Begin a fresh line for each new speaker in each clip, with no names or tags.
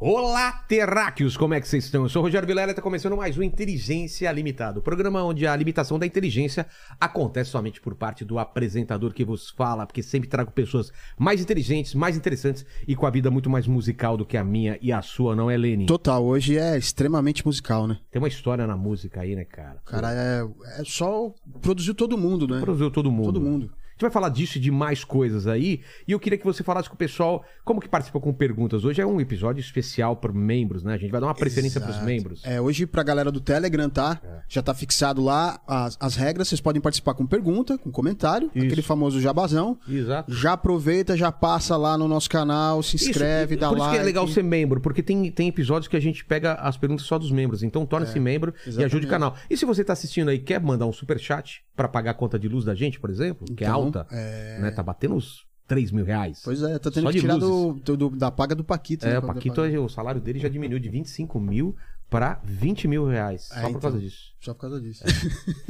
Olá, terráqueos! Como é que vocês estão? Eu sou o Rogério Vilela e está começando mais um Inteligência Limitada, o programa onde a limitação da inteligência acontece somente por parte do apresentador que vos fala, porque sempre trago pessoas mais inteligentes, mais interessantes e com a vida muito mais musical do que a minha e a sua, não é, Lenin?
Total, hoje é extremamente musical, né?
Tem uma história na música aí, né, cara?
O cara é, é só. Produziu todo mundo, né?
Produziu todo mundo.
Todo mundo.
A gente vai falar disso e de mais coisas aí. E eu queria que você falasse com o pessoal como que participa com perguntas. Hoje é um episódio especial para membros, né? A gente vai dar uma preferência para os
Exato.
membros.
É, hoje pra galera do Telegram, tá? Já tá fixado lá as, as regras. Vocês podem participar com pergunta, com comentário,
Isso.
aquele famoso jabazão.
Exato.
Já aproveita, já passa lá no nosso canal, se inscreve,
isso,
dá
Por
like. tá
isso que é legal ser membro, porque tem, tem episódios que a gente pega as perguntas só dos membros. Então torne-se
É,
membro e ajude o canal. E se você está assistindo aí quer mandar um superchat para pagar a conta de luz da gente, por exemplo, que é
Então,
alta, né? Tá batendo uns 3 mil reais.
Pois é, tá tendo
Só
que
de
tirar do,
luzes.
do- do- da paga do Paquito.
É,
né,
o
pra-
Paquito, hoje, o salário dele já diminuiu de 25 mil para 20 mil reais. Só
É,
por
então.
causa disso.
Só por causa
É.
disso.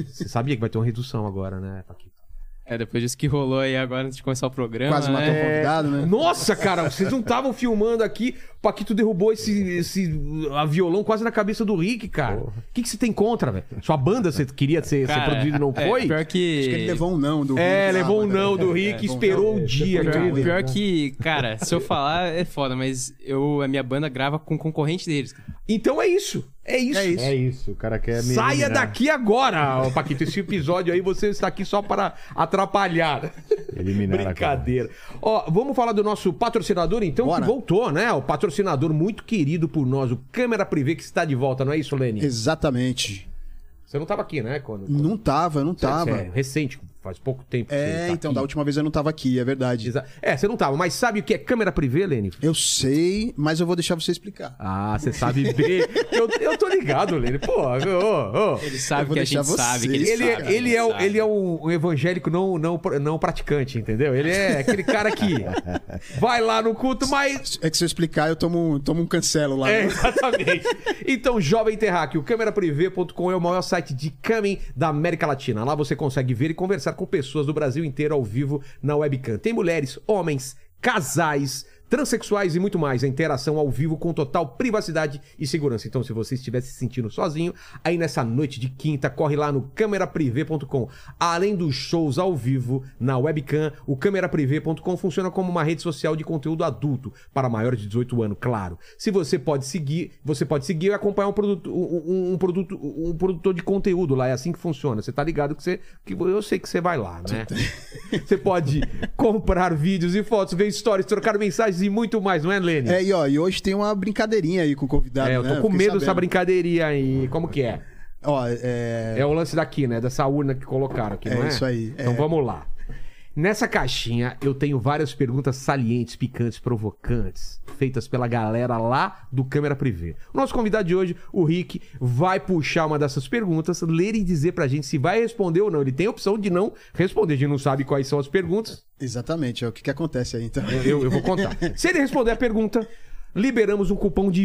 Você sabia que vai ter uma redução agora, né, Paquito?
É, depois disso que rolou aí agora antes de começar o programa.
Quase matou o
né?
convidado,
É.
né?
Nossa, cara, vocês não estavam filmando aqui. Paquito derrubou esse, esse uh, a violão quase na cabeça do Rick, cara. O que, que você tem contra, velho? Sua banda você queria ser, ser
Cara,
produzido e não
é,
foi?
pior que.
Acho que ele levou um não do
É,
Rick lá,
levou um
mano.
não do Rick,
É, bom,
esperou
não. É,
o dia,
Depois
cara.
Pior,
dele.
pior que, cara, se eu falar é foda, mas eu, a minha banda grava com concorrente deles. cara.
Então é isso. É né? isso.
É isso.
É isso, o cara quer me
Saia
eliminar.
daqui agora, ô, Paquito. Esse episódio aí você está aqui só para atrapalhar.
Eliminar a
Brincadeira. Ó, vamos falar do nosso patrocinador então,
Bora.
que voltou, né? O patrocinador muito querido por nós, o Câmera Privê, que está de volta, não é isso, Leni?
Exatamente.
Você não estava aqui, né? Quando,
Não tava, eu não
Você- você
tava.
é recente, faz pouco tempo. que
É,
você tá
então,
aqui.
da última vez eu não tava aqui, é verdade.
Exa- É, você não tava, mas sabe o que é câmera privê, Lene?
Eu sei, mas eu vou deixar você explicar.
Ah, você sabe bem. eu, eu tô ligado, Lene. Pô, ô, ô.
Ele
Eu
sabe
vou
que a
deixar
gente sabe. Que ele,
vocês,
Ele,
sabe,
é, ele, é, o-
sabe.
ele é um evangélico não, não, não praticante, entendeu? Ele é aquele cara que vai lá no culto, mas
É que se eu explicar, eu tomo, tomo um cancelo lá.
É, exatamente. então, Jovem Terráqueo, câmeraprivê.com é o maior site de camming da América Latina. Lá você consegue ver e conversar com pessoas do Brasil inteiro ao vivo na webcam. Tem mulheres, homens, casais, transexuais e muito mais. A interação ao vivo com total privacidade e segurança. Então, se você estiver se sentindo sozinho, aí nessa noite de quinta, corre lá no câmeraprivê.com. Além dos shows ao vivo na webcam, o câmeraprivê.com funciona como uma rede social de conteúdo adulto para maiores de 18 anos, claro. Se você pode seguir, você pode seguir e acompanhar um produto, um, um produto, um produtor de conteúdo lá. É assim que funciona. Você tá ligado que você, que eu sei que você vai lá, né? Você pode comprar vídeos e fotos, ver stories, trocar mensagens e muito mais, não é, Lene?
É, e ó, e hoje tem uma brincadeirinha aí com o convidado.
É, eu
né?
tô com
fiquei
medo dessa
sabendo.
brincadeirinha aí. Como que é?
Ó, é.
É o lance daqui, né? Dessa urna que colocaram aqui,
É
não é?
isso aí, é.
Então vamos lá. Nessa caixinha eu tenho várias perguntas salientes, picantes, provocantes, feitas pela galera lá do Câmera Privê. O nosso convidado de hoje, o Rick, vai puxar uma dessas perguntas, ler e dizer pra gente se vai responder ou não. Ele tem a opção de não responder, a gente não sabe quais são as perguntas.
Exatamente, é o que, que acontece aí então.
Eu, eu vou contar. Se ele responder a pergunta, liberamos um cupom de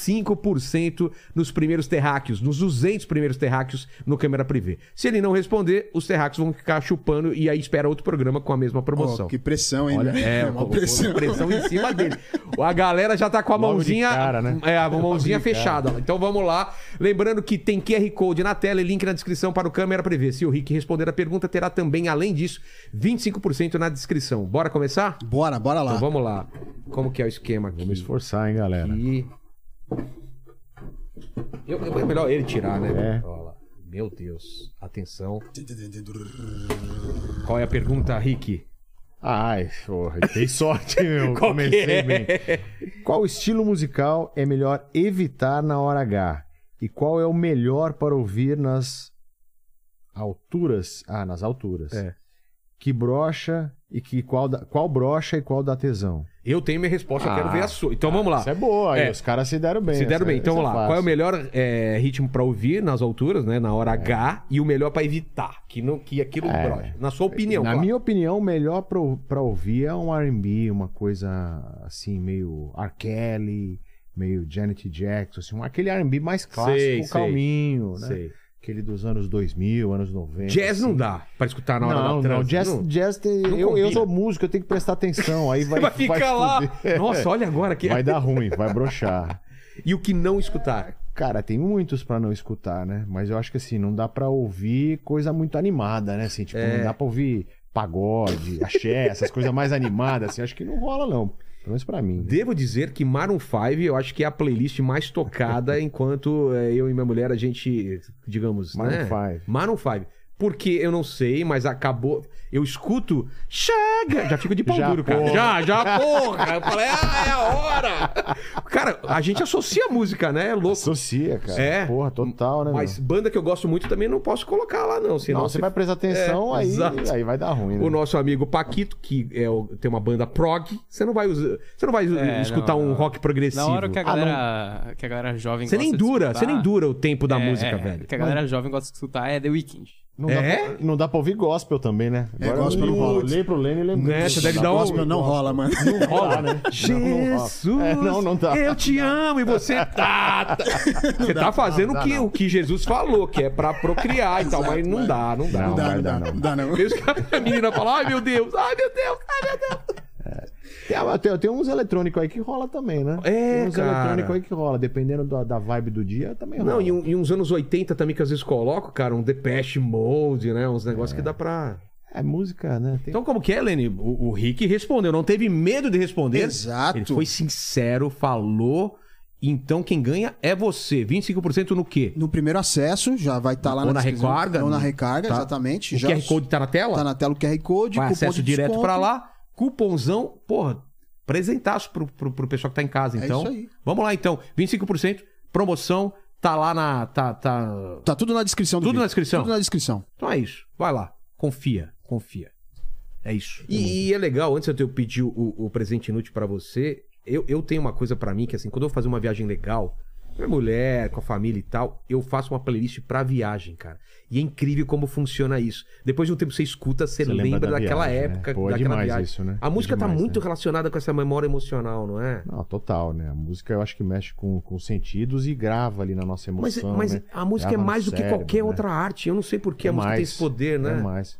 25% nos primeiros terráqueos, nos 200 primeiros terráqueos no Câmera Privê. Se ele não responder, os terráqueos vão ficar chupando e aí espera outro programa com a mesma promoção.
Ó, que pressão, hein?
Olha,
né?
é,
uma
uma
pressão.
pressão. em cima dele. A galera já tá com a
Logo de
mãozinha.
cara, né?
É, a mãozinha
de cara.
fechada. Então vamos lá. Lembrando que tem QR Code na tela e link na descrição para o câmera prevê. Se o Rick responder a pergunta, terá também, além disso, 25% na descrição. Bora começar?
Bora, bora lá.
Então vamos lá. Como que é o esquema aqui?
Vamos esforçar, né? hein, galera.
Aqui. Eu, eu- é melhor ele tirar, né?
É.
Olha lá. Meu Deus. Atenção. Qual é a pergunta, Rick?
Ai, porra, dei sorte,
Qual
meu.
que
Comecei
é?
bem. Qual estilo musical é melhor evitar na hora H? E qual é o melhor para ouvir nas alturas? Ah, nas alturas.
É.
Que brocha e que qual, dá- qual brocha e qual dá tesão.
Eu tenho minha resposta, eu quero
Ah,
ver a sua. Então vamos lá.
Isso é boa, aí
É.
os caras se deram bem.
Se deram
essa-
bem, então
essa
vamos lá.
fácil.
Qual é o melhor é, ritmo pra ouvir nas alturas, né? Na hora H e o melhor pra evitar, que não que aquilo
É.
broche. Na sua opinião,
Na
claro.
minha opinião, o melhor pra, ou- pra ouvir é um R&B, uma coisa assim, meio R. Kelly, meio Janet Jackson, assim, um- aquele R&B mais clássico,
Sei, sei.
calminho, né?
Sei.
Aquele dos anos 2000, anos 90.
Jazz
assim.
não dá pra escutar na hora
não,
da trança.
não, jazz, jazz tem- eu, eu
combina.
sou músico, eu tenho que prestar atenção, aí vai
Vai ficar lá.
fuder.
Nossa, olha agora aqui.
Vai dar ruim, vai brochar.
E o que não escutar?
Cara, tem muitos pra não escutar, né? Mas eu acho que assim, não dá pra ouvir coisa muito animada, né? Assim, tipo,
É.
não dá pra ouvir pagode, axé, essas coisas mais animadas, assim, acho que não rola, não. Pelo menos pra mim.
Devo dizer que Maroon 5 eu acho que é a playlist mais tocada enquanto é, eu e minha mulher a gente, digamos,
Maroon
né?
5.
Maroon 5. Porque eu não sei, mas acabou. Eu escuto. Chega! Já fico de pau
Já,
duro, cara.
porra.
Já, já, porra! Eu falei, ah, é a hora! Cara, a gente associa a música, né? É louco.
Associa, cara.
É.
Porra, total, né?
Mas
Mas,
banda que eu gosto muito também não posso colocar lá, não. Senão
não, você
se-
vai prestar atenção,
É,
aí,
exato.
aí vai dar ruim, né?
O nosso amigo Paquito, que é o- tem uma banda prog, você não vai, usar- você não vai
É,
escutar
não,
um
não.
rock progressivo.
Na hora que a
Ah, não.
galera, que a galera jovem
Você
gosta
nem
de
dura,
escutar-
você nem dura o tempo da
É,
música,
é,
velho.
Que a galera jovem gosta de escutar é The Weeknd.
Não, dá
É?
pra, não dá pra ouvir gospel também, né?
É, gospel não rola.
Olhei pro Lênin e lembrei.
Né, você deve dar um-
Gospel não rola, mano.
Não rola, né?
Jesus,
É, não, não dá.
eu te amo e você tá, tá- você tá fazendo o que, o que Jesus falou, que é pra procriar e tal, mas não dá, não dá.
Não dá,
vai
não dá,
dar,
não
não.
dá, não.
Mesmo que a menina fala, ai meu Deus, ai meu Deus, ai meu Deus.
Tem, ah, tem- tem uns eletrônicos aí que rola também, né?
É,
Tem uns
cara.
eletrônicos aí que rola. Dependendo da, da vibe do dia, também rola.
Não, e, um- e uns anos 80 também que às vezes coloco, cara, um Depeche Mode, né, uns negócios que dá pra...
É música, né? Tem-
Então como que é, Lene? O, o Rick respondeu, não teve medo de responder.
Exato.
Ele foi sincero, falou, então quem ganha é você. 25% no quê?
No primeiro acesso, já vai estar lá
Ou na
descrição.
recarga,
Ou na
né?
recarga,
Tá.
exatamente.
O
já
QR Code tá na tela?
tá na tela o QR Code.
Vai
cupom
acesso
de
direto
desconto.
pra lá, cuponzão, porra, presentaço pro, pro, pro pessoal que tá em casa,
É
então.
isso aí.
Vamos lá então, 25%, promoção, tá lá na tá tá
Tá tudo na descrição do
Tudo
vídeo.
na descrição?
Tudo na descrição.
Então é isso. Vai lá, confia, confia. É isso. E, e é legal, antes de eu ter- eu pedir o, o presente inútil pra você, eu, eu tenho uma coisa pra mim que assim, quando eu vou fazer uma viagem legal, com minha mulher, com a família e tal, eu faço uma playlist pra viagem, cara. E é incrível como funciona isso. Depois de um tempo você escuta, você,
Você
lembra,
lembra da
daquela
viagem, né?
época,
Pô, é
daquela
demais
viagem.
isso, né?
A
É
música tá
demais,
muito
né?
relacionada com essa memória emocional, não é?
Não, total, né? A música eu acho que mexe com, com os sentidos e grava ali na nossa
Mas, é-
emoção.
mas
né?
a música
Grava
é
no
mais do que
cérebro,
qualquer
né?
outra arte. Eu não sei por que
É
a música tem
mais,
esse poder, né?
É mais.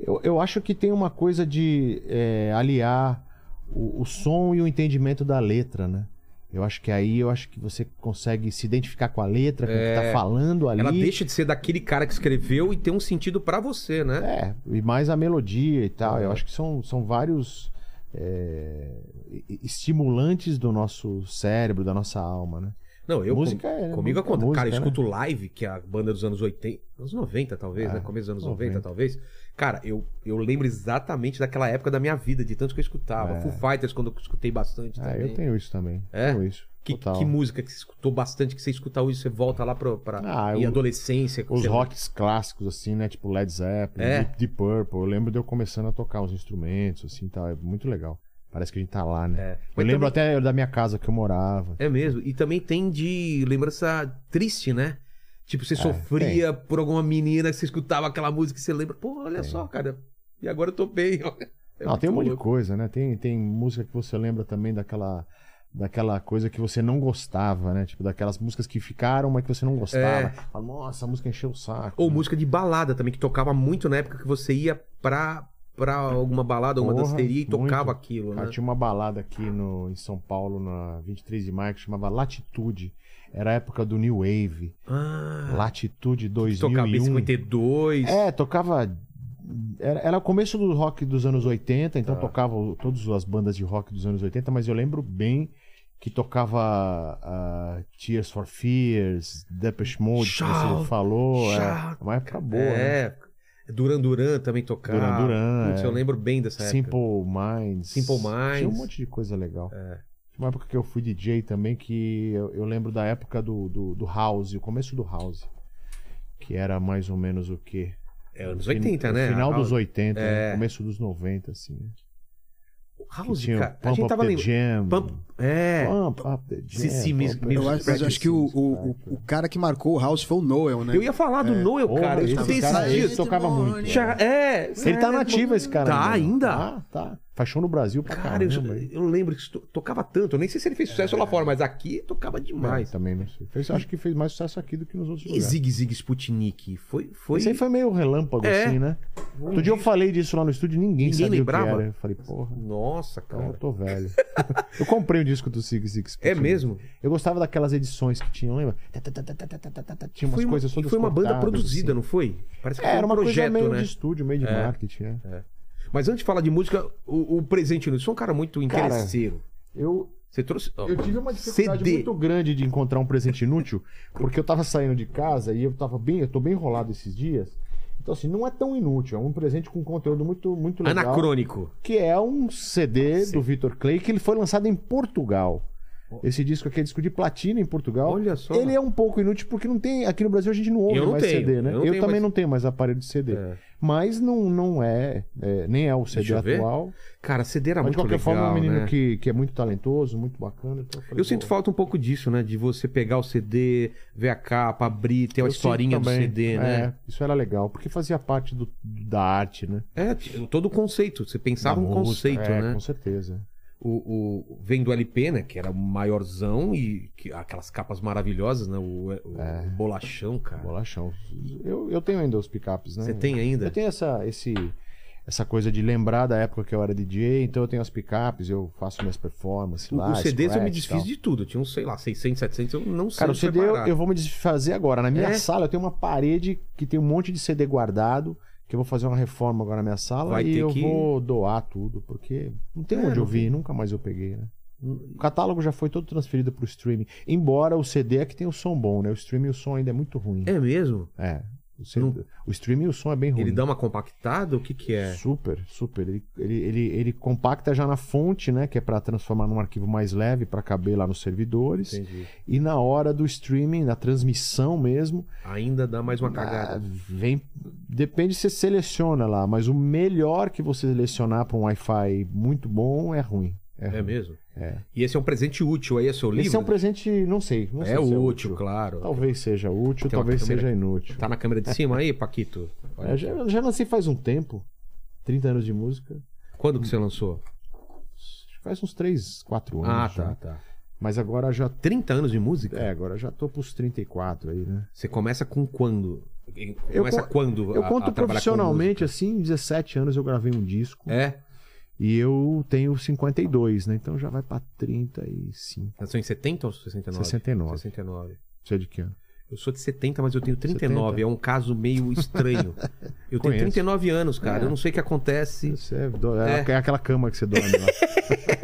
Eu, eu acho que tem uma coisa de é, aliar o, o som e o entendimento da letra, né? Eu acho que aí eu acho que você consegue se identificar com a letra, com o que tá falando ali.
É. Ela deixa de ser daquele cara que escreveu e tem um sentido pra você, né?
É, e mais a melodia e tal.
Uhum.
Eu acho que são, são vários é, e- estimulantes do nosso cérebro, da nossa alma, né?
Não, eu
Música
com-
é, né?
comigo
Música é
acontece. Cara, eu
música, né?
escuto live, que é a banda dos anos 80, anos 90 talvez,
É,
né? Começo dos anos 90,
90.
talvez. Cara, eu, eu lembro exatamente daquela época da minha vida, de tanto que eu escutava.
É.
Full Fighters, quando eu escutei bastante
Ah,
também.
eu tenho isso também.
É?
Tenho isso.
Que,
total.
que música que você escutou bastante, que você escuta hoje, você volta lá pra, pra
Ah,
em
eu-
adolescência.
Os
sei lá.
rocks clássicos, assim, né? Tipo Led Zeppelin,
né? É.
Deep, Deep Purple. Eu lembro de eu começando a tocar os instrumentos, assim, tal. É muito legal. Parece que a gente tá lá, né?
É.
Eu
Mas
lembro até da minha casa que eu morava.
É mesmo. E também tem de lembrança triste, né? Tipo,
Ah,
você sofria por alguma menina que você escutava aquela música e você lembra, pô, olha só, cara. E agora eu tô bem, olha. É
não, tem um
muito
monte de
louco.
coisa, né? Tem, tem música que você lembra também daquela, daquela coisa que você não gostava, né? Tipo, daquelas músicas que ficaram, mas que você não gostava.
É.
Fala, Nossa, a música encheu o saco. né?"
Ou música de balada também, que tocava muito na época que você ia pra, pra alguma balada, alguma
Porra,
danceria e tocava
muito. Ah, tipo,
aquilo, né?
Cara, tinha uma balada aqui no, em São Paulo, na 23 de maio, que chamava Latitude. Era a época do New Wave.
Ah,
Latitude
tocava
2001.
B52.
É, tocava. Era, era o começo do rock dos anos 80, então
Tá.
tocava o- todas as bandas de rock dos anos 80, mas eu lembro bem que tocava ah, Tears for Fears, Depeche Mode, que
Shout,
você falou.
shout.
é uma época boa, né?
é. Duran Duran também tocava.
Duran Duran,
Putz,
é.
eu lembro bem dessa época.
Simple Minds.
Simple Minds. É.
Tinha um monte de coisa legal. Tinha uma época que eu fui DJ também, que eu, eu lembro da época do, do, do House, o começo do House. Que era mais ou menos o quê?
É anos 80,
Fin-
né?
Final dos
House-
80,
É.
né? começo dos 90, assim. né? Que
House,
tinha o
cara.
Pump
A gente
Up
tava
the
lembrando.
Jam.
Pump- É.
Pump Up the Jam.
Sissi Miss-
Pump Up
Miss-
the
Eu acho, mas eu acho que o, o, o- o cara que marcou o House foi o Noel, né?
Eu ia falar do Noel,
Porra,
cara. Eu
esse
escutei
cara é
esses
aí
dias.
tocava muito.
Já- É.
Ele tá nativo, esse cara.
Tá ainda?
Tá, tá. Faz show no Brasil pra
Cara, eu,
caramba. hein?
eu não lembro que isso to- tocava tanto. Eu nem sei se ele fez sucesso lá fora, mas aqui tocava demais.
É, também não sei. Fez- acho que fez mais sucesso aqui do que nos outros
E
lugares.
Zig Zig Sputnik? Foi. foi...
Isso aí foi meio relâmpago,
É.
assim, né? Outro dia eu falei disso lá no estúdio e ninguém,
Ninguém
sabia o
lembrava?
que era. Eu falei, porra,
Nossa,
então eu
cara.
tô velho. eu comprei o disco do Sig Six.
É mesmo?
Eu gostava daquelas edições que tinham, lembra? Tá, tá, tá, tá, tá, tá, tá, tá, tá, Tinha umas
foi uma,
coisas todas
foi uma banda
cortadas,
produzida,
assim.
não foi? Parece que
É,
foi
era
um
uma coisa
projeto,
meio
né?
de estúdio, meio de
É.
marketing, é.
Mas antes de falar de música, o, o presente Nunes, você é um cara muito
Cara,
interesseiro.
Eu,
Você trouxe. ó,
eu tive uma dificuldade
CD.
muito grande de encontrar um presente inútil, porque eu tava saindo de casa e eu tava bem, eu tô bem enrolado esses dias. Então, assim, não é tão inútil, é um presente com conteúdo muito, muito um legal.
Anacrônico.
que é um CD do Victor Clay que ele foi lançado em Portugal. Esse disco aqui é disco de platina em Portugal.
Olha só.
Ele é um pouco inútil porque não tem, aqui no Brasil a gente não ouve
Eu não
mais
tenho,
CD, né?
eu
Eu,
não tenho
também
mais-
não tenho mais aparelho de CD.
É.
Mas não, não é, é, nem é o CD
Deixa eu ver.
atual.
Cara, CD era
Mas de
muito
qualquer
legal,
forma, é um menino
né?
que, que é muito talentoso, muito bacana. Então falei,
Eu sinto
pô,
falta um pouco disso, né? De você pegar o CD, ver a capa, abrir, ter uma
eu
historinha
sinto
do
também.
CD,
É,
né?
Isso era legal, porque fazia parte do- da arte, né?
É, t- todo o conceito. Você pensava
Da
um
música,
conceito,
é,
né?
Com certeza.
O, o, vem do LP, né? Que era o maiorzão e que- aquelas capas maravilhosas, né? O, o- o bolachão, cara.
É. Bolachão. Eu, eu tenho ainda os picapes, né?
Você tem ainda?
Eu tenho essa, esse, essa coisa de lembrar da época que eu era DJ, então eu tenho as picapes, eu faço minhas performances
O-
lá.
Os CDs eu me
scratch e
desfiz
tal.
de tudo. Eu tinha uns, sei lá, 600, 700, eu não sei.
então.
é
Cara, o
onde
CD eu,
separar.
eu vou me desfazer agora. Na minha
É?
sala eu tenho uma parede que tem um monte de CD guardado, que eu vou fazer uma reforma agora na minha sala
Vai
e
ter
eu
que-
vou doar tudo, porque não tem
É,
onde
não
ouvir, nunca mais eu peguei, né?
Hum,
O catálogo já foi todo transferido pro streaming. Embora o CD é que tem o som bom, né? O streaming o som ainda é muito ruim.
É mesmo?
É. O, CD
Não-
o streaming o som é bem ruim.
Ele dá uma compactada? O que que é?
Super, super. Ele, ele, ele, ele compacta já na fonte, né? Que é para transformar num arquivo mais leve para caber lá nos servidores.
Entendi.
E na hora do streaming, na transmissão mesmo,
Ainda dá mais uma cagada.
ah, vem. Depende se você seleciona lá, mas o melhor que você selecionar para um Wi-Fi muito bom é ruim. É,
É
ruim.
mesmo?
É.
E esse é um presente útil aí, é seu livro?
Esse é um presente, não sei. Não sei
É
se
útil, claro.
Talvez seja útil,
Tem uma
talvez
câmera-
seja inútil.
Tá na câmera de cima aí, Paquito?
É, já, já nasci faz um tempo 30 anos de música.
Quando que você lançou?
Faz uns 3, 4
Ah,
anos.
tá,
já.
tá.
Mas agora já
30 anos de música?
É, agora já tô pros 34 aí, né?
Você começa com quando?
Eu
Começa
con-
quando?
Eu
a-
conto
a trabalhar com
profissionalmente, assim, 17 anos eu gravei um disco.
música? É?
E eu tenho 52, né? Então já vai pra 35.
Nasceu em 70 ou 69?
69.
69.
Você é de que ano?
Eu sou de 70, mas eu tenho 39. É um caso meio estranho. Eu tenho
Conheço.
39 anos, cara.
É.
Eu não sei o que acontece.
Você é, do-
É.
é. aquela cama que você dorme lá.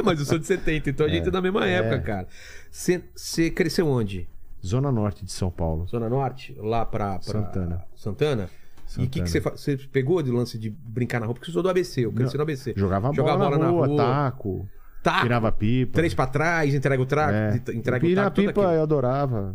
mas eu sou de 70, então a gente é, da mesma época, cara. Você- Você cresceu onde?
Zona Norte de São Paulo.
Zona Norte? Lá pra. pra-
Santana.
Santana? E o que,
Santana.
que você, fa- você pegou de lance de brincar na rua? Porque eu sou do ABC, eu cresci no ABC.
Jogava,
Jogava
bola, na,
bola
rua,
na rua.
taco,
Tá,
tirava pipa.
três pra trás, entrega o trago, de- entrega o
E na
taco, tudo
É. pipa
aquilo.
eu adorava.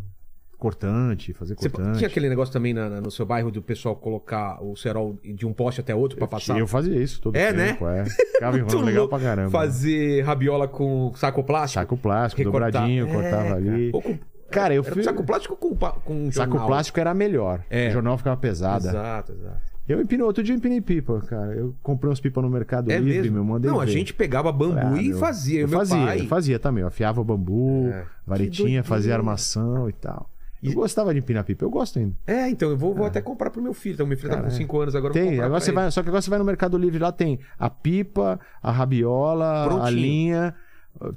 Cortante, fazer
Você
cortante.
tinha aquele negócio também na- na- no seu bairro do pessoal colocar o cerol de um poste até outro pra passar?
Eu fazia isso todo
É,
tempo. É, né? Ficava
Muito
enrolando legal
louco.
pra caramba. né?
Fazer rabiola com saco plástico?
Saco plástico,
Recortar.
dobradinho,
É,
cortava ali.
Ou com-
Cara, eu
era um
fui.
saco plástico ou com, pa- com um
Saco
jornal?
plástico era melhor.
É.
O jornal ficava pesada.
Exato, exato.
Eu empinei, outro dia eu empinei pipa, cara. Eu comprei uns pipa no Mercado
é
Livre,
mesmo?
meu, mandei
Não, a
ver.
gente pegava bambu
Ah,
e
meu.
fazia. Eu
eu
meu
fazia,
pai...
eu fazia também. Eu afiava bambu,
É.
varetinha,
Que
fazia
doideira.
armação e tal. Eu
E-
gostava de empinar pipa, eu gosto ainda.
É, então, eu vou, vou até comprar pro meu filho. Então, meu filho tá com
Caralho.
5 anos agora. eu vou
é. Tem,
comprar
agora
pra
você
ele.
vai, só que agora você vai no Mercado Livre, lá tem a pipa, a rabiola, a
Prontinho.
linha,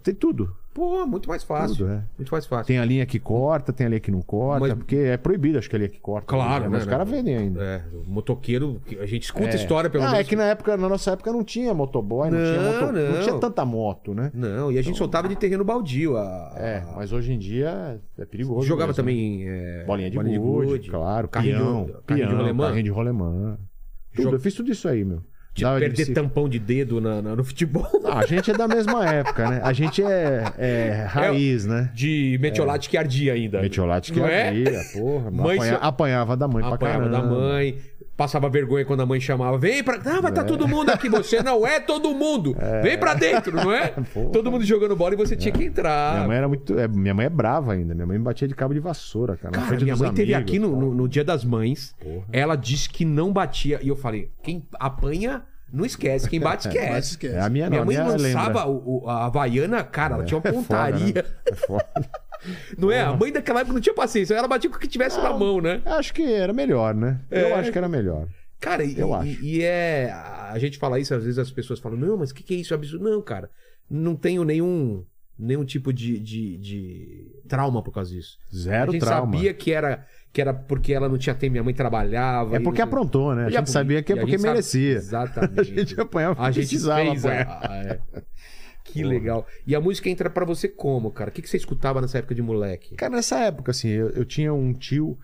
tem tudo.
Pô, muito mais fácil.
Tudo, é.
Muito mais fácil.
Tem a linha que corta, tem a linha que não corta,
Mas-
porque é proibido, acho que a linha que corta.
Claro, né,
né? Mas os
né?
caras vendem ainda.
É, o motoqueiro, que a gente escuta
É.
história pelo
ah,
menos.
é que na época, na nossa época não tinha motoboy, não,
Não,
tinha moto, não.
não.
tinha tanta moto, né?
Não, e a gente soltava de terreno baldio. A...
tá. É, mas hoje em dia é perigoso.
Jogava
mesmo, né?
também. é,
bolinha de
bolinha de
gude,
gude,
claro,
carrinho
peão,
de- carrinho
peão,
de rolemã.
carrinho de rolemã. Tudo,
Joga-
eu fiz tudo isso aí, meu.
de
Dava
perder
bicicleta.
tampão de dedo na, na- no futebol.
Ah, a gente é da mesma época, né? A gente é, é raiz, né?
De metiolate que ardia ainda.
Metiolate que
Não é?
abria, porra.
Mãe
apanha-
só-
apanhava da mãe pra
Apanhava
caramba.
da mãe. Passava vergonha quando a mãe chamava. Vem pra. Ah,
É.
mas tá todo mundo aqui. Você não é todo mundo. Vem pra dentro, não é?
Porra.
todo mundo jogando bola e você tinha que entrar.
Minha mãe era muito. é, minha mãe é brava ainda. Minha mãe me batia de cabo de vassoura, cara. na
Cara,
frente
minha
dos
mãe teve
amigos,
aqui no,
cara.
no- no Dia das Mães. Ela disse que não batia. E eu falei: quem apanha, não esquece. Quem bate,
Mas
esquece.
esquece.
É, a minha
Minha
não, a
mãe
minha lembra.
lançava o- o- a Havaiana, cara, ela tinha uma
É foda, né?
pontaria.
É foda.
Não é? A mãe daquela época não tinha paciência. Ela batia com o que tivesse na mão, né?
Acho que era melhor, né?
É.
Eu acho que era melhor.
Cara, e,
Eu
e-
acho.
e é. A gente fala isso, às vezes as pessoas falam, não, mas o que, que é isso? É absurdo. Não, cara, não tenho nenhum, nenhum tipo de, de, de trauma por causa disso.
Zero
a gente
trauma.
sabia que era, que era porque ela não tinha tempo, minha mãe trabalhava.
É
e
porque
não-
aprontou, né? A
Já-
gente sabia que é
e a
porque
gente sabe-
merecia.
Exatamente.
A gente apanhava porque
A gente
precisava
fez a-
apanhar.
a- é. Que legal. E a música entra pra você como, cara? O que, que você escutava nessa época de moleque?
Cara, nessa época, assim, eu, eu tinha um tio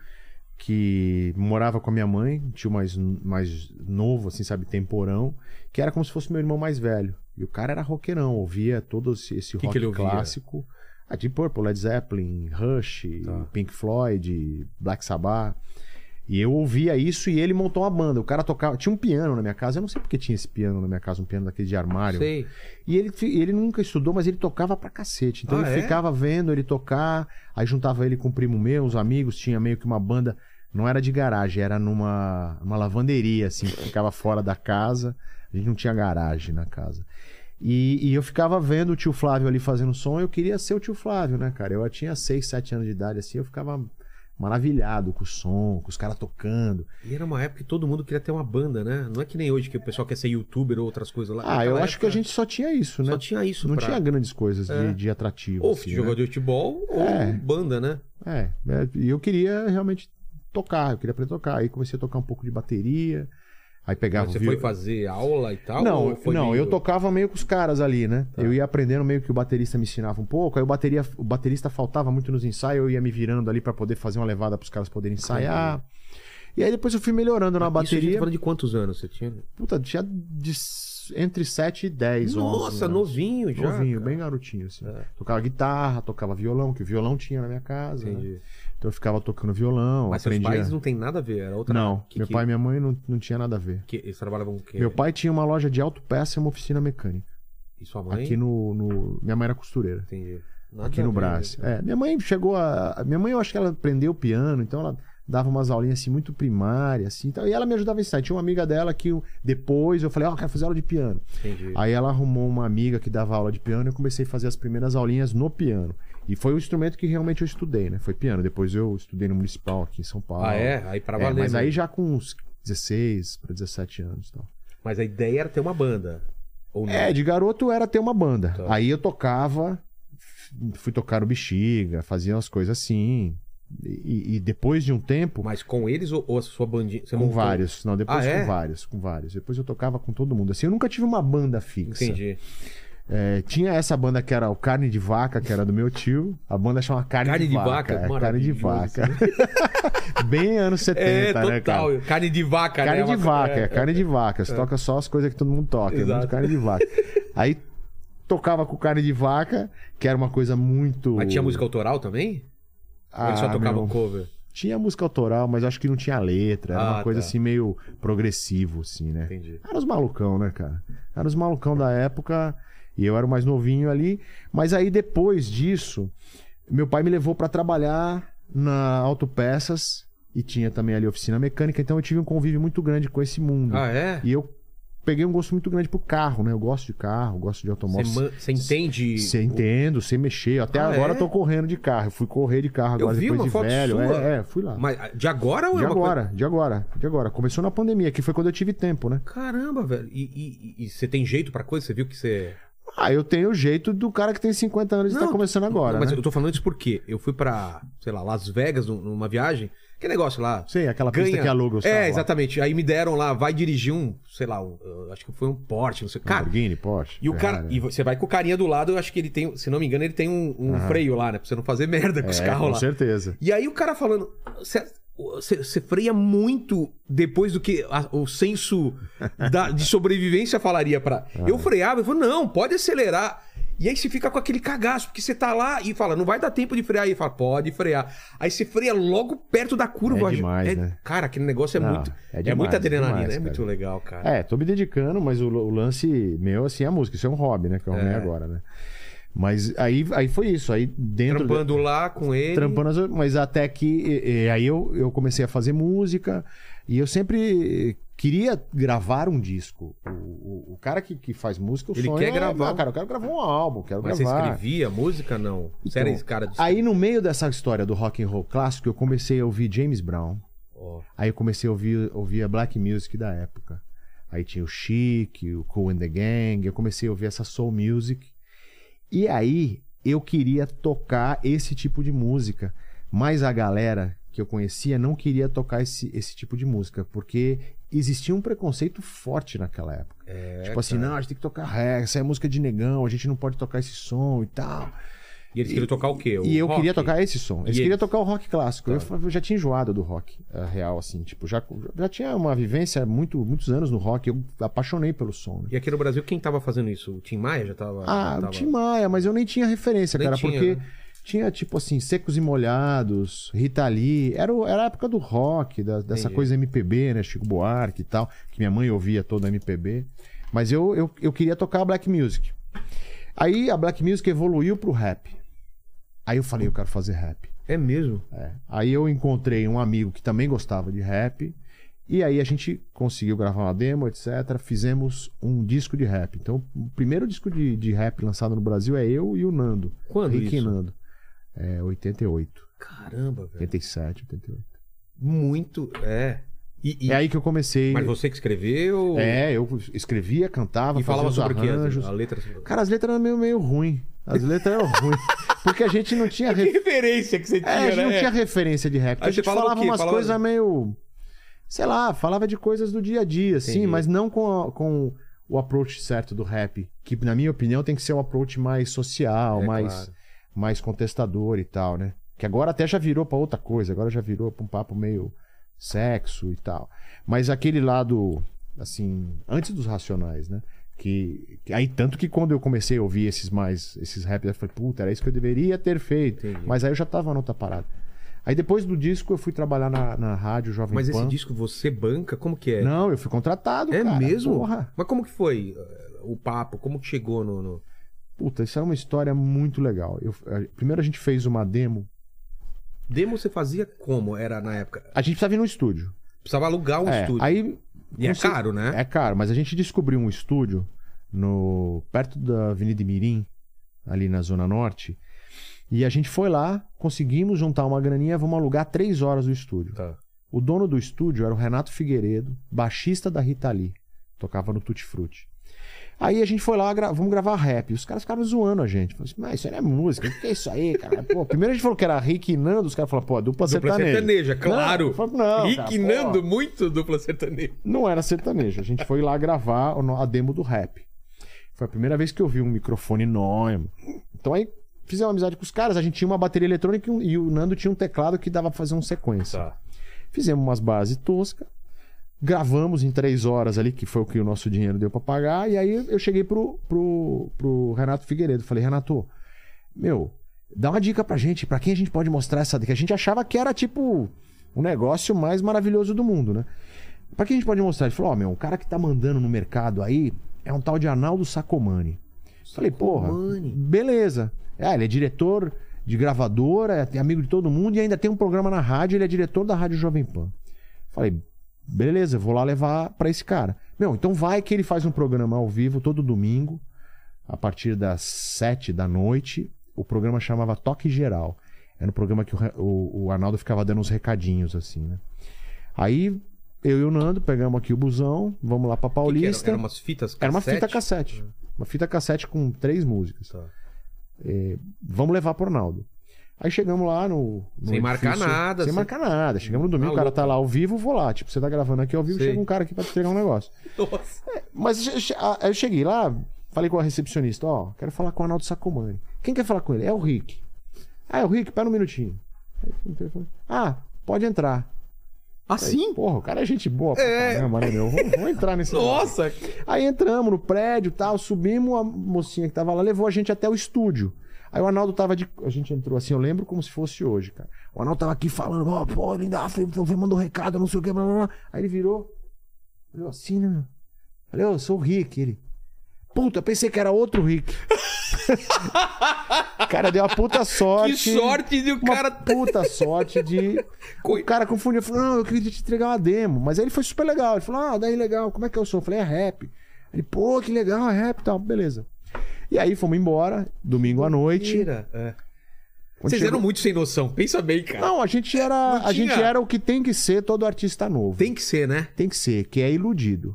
que morava com a minha mãe, um tio mais, mais novo, assim, sabe, temporão, que era como se fosse meu irmão mais velho. E o cara era roqueirão, ouvia todo esse, esse
Que
rock
que ele ouvia?
clássico. Ah, Deep Purple, Led Zeppelin, Rush,
Tá.
Pink Floyd, Black Sabbath. E eu ouvia isso e ele montou uma banda. O cara tocava. Tinha um piano na minha casa. Eu não sei porque tinha esse piano na minha casa, um piano daquele de armário.
Sei.
E ele, fi- ele nunca estudou, mas ele tocava pra cacete. Então
Ah,
ele
é?
ficava vendo ele tocar, aí juntava ele com um primo meu, uns amigos, tinha meio que uma banda. Não era de garagem, era numa uma lavanderia, assim, que ficava fora da casa. A gente não tinha garagem na casa. E, e eu ficava vendo o tio Flávio ali fazendo som, eu queria ser o tio Flávio, né, cara? Eu tinha 6, 7 anos de idade, assim, eu ficava maravilhado com o som, com os caras tocando.
E era uma época que todo mundo queria ter uma banda, né? Não é que nem hoje que o pessoal quer ser youtuber ou outras coisas lá.
Ah, eu
Naquela
acho que a
época
gente só tinha isso, né?
Só tinha isso,
Não
pra-
tinha grandes coisas de,
É.
de atrativo.
Ou
assim, né?
jogador de futebol ou
É.
banda, né?
É, é, e eu queria realmente tocar, eu queria aprender a tocar. Aí comecei a tocar um pouco de bateria, aí pegava
Você
o viol-
foi fazer aula e tal?
Não,
ou foi
não
meio- Tá.
eu tocava meio com os caras ali, né? Eu ia aprendendo meio que o baterista me ensinava um pouco, aí o, bateria, o baterista faltava muito nos ensaios, eu ia me virando ali pra poder fazer uma levada pros caras poderem ensaiar. E aí depois eu fui melhorando na
Isso a gente
bateria.
tá falando de quantos anos você tinha?
Puta, tinha de s- entre 7 e 10, 11.
Nossa,
né?
novinho já.
Novinho,
cara.
bem garotinho, assim.
É.
Tocava guitarra, tocava violão, que violão tinha na minha casa. né?
Entendi.
Então eu ficava tocando violão,
Mas seus
aprendia.
pais não tem nada a ver, era outra.
Não,
que,
meu
que-
pai e minha mãe não, não tinha nada a ver.
que eles trabalhavam com o quê?
Meu pai tinha uma loja de autopeça e é uma oficina mecânica.
E sua mãe?
Aqui no, no- Minha mãe era costureira.
Entendi. Nada
Aqui
a
no
ver, né,
Brás.
cara?
É, minha mãe chegou a. a- Minha mãe, eu acho que ela aprendeu piano, então ela dava umas aulinhas assim muito primárias, assim. Então, e ela me ajudava a ensinar. Tinha uma amiga dela que eu- depois eu falei, ó, quero fazer aula de piano.
Entendi.
Aí ela arrumou uma amiga que dava aula de piano e eu comecei a fazer as primeiras aulinhas no piano. E foi o instrumento que realmente eu estudei, né? Foi piano. Depois eu estudei no municipal aqui em São Paulo.
Ah, é? Aí pra
É,
valer.
mas
né?
aí já com uns 16 para 17 anos e tal.
Mas a ideia era ter uma banda. Ou não?
É, de garoto era ter uma banda.
Tá.
Aí eu tocava, f- fui tocar no Bexiga, fazia umas coisas assim. E, e depois de um tempo,
Mas com eles ou, ou a sua bandinha? Você
com
montou?
vários. Não, depois
Ah,
com
é?
vários, com vários. Depois eu tocava com todo mundo. Assim, eu nunca tive uma banda fixa.
Entendi.
É, tinha essa banda que era o Carne de Vaca, que era do meu tio. A banda chamava Carne,
Carne de
de
Vaca,
Vaca. é, carne de
maravilhoso.
Vaca. Bem anos 70,
É,
né, cara?
total. Carne de vaca,
Carne
né?
de
Uma-
vaca,
é.
é carne de vaca. Você toca só as coisas que todo mundo toca. É
Exato.
muito carne de vaca. Aí tocava com carne de vaca, que era uma coisa muito.
Mas tinha música autoral também? Ou
é. Ah,
eles só tocavam
meu,
cover?
Tinha música autoral, mas acho que não tinha letra. Era
Ah,
uma coisa
tá.
assim meio progressivo, assim, né?
Entendi.
Era os malucão, né, cara? Era os malucão da época e eu era o mais novinho ali. Mas aí depois disso, meu pai me levou pra trabalhar na Autopeças e tinha também ali oficina mecânica. Então eu tive um convívio muito grande com esse mundo.
Ah, é?
E eu peguei um gosto muito grande pro carro, né? Eu gosto de carro, gosto de
Você
automóvel.
man- você entende?
Você entendo, sem mexer. Até
Ah,
agora
é?
eu tô correndo de carro. Eu fui correr de carro
Eu
agora
vi
depois
uma
de
foto
velho.
sua.
É, é, fui lá.
Mas de agora ou
de
é uma
agora, de agora, de agora. Começou na pandemia, que foi quando eu tive tempo, né?
coisa... Caramba, velho. E, e- e- e você tem jeito pra coisa? Você viu que você...
Ah, eu tenho o jeito do cara que tem 50 anos e
Não,
tá começando agora.
Não, mas
né?
eu tô falando isso porque eu fui pra, sei lá, Las Vegas num- numa viagem. Que negócio lá...
Sei, aquela pista
Ganha.
que aluga os
é,
carros lá.
exatamente. Aí me deram lá, vai dirigir um, sei lá, um, eu acho que foi um Porsche, não sei. Cara,
Lamborghini, Porsche.
E o cara.
Ferrari.
E você vai com o carinha do lado, eu acho que ele tem. Se não me engano, ele tem um, um
Aham.
freio lá, né? Pra você não fazer merda com os
É,
carros
com
lá.
certeza.
E aí o cara falando. "Você- Você você freia muito depois do que a- o
Ah.
senso da- de sobrevivência falaria pra. Eu freava, eu falei, não, pode acelerar. E aí você fica com aquele cagaço, porque você tá lá e fala, não vai dar tempo de frear. E fala, pode frear. Aí você freia logo perto da curva.
É demais,
É-
né?
Cara, aquele negócio é
Não,
muito.
é
É,
demais,
muita adrenalina,
demais,
é muito
cara.
legal, cara.
É, tô me dedicando, mas o, o lance meu, assim, é a música. Isso é um hobby, né? Que eu arrumei
É.
agora, né? Mas aí, aí foi isso. Aí dentro... da-
Trampando lá com ele.
trampando as- mas até que e- e aí eu, eu comecei a fazer música e eu sempre queria gravar um disco o, o- o cara que, que faz música o
Ele
sonho
quer
é,
gravar.
"Não, cara eu quero gravar um álbum quero
Mas você
gravar
escrevia música? Não. Você
Então,
era esse cara de.
aí no meio dessa história do rock and roll clássico eu comecei a ouvir James Brown
Ó,
aí eu comecei a ouvir, ouvir a black music da época aí tinha o Chic o Cool and the Gang eu comecei a ouvir essa soul music e aí eu queria tocar esse tipo de música, mas a galera que eu conhecia não queria tocar esse, esse tipo de música, porque existia um preconceito forte naquela época. tipo assim, não, a gente tem que tocar reggae, essa é música de negão, a gente não pode tocar esse som e tal.
E eles queriam tocar o quê? O
E eu
rock?
queria tocar esse som. Eles
E
queriam
eles?
tocar o rock clássico.
Tá.
Eu fa- Eu já tinha enjoado do rock eh, real, assim, tipo, já, já tinha uma vivência muito, muitos anos no rock, eu apaixonei pelo som. né?
E aqui no Brasil, quem tava fazendo isso? O Tim Maia já tava.
Ah,
já
o
tava...
Tim Maia, mas eu nem tinha referência,
tá Nem
cara,
tinha,
porque
né?
tinha, tipo assim, Secos e Molhados, Rita Lee, era, o- era a época do rock, da- dessa
Entendi.
coisa MPB, né, Chico Buarque e tal, que minha mãe ouvia toda MPB, mas eu, eu, eu queria tocar Black Music. Aí a Black Music evoluiu pro rap. Aí eu falei, eu quero fazer rap.
É mesmo?
Aí eu encontrei um amigo que também gostava de rap. E aí a gente conseguiu gravar uma demo, etc. Fizemos um disco de rap. Então, o primeiro disco de, de rap lançado no Brasil é eu e o Nando.
Quando
Rick e
isso?
Nando. É 88,
Caramba, velho.
87, 88.
Muito. É. E, e-
É aí que eu comecei.
Mas você que escreveu
É, eu escrevia, cantava,
e falava
fazia
sobre
os
o quê?
arranjos.
A letra sobre o quê?
Cara, as letras eram meio, meio ruim. As letras eram ruins. Porque a gente não tinha
Que referência que você tinha,
É, a gente não
né?
tinha referência de rap.
Aí
A gente
você falava
falava,
o quê?
umas
Falava-
coisas meio. Sei lá, falava de coisas do dia a dia, assim,
Entendi.
mas não com, a- com o approach certo do rap. Que, na minha opinião, tem que ser um approach mais social,
É,
mais,
claro.
mais contestador e tal, né? Que agora até já virou pra outra coisa, agora já virou pra um papo meio sexo e tal. Mas aquele lado, assim, antes dos racionais, né? Que, que- aí tanto que quando eu comecei a ouvir esses mais esses rap, eu falei, puta, era isso que eu deveria ter feito.
Entendi.
Mas aí eu já tava na outra parada. Aí depois do disco eu fui trabalhar na, na rádio Jovem
Mas
Pan.
esse disco você banca? Como que é?
Não, eu fui contratado,
é
cara.
mesmo?
Porra.
Mas como que foi eh, o papo? Como que chegou no. no-
Puta, isso é uma história muito legal. Eu- eh, primeiro a gente fez uma demo.
Demo você fazia como era na época?
A gente precisava ir no estúdio.
Precisava alugar um
É,
estúdio.
Aí
e é
não sei-
caro, né?
É caro, mas a gente descobriu um estúdio no perto da Avenida Mirim, ali na Zona Norte. E a gente foi lá, conseguimos juntar uma graninha, vamos alugar três horas do estúdio.
Tá.
O dono do estúdio era o Renato Figueiredo, baixista da Rita Lee. Tocava no Tutti Frutti. Aí a gente foi lá, gra- vamos gravar rap. E Os caras ficaram zoando a gente. Falei assim, mas isso aí não é música, o que é isso aí, cara? Pô, primeiro a gente falou que era Rick e Nando, os caras falaram, pô, dupla,
Dupla
sertaneja.
sertaneja, claro.
tá Não, falei, não, cara,
Rick
pô.
Nando, muito dupla sertaneja.
Não era sertanejo. A gente foi lá gravar o no- a demo do rap. Foi a primeira vez que eu vi um microfone enorme. Então aí fizemos amizade com os caras. A gente tinha uma bateria eletrônica e um- e o Nando tinha um teclado que dava pra fazer um sequência.
Tá.
Fizemos umas bases toscas. Gravamos em três horas ali, que foi o que o nosso dinheiro deu pra pagar. E aí eu cheguei pro, pro, pro Renato Figueiredo. Falei, Renato, meu, dá uma dica pra gente, pra quem a gente pode mostrar essa que a gente achava que era tipo o negócio mais maravilhoso do mundo, né? Pra quem a gente pode mostrar? Ele falou, ó, meu, o cara que tá mandando no mercado aí é um tal de Arnaldo Sacomani. Falei, porra,
Sacomani.
beleza. É, ele é diretor de gravadora, é amigo de todo mundo e ainda tem um programa na rádio, ele é diretor da Rádio Jovem Pan. Falei, beleza, eu vou lá levar pra esse cara. Meu, então vai que ele faz um programa ao vivo todo domingo, a partir das sete da noite. O programa chamava Toque Geral. Era um programa que o, Re- o, o Arnaldo ficava dando uns recadinhos, assim, né? Aí eu e o Nando pegamos aqui o busão, vamos lá pra
O que que era?
Paulista.
Eram umas fitas
Era uma
cassete?
fita cassete. Uma fita cassete com três músicas.
Tá.
Vamos levar pro Arnaldo. Aí chegamos lá no. no
Sem marcar nada,
Sem
sem-
marcar nada. Chegamos no domingo, o cara
Maluco.
tá lá ao vivo, vou lá. Tipo, você tá gravando aqui ao vivo,
Sei.
chega um cara aqui pra te entregar um negócio. É,
Nossa.
Mas che- che- a- eu cheguei lá, falei com a recepcionista, ó, quero falar com o Arnaldo Sacomani. Quem quer falar com ele? É o Rick. Ah, é o Rick, pera um minutinho. Aí fui no telefone. Ah, pode entrar.
Assim?
Porra, o cara é gente boa pra
É.
caramba, né, meu? Vamos, vamos entrar nesse negócio.
Nossa!
Aí entramos no prédio e tal, subimos, a mocinha que tava lá levou a gente até o estúdio. Aí o Arnaldo tava de. A gente entrou assim, eu lembro como se fosse hoje, cara. O Arnaldo tava aqui falando, ó, pô, linda, mandou um recado, não sei o que, blá, blá, blá. Aí ele virou, olhou assim, né, meu? Falei, ô, eu sou o Rick. Ele, puta, pensei que era outro Rick. cara, deu uma puta
Que
sorte.
sorte de o
Uma
cara.
puta sorte de.
Coi-
O cara confundiu. Falou, não, eu queria te entregar uma demo. Mas aí ele foi super legal. Ele falou, ah, daí legal, como é que é o som? Eu falei, é rap. Ele, pô, que legal, é rap e tal. Beleza. E aí fomos embora, domingo à noite.
Mentira. É.
Quando
Vocês
chegou-
eram muito sem noção. Pensa bem, cara.
Não, a gente era.
Não
a gente
tinha.
era o que tem que ser todo artista novo.
Tem que ser, né?
Tem que ser, que é iludido.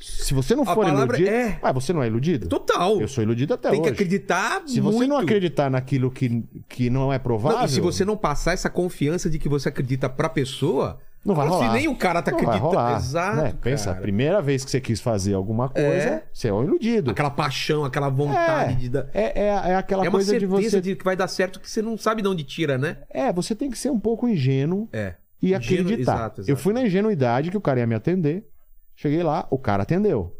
Se você não
A
for
palavra
iludido.
é-
Ué, você não é iludido?
Total.
Eu sou iludido até
Tem que
hoje.
acreditar
Se
muito.
você não acreditar naquilo que, que não é provável.
Não, e se você não passar essa confiança de que você acredita pra pessoa,
Não vai
se
rolar.
nem o cara tá
Não vai
acreditando.
rolar,
Exato.
né? Pensa,
cara.
a primeira vez que você quis fazer alguma coisa,
É.
você é um iludido.
Aquela paixão, aquela vontade
É.
de dar.
É, é, é aquela
é uma
coisa de
certeza
você.
de, que vai dar certo que você não sabe de onde tira, né?
É, você tem que ser um pouco ingênuo
É.
e
Ingênuo,
acreditar.
exato, exato.
Eu fui na ingenuidade que o cara ia me atender. Cheguei lá, o cara atendeu.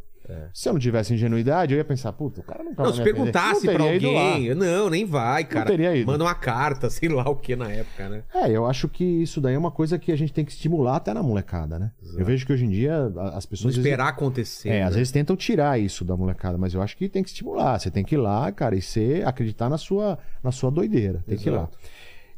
Se eu não tivesse ingenuidade, eu ia pensar, puta, o cara nunca
É. Não,
vai
se
me atender.
perguntasse
Não
pra
teria ido lá.
alguém. Não, nem vai, cara.
teria ido.
Manda um uma carta, sei lá o que na época, né?
É, eu acho que isso daí é uma coisa que a gente tem que estimular até na molecada, né? Eu vejo que hoje em dia a- as
Não
pessoas. às vezes,
esperar acontecer.
É, às
né?
vezes tentam tirar isso da molecada, mas eu acho que tem que estimular. Você tem que ir lá, cara, e ser, acreditar na sua, na sua doideira. Tem que ir lá.
Exato.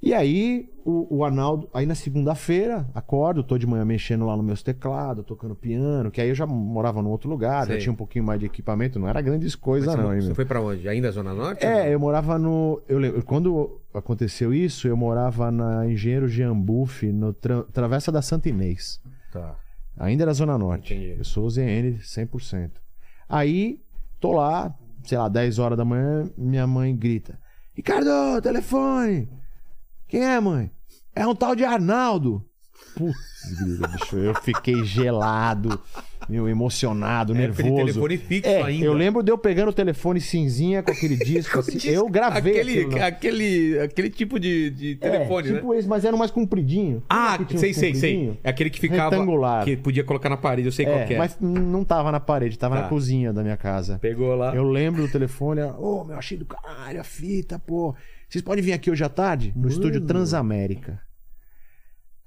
E aí, o, o Arnaldo, aí na segunda-feira, acordo, tô de manhã mexendo lá nos meus teclados, tocando piano, que aí eu já morava num outro lugar,
Sei.
já tinha um pouquinho mais de equipamento, não era grandes
Mas
coisas,
você,
não, hein,
você
meu?
foi pra onde? Ainda Zona Norte?
É, eu morava no. Eu lembro, quando aconteceu isso, eu morava na Engenheiro Jean Buff, no tra- Travessa da Santa Inês.
Tá.
Ainda era Zona Norte.
Entendi.
Eu sou ZN 100%. Aí, tô lá, sei lá, 10 horas da manhã, minha mãe grita: Ricardo, telefone! Quem é, mãe? É um tal de Arnaldo. Putz, grilo, bicho, eu fiquei gelado, meu, emocionado,
Época de
nervoso.
É, telefone fixo
É,
ainda.
eu lembro de eu pegando o telefone cinzinha com aquele disco. assim, eu gravei aquilo
aquele,
lá.
aquele, aquele tipo de, de telefone,
é,
né?
tipo esse, mas era um mais compridinho.
Ah,
Sabe que tinha
sei,
uns
sei, sei.
compridinho?
É aquele que ficava.
Retangular.
Que podia colocar na parede, eu sei qual que
É,
é.
mas hum, não tava na parede, tava
Tá.
na cozinha da minha casa.
Pegou lá.
Eu lembro do telefone, era, ô, meu, achei do caralho a fita, pô. Vocês podem vir aqui hoje à tarde?
Hum.
No estúdio Transamérica.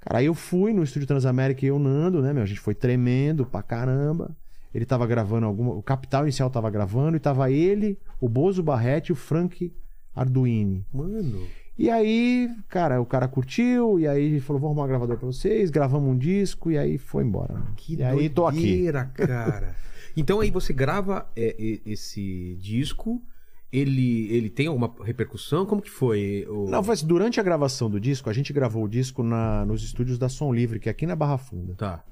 Cara, aí eu fui no estúdio Transamérica e eu Nando, né, meu? A gente foi tremendo pra caramba. Ele tava gravando alguma. O Capital Inicial tava gravando e tava ele, o Bozo Barrete e o Frank Arduini.
Mano.
E aí, cara, o cara curtiu, e aí ele falou: vou arrumar um gravador pra vocês, gravamos um disco, e aí foi embora.
Que
e aí tô aqui.
doideira, cara. Então aí você grava é, e- esse disco, ele, ele tem alguma repercussão? Como que foi? O...
Não, foi assim, durante a gravação do disco, a gente gravou o disco na- nos estúdios da Som Livre, que é aqui na Barra Funda.
Tá.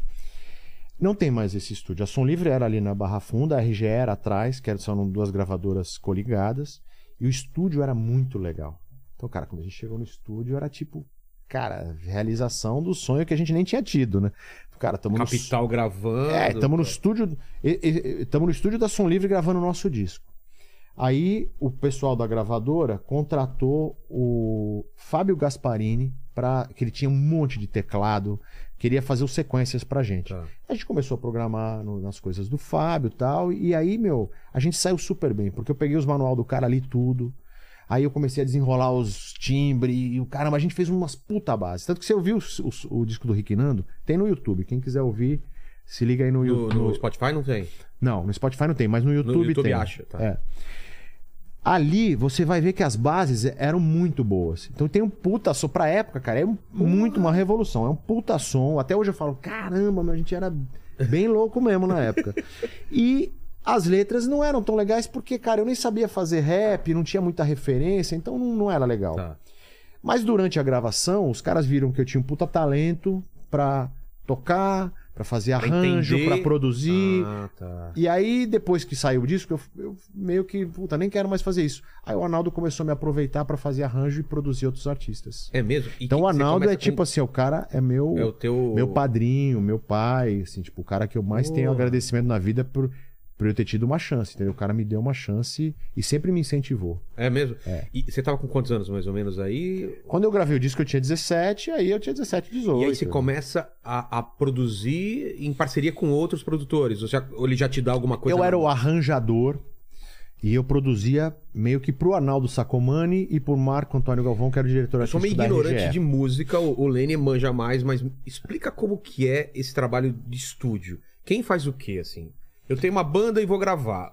Não tem mais esse estúdio. A Som Livre era ali na Barra Funda, a RGE era atrás, que eram- são duas gravadoras coligadas, e o estúdio era muito legal. Então, cara, quando a gente chegou no estúdio, era tipo, cara, realização do sonho que a gente nem tinha tido, né? Cara, estamos no
Capital gravando.
É, estamos no estúdio. Estamos no estúdio da Som Livre gravando o nosso disco. Aí o pessoal da gravadora contratou o Fábio Gasparini para que ele tinha um monte de teclado, queria fazer os sequências pra gente.
Tá.
A gente começou a programar no- nas coisas do Fábio, e tal, e aí, meu, a gente saiu super bem, porque eu peguei os manual do cara ali tudo. Aí eu comecei a desenrolar os timbres e o caramba, a gente fez umas puta bases. Tanto que você ouviu o, o- o disco do Rick Nando, tem no YouTube. Quem quiser ouvir, se liga aí no
No,
YouTube.
no Spotify não tem.
Não, no Spotify não tem, mas no
No
YouTube,
YouTube,
tem.
acha, tá?
É. Ali você vai ver que as bases eram muito boas. Então tem um puta som. Pra época, cara, é um- muito uma revolução. É um puta som. Até hoje eu falo, caramba, meu, a gente era bem louco mesmo na época. e as letras não eram tão legais porque, cara, eu nem sabia fazer rap, não tinha muita referência, então não, não era legal.
Tá.
Mas durante a gravação, os caras viram que eu tinha um puta talento pra tocar, pra fazer
Pra
arranjo,
entender.
pra produzir.
Ah, tá.
E aí, depois que saiu o disco, eu, eu meio que, puta, nem quero mais fazer isso. Aí o Arnaldo começou a me aproveitar pra fazer arranjo e produzir outros artistas.
É mesmo? E
então
que
o
que você
Arnaldo é
começa
tipo
com-
assim, o cara é meu
É o teu.
meu padrinho, meu pai, assim, tipo, o cara que eu mais tenho
Porra.
agradecimento na vida por pra eu ter tido uma chance, entendeu? O cara me deu uma chance e sempre me incentivou.
É mesmo? E você tava com quantos anos mais ou menos aí?
Quando eu gravei o disco, eu tinha 17, aí eu tinha 17, 18.
E aí você começa a, a produzir em parceria com outros produtores? Ou, já- ou ele já te dá alguma coisa?
eu era
na-
o arranjador e eu produzia meio que pro Arnaldo Sacomani e pro Marco Antônio Galvão, que era o diretor
Eu sou meio
artístico da
ignorante
RGE.
de música, o, o Lene manja mais, mas explica como que é esse trabalho de estúdio. Quem faz o quê, assim? Eu tenho uma banda e vou gravar.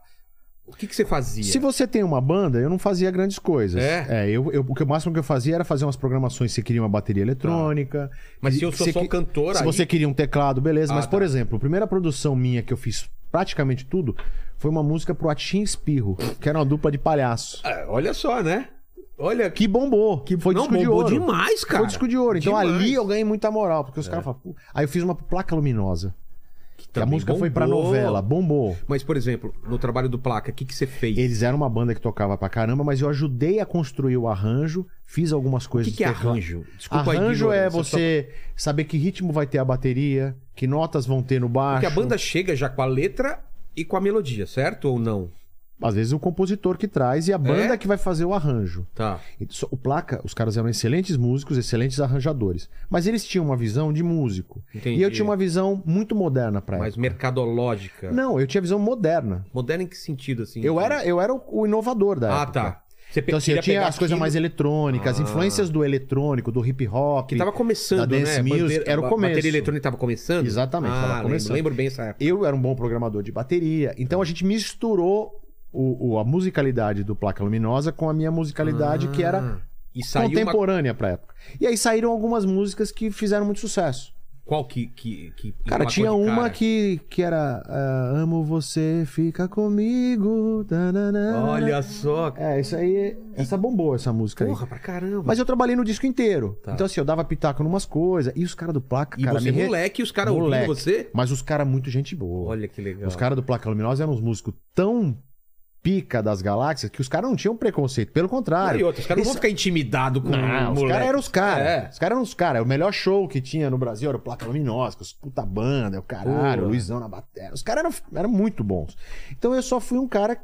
O que, que você fazia?
Se você tem uma banda, eu não fazia grandes coisas.
É?
eu, eu- o, que, o máximo que eu fazia era fazer umas programações se queria uma bateria eletrônica.
Ah. Mas se eu sou
se
só um
que-
cantor,
Se
aí...
você queria um teclado, beleza.
Ah,
Mas, por
tá.
exemplo, a primeira produção minha que eu fiz praticamente tudo foi uma música pro Atim Espirro, que era uma dupla de palhaço.
Ah, olha só, né? Olha que
Que bombou. Que foi
não
disco de
bombou
ouro.
demais, cara.
Foi disco de ouro. Então
Demais. É.
ali eu ganhei muita moral, porque os caras falam. "Pô". Aí eu fiz uma placa luminosa. Que a
também
música foi pra
bombou.
novela, bombou.
Mas, por exemplo, no trabalho do Placa, o que, que você fez?
Eles eram uma banda que tocava pra caramba, mas eu ajudei a construir o arranjo, fiz algumas
o
coisas.
que, que é
de tecla-
arranjo? Desculpa a
arranjo é
ignorância, só-
você saber que ritmo vai ter a bateria, que notas vão ter no baixo.
Porque a banda chega já com a letra e com a melodia, certo ou não?
Às vezes é o compositor que traz
É?
e a banda que vai fazer o arranjo.
Tá.
E só- O Placa, os caras eram excelentes músicos, excelentes arranjadores. Mas eles tinham uma visão de músico.
Entendi.
E eu tinha uma visão muito moderna pra
Mais
eles.
mercadológica.
É. Não, eu tinha visão moderna.
Moderna em que sentido, assim?
Eu era, eu era o- o inovador da
Ah,
época.
tá. Você pe-
Então, assim, eu
queria
tinha
pegar
as coisas
aquilo
mais eletrônicas, as
Ah.
influências do eletrônico, do hip hop.
Que tava começando,
da dance
né?
music,
Bandeira-
era o
ba-
começo.
Bateria eletrônica tava começando?
Exatamente,
Ah,
tava
lembro-
começando.
Lembro, bem essa época.
Eu era um bom programador de bateria, então a gente misturou o- o- a musicalidade do Placa Luminosa com a minha musicalidade, que era
Ah. E saiu uma...
contemporânea pra época. E aí saíram algumas músicas que fizeram muito sucesso.
Qual que... que, que
Cara,
emplacou
tinha
de
uma
cara?
que, que era ah, Amo você, fica comigo. tananana.
Olha só.
É, isso aí. Essa bombou, essa música aí.
Porra, pra caramba.
Mas eu trabalhei no disco inteiro.
Tá.
Então, assim, eu dava pitaco em umas coisas. E os caras do placa,
E
cara,
você
me re-
moleque e os caras ouvindo
Moleque.
você?
Mas os caras, muito gente boa.
Olha que legal.
os caras do placa luminosa eram uns músicos tão pica das galáxias que os caras não tinham preconceito. Pelo
Não, e
contrário.
outra, os caras não vão
Isso-
ficar intimidados com
Não,
o
os
moleque.
caras eram os caras.
É.
Os caras eram os caras. O melhor show que tinha no Brasil era o Placa Luminosa, com os puta banda, o caralho,
Pô.
o Luizão na bateria. Os caras eram, eram muito bons. Então eu só fui um cara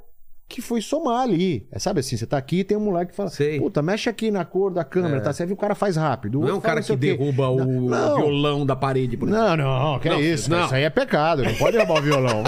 que foi somar ali. É, sabe assim, você tá aqui e tem um moleque que fala,
Sei. É.
puta, mexe aqui na cor da câmera, tá? Você viu, o cara faz rápido. o
Não é um
outro
cara
fala
que
sei o quê.
derruba o
Não, não.
violão da parede, por exemplo.
Não, não, que
Não,
é isso.
não.
Isso aí é pecado. Não pode roubar o violão.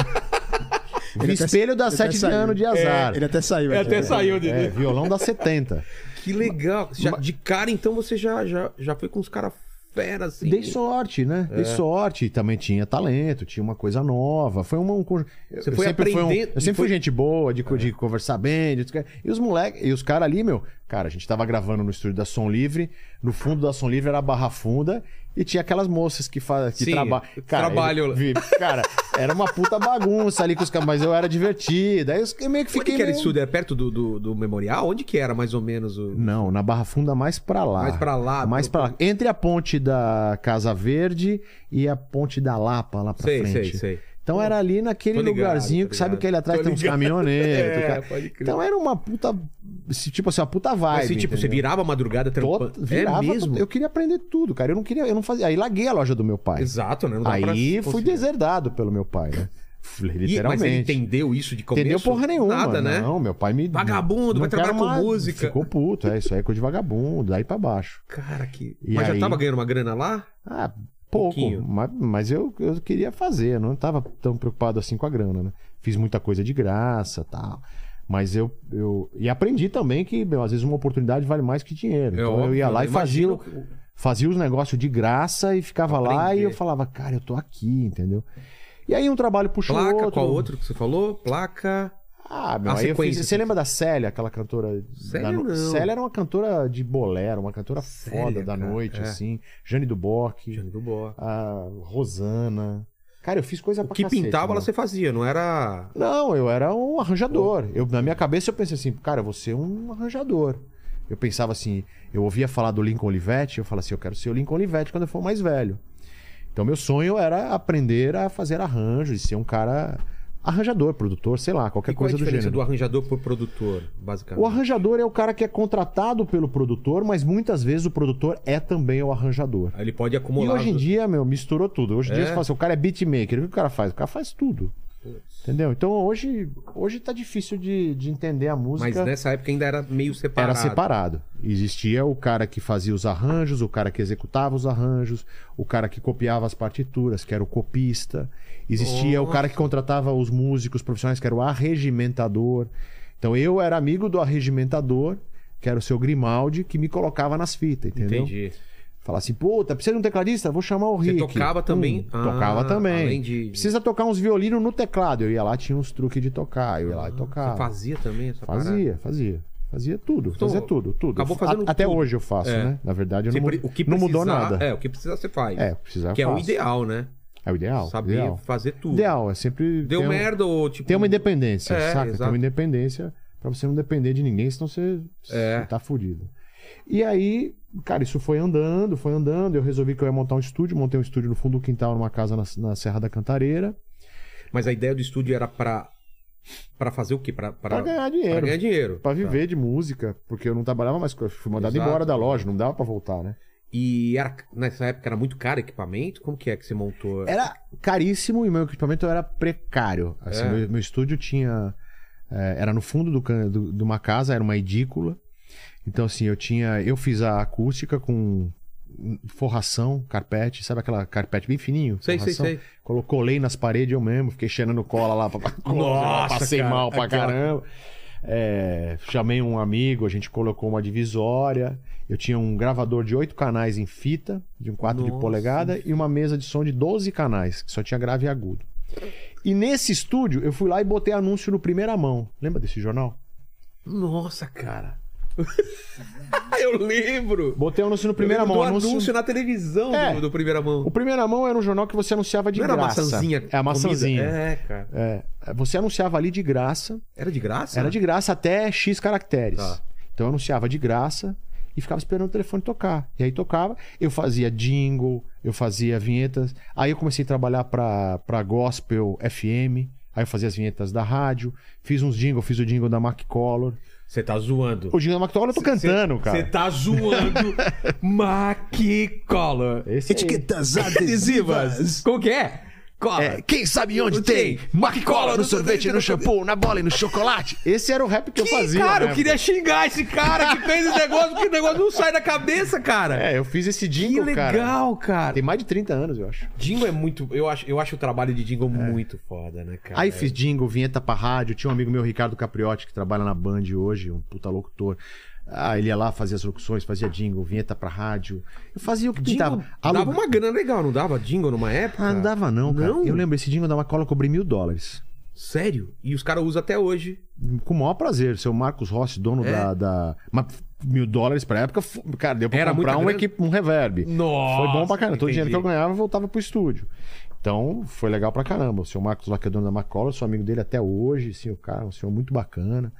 Ele até-
Espelho dá
ele até
7
saiu.
anos Tá de azar.
É, ele até saiu.
Ele
aqui.
até saiu de...
É, violão dá 70.
Que legal. Já- de cara, então, você já, já, já foi com os caras feras, assim.
Dei sorte, né?
É.
Dei sorte. Também tinha talento, tinha uma coisa nova. Foi uma- um. con- eu-
Você
eu
foi
sempre fui um-
aprendendo-
Eu sempre
foi- É.
fui gente boa, de, co- de conversar bem. de- E os moleques, e os caras ali, meu. Cara, a gente tava gravando no estúdio da Som Livre. No fundo da Som Livre era a Barra Funda. E tinha aquelas moças que, fa... que
Sim,
traba- Cara,
trabalho.
ele- vi- Cara, era uma puta bagunça ali com os caras, mas eu era divertido. Aí eu eu meio que
Onde
fiquei.
que era
meio-
isso? Era perto do, do, do memorial? Onde que era, mais ou menos, o...
Não, na Barra Funda mais pra lá.
Mais pra lá,
Ah, Mais
pro-
pra lá. Entre a ponte da Casa Verde e a ponte da Lapa lá pra
Sei,
frente.
sei, sei.
Então era ali naquele
Tô ligado,
lugarzinho
tô
que sabe
ligado.
que ali atrás
Tô
tem uns
ligado.
caminhoneiros.
É,
tem cara-
pode crer.
Então era uma puta. se- Tipo assim, uma puta vibe.
Mas, assim, tipo, você
entendeu?
virava a madrugada trampando.
Tot- virava,
é mesmo?
Eu queria aprender tudo, cara. Eu não queria, eu não fazia. Aí larguei a loja do meu pai.
Exato, né? Não dá pra
Aí fui
conseguir.
deserdado pelo meu pai, né?
Ih, Mas
Literalmente.
ele entendeu isso de começo?
Entendeu porra nenhuma.
Nada, né?
Não, meu pai me.
Vagabundo,
não
vai trabalhar
quero
com
mais.
música.
Ficou puto, é isso aí, é coisa de vagabundo, daí pra baixo.
Cara, que...
E
Mas já
aí?
tava ganhando uma grana lá?
Ah, pouco,
Pouquinho.
ma- mas, eu, eu queria fazer, eu não tava tão preocupado assim com a grana, né? Fiz muita coisa de graça tal. Mas eu, eu. E aprendi também que, meu, às vezes uma oportunidade vale mais que dinheiro.
É
Então eu
óbvio,
ia lá
né?
e fazia,
Imagina o-
fazia os negócios de graça e ficava lá e
Aprender.
eu falava, cara, eu tô aqui, entendeu? E aí um trabalho puxou
Placa,
o outro.
qual outro que você falou? Placa...
Ah, meu,
A
aí eu
sequência,
fiz,
assim.
Você lembra da Célia, aquela cantora?
Célia
da no-
não.
Célia era uma cantora de bolero, uma cantora foda
Célia,
da
cara,
noite,
é.
assim. Jane do Bock,
Jane do Boa.
a Rosana. Cara, eu fiz coisa
O
pra
que
cacete,
pintava, ela
mano.
você fazia, não era...
Não, eu era um arranjador. Eu, na minha cabeça eu pensei assim, cara, eu vou ser um arranjador. Eu pensava assim, eu ouvia falar do Lincoln Olivetti, eu falava assim, eu quero ser o Lincoln Olivetti quando eu for mais velho. Então meu sonho era aprender a fazer arranjos e ser um cara arranjador, produtor, sei lá, qualquer
e qual é
coisa
a
do
diferença
gênero.
do, arranjador por produtor, basicamente?
O arranjador é o cara que é contratado pelo produtor, mas muitas vezes o produtor é também o arranjador.
Aí Ele pode
E
acumular...
hoje em dia, meu, misturou tudo. Hoje em
É.
dia você fala assim, o cara é beatmaker. O que o cara faz? O cara faz tudo. Entendeu? Então hoje, hoje tá difícil de, de entender a música.
Mas né, nessa época ainda era meio
Era
separado.
separado. Existia o cara que fazia os arranjos, o cara que executava os arranjos, o cara que copiava as partituras, que era o copista. Existia o cara que contratava os músicos profissionais, que era o arregimentador. Então eu era amigo do arregimentador, que era o seu Grimaldi, que me colocava nas fitas, entendeu?
Entendi.
Falar assim, puta, precisa de um tecladista? Vou chamar o
Você
Rick.
tocava também?
Hum, tocava
Ah,
também.
além de-
Precisa tocar uns violinos no teclado. Eu ia lá, tinha uns truques de tocar. Eu ia lá e tocava.
Ah, Você fazia também essa parada?
Fazia, fazia. Fazia tudo,
Então,
fazia tudo, tudo.
acabou fazendo
A- Até
tudo.
hoje eu faço,
É.
né? Na verdade, eu
Você
não,
pre-
mu- não mudou
precisar-
nada.
É, o que precisar você faz.
É, precisava
que é o
faço.
ideal, né?
É o ideal.
Saber
ideal.
fazer tudo.
Ideal, é sempre.
Deu
ter um-
merda ou tipo.
Ter uma independência,
É,
saca? Ter
exato.
uma independência pra você não depender de ninguém, senão você,
É.
você tá fudido. E aí, cara, isso foi andando, foi andando. Eu resolvi que eu ia montar um estúdio, montei um estúdio no fundo do quintal, numa casa na, na Serra da Cantareira,
Mas a ideia do estúdio era pra. Pra fazer o quê? Pra, pra...
pra ganhar
pra
dinheiro.
ganhar dinheiro.
Pra viver de música, porque eu não trabalhava mais, com- eu fui mandado
Exato.
embora da loja, não dava pra voltar, né?
E era, nessa época era muito caro o equipamento? Como que é que você montou?
Era caríssimo e meu equipamento era precário. Assim,
É.
meu, meu estúdio tinha. eh, era no fundo do can- do- de uma casa, era uma edícula. Então, assim, eu tinha. Eu fiz a acústica com forração, carpete, sabe aquela carpete bem fininho?
Sei, sei,
Forração.
sei.
Colo- Colei nas paredes eu mesmo, fiquei cheirando cola lá pra
Nossa,
passei
cara,
mal pra
aquela-
caramba. É, chamei um amigo, a gente colocou uma divisória. Eu tinha um gravador de oito canais em fita, de um 4 de
Nossa.
polegada, e uma mesa de som de 12 canais, que só tinha grave e agudo. E nesse estúdio, eu fui lá e botei anúncio no primeira mão. Lembra desse jornal?
Nossa, cara. eu lembro.
Botei anúncio no primeira
eu lembro
mão.
do anúncio... na televisão
É.
do, do primeira mão.
O primeira mão era um jornal que você anunciava de
Não era a
graça.
maçãzinha.
É a
comida?
maçãzinha.
É, cara.
Você anunciava ali de graça.
Era de graça?
Era de graça até X caracteres.
Tá.
Então eu anunciava de graça e ficava esperando o telefone tocar. E aí tocava, eu fazia jingle, eu fazia vinhetas. Aí eu comecei a trabalhar pra, pra Gospel FM. Aí eu fazia as vinhetas da rádio, fiz uns jingles, fiz o jingle da Mac Collor.
Você tá zoando.
O jingle da Mac Collor eu tô cantando,
Você
cara.
tá zoando. Mac Cola.
Esse aí.
Etiquetas
Adesivas.
adesivas.
Como que é? Cola.
É, quem sabe onde
Tem.
tem? Mac Collor
No
no sorvete,
sorvete,
no shampoo, na bola e no chocolate. Esse era o rap que, eu
Ih,
fazia.
cara,
né?
eu queria xingar esse cara que fez esse negócio, que o negócio não sai da cabeça, cara.
É, eu fiz
que
esse jingle, cara.
legal, cara.
Tem mais de 30 anos, eu acho.
Dingo é muito. Eu acho, eu acho o trabalho de Dingo muito foda, né, cara?
Aí fiz jingle, vinheta pra rádio. Tinha um amigo meu, Ricardo Capriotti, que trabalha na Band hoje, um puta locutor. Ah, ele ia lá, fazia as locuções, fazia jingle, vinheta pra rádio. Eu fazia o que
Dingo
pintava.
dava
Alu-
uma grana legal, não dava Dingo numa época?
Ah, não dava não, cara.
Não?
Eu lembro, esse jingle da Macola cobrei mil dólares.
Sério? E os caras usam até hoje.
Com o maior prazer. Seu Marcos Rossi, dono
É?
da, da- Mas mil dólares pra época, fu- cara, deu pra
Era
comprar
muita
um,
grana?
equipe, um reverb.
Nossa!
Foi bom pra caramba. Todo o dinheiro que eu
entendi.
ganhava eu voltava pro estúdio. Então, foi legal pra caramba. O senhor Marcos lá, que é dono da Macola, sou amigo dele até hoje, sim, o cara, um senhor muito bacana.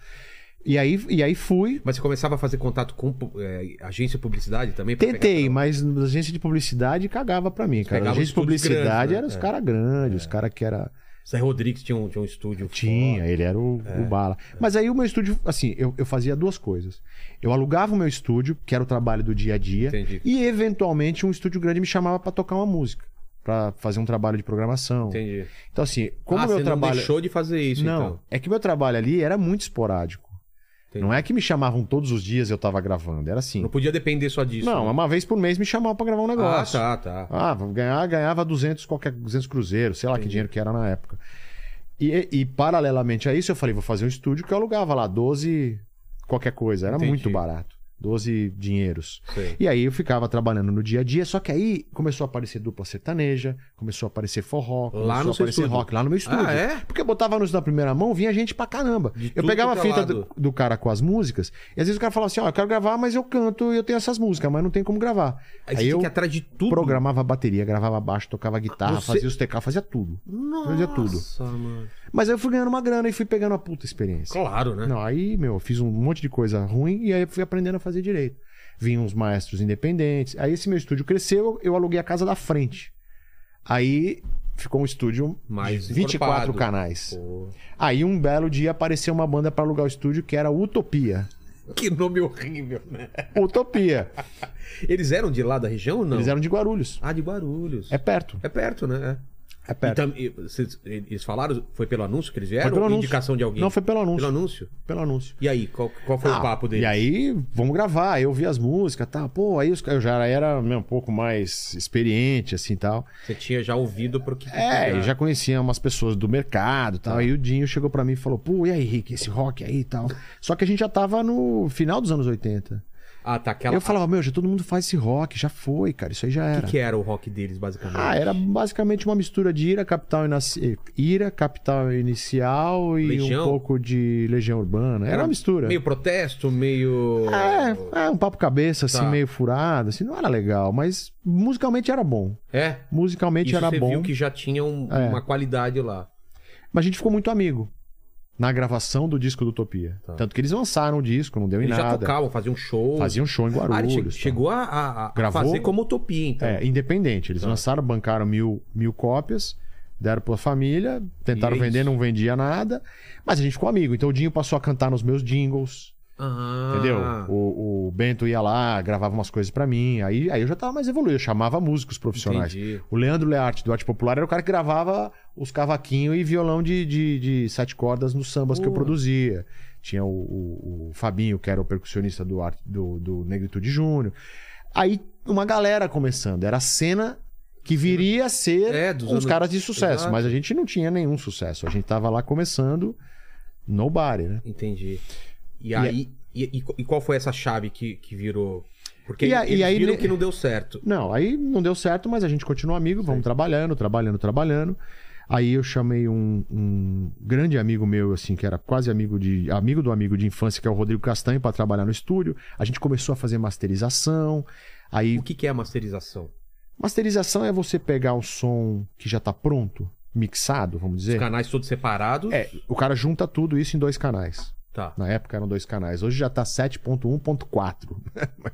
E aí, e aí fui,
Mas você começava a fazer contato com pu- é, agência de publicidade também? pra
tentei,
pegar-
mas na agência de publicidade cagava pra mim, cara.
Pegava
A agência
os
de
estúdios grandes,
publicidade
né?
era os
É.
caras grandes, os caras que era.
Zé Rodrigues tinha um, tinha um estúdio.
Tinha,
foda.
ele era o,
É.
o bala. Mas aí o meu estúdio, assim, eu, eu fazia duas coisas. Eu alugava o meu estúdio, que era o trabalho do dia a dia,
Entendi.
e eventualmente um estúdio grande me chamava pra tocar uma música, Pra fazer um trabalho de programação.
Entendi.
Então assim, como
ah,
o meu
você
trabalho
não deixou de fazer isso,
Não,
então.
é que meu trabalho ali era muito esporádico.
Entendi.
Não é que me chamavam todos os dias e eu tava gravando, era assim.
Não podia depender só disso.
não,
né?
uma vez por mês me chamavam pra gravar um negócio.
Ah, tá, tá.
Ah, vou ganhar, ganhava 200 qualquer 200 cruzeiros, sei lá que
Entendi.
dinheiro que era na época. E, e paralelamente a isso, eu falei, vou fazer um estúdio que eu alugava lá 12 qualquer coisa, era
Entendi.
muito barato. 12 dinheiros.
Sei.
E aí eu ficava trabalhando no dia a dia, só que aí começou a aparecer dupla sertaneja, começou a aparecer forró, começou
Lá no
a
seu
aparecer
estúdio?
rock, lá no meu estúdio.
Ah, é?
Porque eu botava anúncio na primeira mão, vinha gente pra caramba.
De
eu
tudo
pegava a
quanto é
fita do,
lado.
do cara com as músicas, e às vezes o cara falava assim, ó, eu quero gravar, mas eu canto e eu tenho essas músicas, mas não tem como gravar.
Aí,
Aí,
você
eu
tem que ir atrás de tudo.
programava a bateria, gravava baixo, tocava guitarra,
Você-
fazia os teclados, fazia tudo.
Nossa,
Fazia tudo.
mano.
Mas aí eu fui ganhando uma grana e fui pegando uma puta experiência.
Claro, né?
Não, aí, meu, eu fiz um monte de coisa ruim e aí eu fui aprendendo a fazer direito. Vinham uns maestros independentes. Aí esse meu estúdio cresceu, eu aluguei a casa da frente. Aí ficou um estúdio
Mais
de 24
encorpado.
canais.
Pô.
Aí um belo dia apareceu uma banda pra alugar o estúdio que era Utopia.
Que nome horrível, né?
Utopia.
Eles eram de lá da região ou não?
Eles eram de Guarulhos.
Ah, de Guarulhos.
É perto.
É perto, né? É.
É perto.
Então, e vocês- eles falaram, foi pelo anúncio que eles vieram?
Foi pelo
ou
anúncio.
indicação de alguém?
Então, Não, foi pelo anúncio.
Pelo anúncio.
Pelo anúncio.
E aí, qual, qual foi o
Ah,
papo deles?
E aí, vamos gravar. Aí Eu vi as músicas, tá? Pô, aí os- eu já era né, um pouco mais experiente, assim tal.
Você tinha já ouvido pro que.
É, eu já conhecia umas pessoas do mercado e
Ah.
tal. Aí o Dinho chegou pra mim e falou: pô, e aí, Rick, esse rock aí e tal. Só que a gente já tava no final dos anos 80.
Ah, tá. Aquela...
Eu falava: meu, já todo mundo faz esse rock, já foi, cara, isso aí já
O
era.
que, que era o rock deles, basicamente?
Ah, era basicamente uma mistura de Ira, Capital, Inaci- Ira, capital Inicial e
Legião?
um pouco de Legião Urbana. Era uma mistura.
Meio protesto, meio.
É, é um papo cabeça, assim,
Tá.
meio furado, assim, não era legal, mas musicalmente era bom.
É.
Musicalmente
Isso
era
você
bom.
viu que já tinha um-
É.
uma qualidade lá.
Mas a gente ficou muito amigo na gravação do disco do Utopia.
Tá.
Tanto que eles lançaram o disco, não deu em
Eles já
nada.
tocavam, faziam show.
Faziam show em
Ah, ele
Guarulhos.
che-
tal.
chegou a, a- a
tá. Gravou?
fazer como utopia, então.
É, independente. Eles
Tá.
lançaram, bancaram mil, mil cópias, deram pra família, tentaram
E é
vender,
isso.
não vendia nada. Mas a gente ficou amigo. Então o Dinho passou a cantar nos meus jingles,
Ah,
entendeu? O, o Bento ia lá, gravava umas coisas pra mim. Aí, aí eu já tava mais evoluído, eu chamava músicos profissionais.
Entendi.
O Leandro Learte, do Arte Popular, era o cara que gravava os cavaquinhos e violão de, de, de sete cordas nos sambas que eu
Pô.
produzia. Tinha o, o- o Fabinho, que era o percussionista do, Arte- do, do Negritude Júnior. Aí, uma galera começando. Era a cena que viria a ser
É, dos
uns
anos-
caras de sucesso.
Exato.
Mas a gente não tinha nenhum sucesso. A gente tava lá começando nobody, né?
Entendi.
é
E aí. E, e- e qual foi essa chave que, que virou? Porque
E a-
eles
e aí
viram
ne-
que não deu certo.
Não, aí não deu certo, mas a gente continua amigo, vamos trabalhando, trabalhando, trabalhando. Aí eu chamei um, um grande amigo meu, assim, que era quase amigo de amigo do amigo de infância, que é o Rodrigo Castanho, para trabalhar no estúdio. A gente começou a fazer masterização. Aí,
O que, que é masterização?
masterização é você pegar o som que já tá pronto, mixado, vamos
Os
dizer.
canais todos separados?
É, o cara junta tudo isso em dois canais.
Tá.
Na época eram dois canais. Hoje já tá 7.1.4.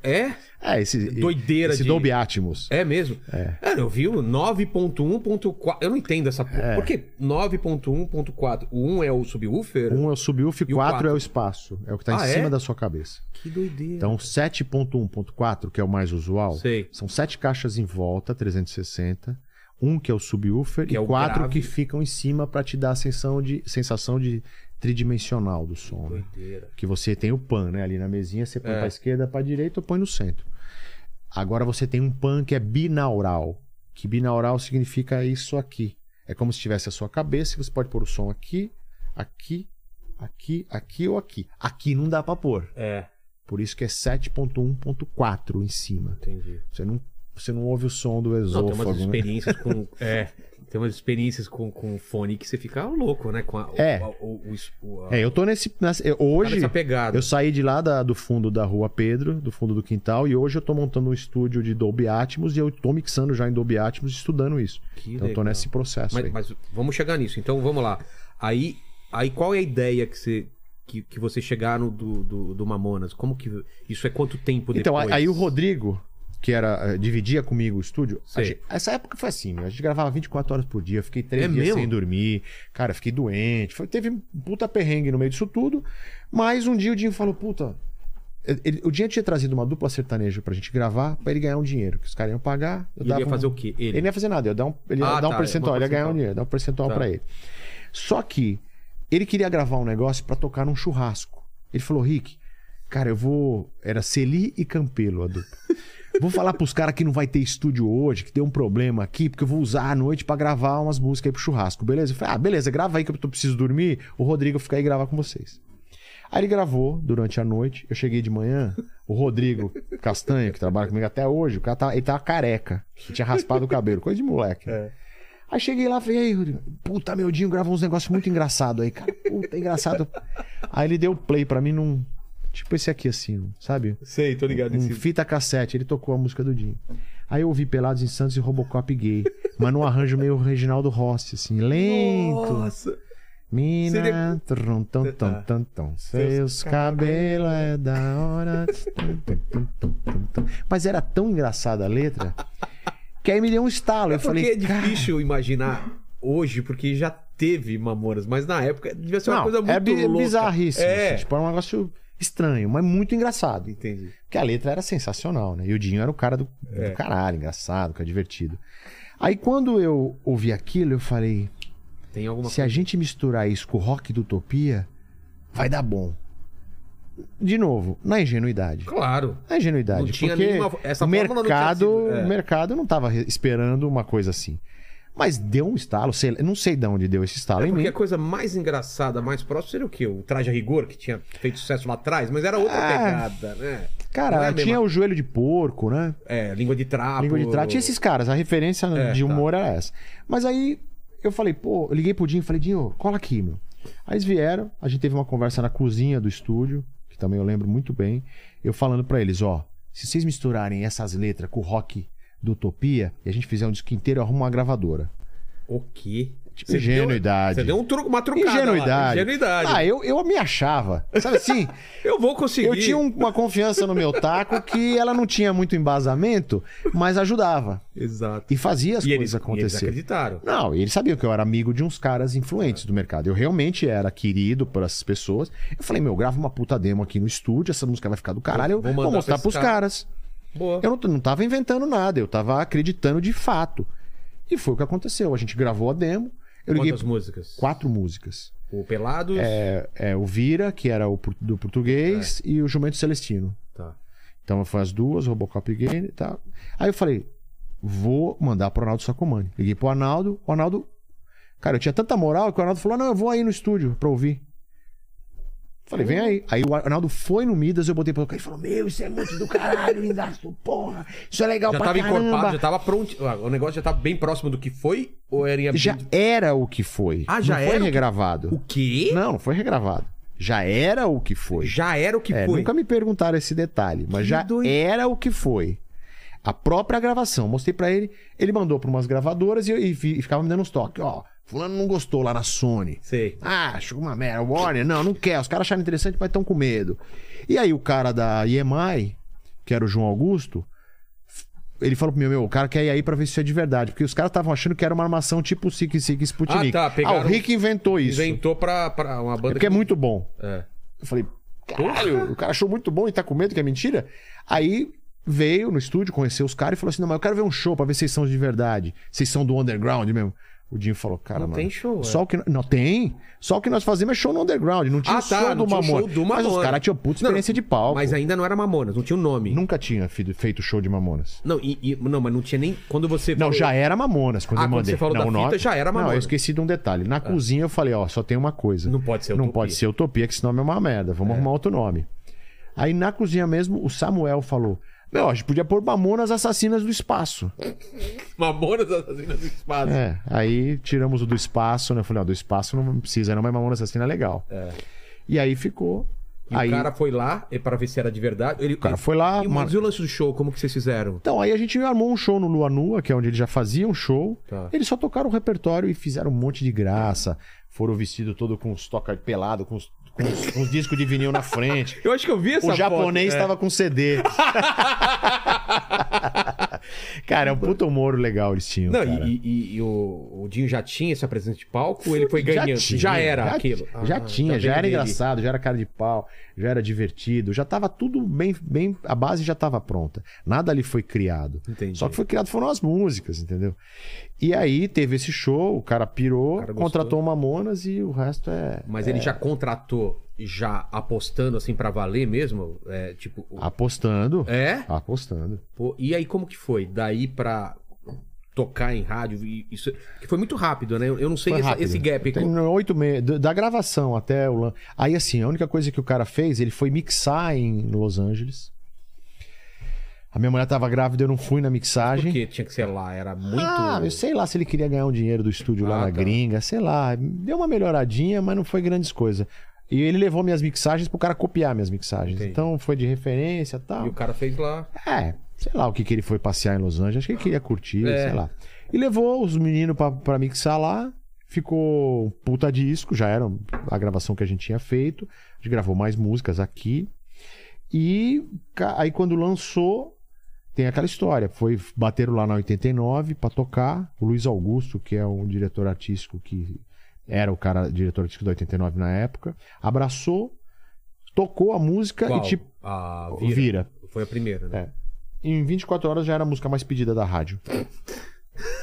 É?
É, esse,
Doideira
esse
de...
Dolby Atmos.
É mesmo? É. eu vi o 9.1.4. Eu não entendo essa
É.
porra. Por que 9.1.4? O 1 é o subwoofer?
Um é o subwoof,
E o
4
quatro?
é o espaço. É o que tá
Ah,
em
é?
cima da sua cabeça.
Que doideira.
Então, 7.1.4, que é o mais usual,
Sei.
são sete caixas em volta, 360. Um que é o subwoofer
Que
e
é o
quatro
grave.
que ficam em cima para te dar a sensação de, sensação de tridimensional do som. né?
Doideira.
Que você tem o pan, né? Ali na mesinha, você põe
É.
pra esquerda, pra direita ou põe no centro. Agora você tem um pan que é binaural. Que binaural significa isso aqui. É como se tivesse a sua cabeça e você pode pôr o som aqui, aqui, aqui, aqui ou aqui. Aqui não dá pra pôr.
É,
Por isso que é 7.1.4 em cima.
entendi.
Você não, você não ouve o som do
Não, tem umas
esôfago. né?
experiências com. É. Tem umas experiências com, com fone que você fica louco, né? Com a, o-
É.
a- o- o- es- o- a-
É, eu tô nesse. nessa- eu-
tá
hoje,
nessa pegada.
eu saí de lá da- do fundo da rua Pedro, do fundo do quintal, e hoje eu tô montando um estúdio de Dolby Atmos e eu tô mixando já em Dolby Atmos e estudando isso.
Que
então eu tô
legal.
nesse processo
Mas,
aí.
mas vamos chegar nisso. Então vamos lá. Aí, aí qual é a ideia que você. Que, que vocês chegaram do, do, do Mamonas? Como que. Isso é quanto tempo depois?
Então, aí- aí o Rodrigo, que era eh, dividia comigo o estúdio, a
Sei.
gente- essa época foi assim, meu, a gente gravava 24 horas por dia, eu fiquei três
É
dias
mesmo?
sem dormir, cara, eu fiquei doente, foi- teve um puta perrengue no meio disso tudo, mas um dia o Dinho falou, puta, ele- o Dinho tinha trazido uma dupla sertaneja pra gente gravar, pra ele ganhar um dinheiro, que os caras iam pagar, eu
Ele
dava
ia
um-
fazer o quê?
ele não ia fazer nada, ia dar um, ele ia
Ah,
dar
tá,
um percentual,
uma
ele ia ganhar
percentual.
um dinheiro, dar um percentual
Tá.
pra ele. Só que ele queria gravar um negócio pra tocar num churrasco. Ele falou, Rick, cara, eu vou. Era Celi e Campelo a dupla. Vou falar pros caras que não vai ter estúdio hoje, que tem um problema aqui, porque eu vou usar à noite pra gravar umas músicas aí pro churrasco, beleza? Eu falei, ah, beleza, grava aí que eu tô- preciso dormir, o Rodrigo fica aí e gravar com vocês. Aí ele gravou durante a noite, eu cheguei de manhã, o Rodrigo Castanho, que trabalha comigo até hoje, o cara tá, ele tava careca, ele tinha raspado o cabelo, coisa de moleque. né? Aí cheguei lá e falei, e aí, Rodrigo, puta, meu Dinho gravou uns negócios muito engraçados aí, cara, puta, é engraçado. Aí ele deu play pra mim num, tipo esse aqui assim, sabe?
Sei, tô ligado.
Um fita cassete, ele tocou a música do Dinho. Aí eu ouvi Pelados em Santos e Robocop gay, mas num arranjo meio Reginaldo Rossi, assim, lento.
Nossa!
Mina, trum, tum,
Tá.
tum, tum, tum. Seus cabelos é da hora. Tum, tum, tum, tum, tum, tum. Mas era tão engraçada a letra que aí me deu um estalo. Eu
É porque
falei,
é difícil imaginar hoje, porque já teve Mamonas, mas na época devia ser uma coisa
não,
muito
é bi-
louca.
bizarríssimo.
É.
assim, tipo, era um negócio estranho, mas muito engraçado.
Entendi. É.
Porque a letra era sensacional, né? E o Dinho era o cara do, do caralho, engraçado, cara é divertido. Aí quando eu ouvi aquilo, eu falei:
Tem alguma
se a gente misturar isso com o rock do Utopia, vai dar bom. De novo, na ingenuidade.
Claro.
Na ingenuidade.
Não tinha
porque
nenhuma- essa
o
fórmula não tinha
mercado,
sido, é.
o mercado não estava esperando uma coisa assim. Mas deu um estalo, sei, lá, não sei de onde deu esse estalo
É
em
porque
mim.
a coisa mais engraçada, mais próxima seria o quê? O traje a rigor, que tinha feito sucesso lá atrás, mas era outra
Ah.
pegada, né? não é
Cara,
a mesma-
tinha o joelho de porco, né?
É, língua de trapo.
Língua de trato. Tinha esses caras, a referência
É,
de
tá.
humor era essa. Mas aí eu falei, pô, eu liguei pro Dinho e falei, Dinho, cola aqui, meu. Aí eles vieram, a gente teve uma conversa na cozinha do estúdio, que também eu lembro muito bem, eu falando pra eles, ó, se vocês misturarem essas letras com o rock do Utopia e a gente fizer um disco inteiro, eu arrumo uma gravadora.
O quê?
Tipo,
Você
ingenuidade.
Deu, um você deu um truco, uma trucada. lá.
Ingenuidade.
Ingenuidade.
Ah, eu, eu me achava. Sabe assim?
eu vou conseguir.
Eu tinha um- uma confiança no meu taco que ela não tinha muito embasamento, mas ajudava.
Exato.
E fazia as
E
coisas
eles, e eles
acontecerem.
acreditaram.
Não, eles sabiam que eu era amigo de uns caras influentes do mercado. Eu realmente era querido por essas pessoas. Eu falei, meu, grava uma puta demo aqui no estúdio, essa música vai ficar do caralho, eu
Vou
vou,
mandar pra
mostrar
esses
pros
caras.
caras.
Boa.
Eu não, não tava inventando nada, eu tava acreditando de fato. E foi o que aconteceu. A gente gravou a demo, eu liguei
Quantas músicas?
quatro músicas.
O Pelados.
É, é, o Vira, que era o por- do português, e o Jumento Celestino.
É. Tá.
Então foi as duas, Robocop e Game e tal. Aí eu falei, vou mandar pro Arnaldo Sacomani. Liguei pro Arnaldo, o Arnaldo. Cara, eu tinha tanta moral que o Arnaldo falou: não, eu vou aí no estúdio pra ouvir. Falei, vem aí. Aí o Arnaldo foi no Midas, eu botei pra tocar. Ele falou: Meu, isso é muito do caralho, lindaço, porra. Isso é legal
Já
pra
tava
caramba.
encorpado, já tava pronto. Ah, O negócio já tava bem próximo do que foi? Ou era em
Já era o que foi.
Ah, já
não
era o
foi
que-
regravado.
O quê?
Não, não foi regravado. Já era o que foi.
Já era o que
É,
foi.
nunca me perguntaram esse detalhe, mas
Que
já
doido.
era o que foi. A própria gravação, mostrei pra ele, ele mandou pra umas gravadoras e, eu- e fi- e ficava me dando uns toques, ó, fulano não gostou lá na Sony.
Sei.
Ah, achou uma merda, Warner, não, não quer, os caras acharam interessante, mas estão com medo. E aí o cara da EMI, que era o João Augusto, f- ele falou pro meu, meu, o cara quer ir aí pra ver se isso é de verdade, porque os caras estavam achando que era uma armação tipo Sik Sik Sputnik.
Ah, tá, pegaram- um
o Rick inventou isso.
Inventou pra, pra uma
É
banda.
porque é muito bom.
É.
Eu falei, caralho, o cara achou muito bom e tá com medo que é mentira. Aí veio no estúdio, conheceu os caras e falou assim: não, mas eu quero ver um show pra ver se vocês são de verdade. Vocês são do underground mesmo. O Dinho falou, cara,
Não
mano.
tem show, é.
Só o que, não tem. Só o que nós fazemos é show no underground. Não tinha
Ah, tá,
show,
não
do
tinha o
Mamona.
show do
Mas os
Mamonas.
caras tinham puta experiência de palco.
Mas ainda não era Mamonas, não tinha o nome.
Nunca tinha fi- feito show de Mamonas.
Não, e- e- não, mas não tinha nem. Quando você.
Não, já era Mamonas quando
Ah,
eu
quando
mandei.
você falou
não,
da
o
fita,
nome-
já era
Não, eu
Mamonas. Ah.
esqueci de um detalhe. Na cozinha eu falei, ó, só tem uma coisa.
Não pode ser
Não
Utopia.
pode ser utopia, que esse nome é uma merda. Vamos arrumar outro nome. Aí na cozinha mesmo, o Samuel falou: Meu, a gente podia pôr Mamonas Assassinas do Espaço.
Mamonas Assassinas do Espaço.
É, aí tiramos o do espaço, né? Eu falei: Não, do espaço não precisa, não, mas Mamonas Assassina é legal. E aí ficou.
E
aí
o cara foi lá e pra ver se era de verdade. Ele,
o cara foi lá.
E,
mar-
mas e o lance do show, como que vocês fizeram?
Então, aí a gente armou um show no Lua Nua, que é onde ele já fazia um show.
Tá.
Eles só tocaram o repertório e fizeram um monte de graça. Foram vestidos todo com os toca pelado, com os, com os- com os discos de vinil na frente.
Eu acho que eu vi essa é.
O japonês estava com CD. cara, é um puto humor legal eles tinham.
Não,
cara.
e, e- e o, o Dinho já tinha essa presença de palco? Ou ele foi ganhando? Já,
tinha,
era
já-
aquilo?
Já
Ah,
tinha,
tá
já
vendo
era
dele.
engraçado, já era cara de pau, já era divertido, já tava tudo bem, bem a base já tava pronta. Nada ali foi criado.
Entendi.
Só que foi criado foram as músicas, entendeu? E aí teve esse show, o cara pirou,
O cara gostou.
contratou o Mamonas e o resto é
Mas ele já contratou, já apostando assim pra valer mesmo? É, tipo. o-
Ah. apostando,
É?
apostando.
Pô, e aí como que foi? Daí pra tocar em rádio, e isso que foi muito rápido, né? Eu eu não sei
Foi
essa-
rápido.
esse gap.
Tem oito meses. Da gravação até o. lan- Aí, assim, a única coisa que o cara fez, ele foi mixar em Los Angeles. A minha mulher tava grávida, eu não fui na mixagem.
Porque tinha que ser lá, era muito.
Ah, eu sei lá se ele queria ganhar um dinheiro do estúdio lá
Ah,
na
tá.
gringa, sei lá. Deu uma melhoradinha, mas não foi grandes coisas. E ele levou minhas mixagens pro cara copiar minhas mixagens.
Entendi.
Então foi de referência e tal.
E o cara fez lá.
É, sei lá o que, que ele foi passear em Los Angeles. Acho que ele queria curtir,
É.
sei lá. E levou os meninos pra, pra mixar lá. Ficou um puta disco, já era a gravação que a gente tinha feito. A gente gravou mais músicas aqui. E ca- aí quando lançou, tem aquela história. Foi bateram lá na 89 pra tocar. O Luiz Augusto, que é um diretor artístico que era o cara diretor artístico da 89 na época, abraçou, tocou a música
Qual?
e tipo
A
vira. É,
Foi a primeira, né?
Em 24 horas já era a música mais pedida da rádio.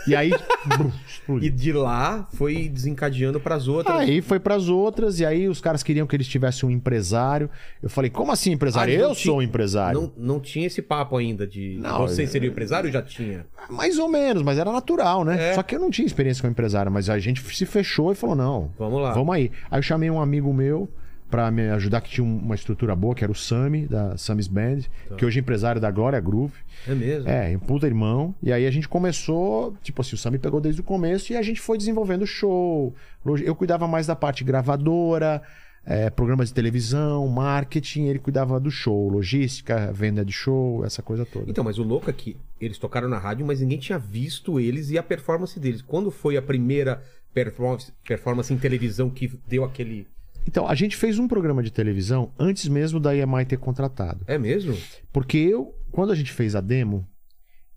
E aí brum, explodiu.
E de lá foi desencadeando pras outras.
Aí foi pras outras, e aí os caras queriam que eles tivessem um empresário. Eu falei, como assim empresário?
Ah, não
eu
ti-
sou um empresário.
Não, não tinha esse papo ainda de
Não, é.
você
eu-
seria empresário? Já tinha.
Mais ou menos, mas era natural, né?
É.
Só que eu não tinha experiência com empresário, mas a gente se fechou e falou: não,
Vamos lá.
vamos aí. Aí eu chamei um amigo meu pra me ajudar, que tinha um- uma estrutura boa, que era o Sami, da Sami's Band,
Tá.
que hoje é empresário da Glória Groove.
É mesmo.
É, um puta irmão. E aí a gente começou, tipo assim, o Sami pegou desde o começo e a gente foi desenvolvendo show. Hoje Eu cuidava mais da parte gravadora, eh, programas de televisão, marketing, ele cuidava do show, logística, venda de show, essa coisa toda.
Então, mas o louco é que eles tocaram na rádio, mas ninguém tinha visto eles e a performance deles. Quando foi a primeira performance, performance em televisão que deu aquele.
Então, a gente fez um programa de televisão antes mesmo da EMI ter contratado.
É mesmo?
Porque eu, quando a gente fez a demo,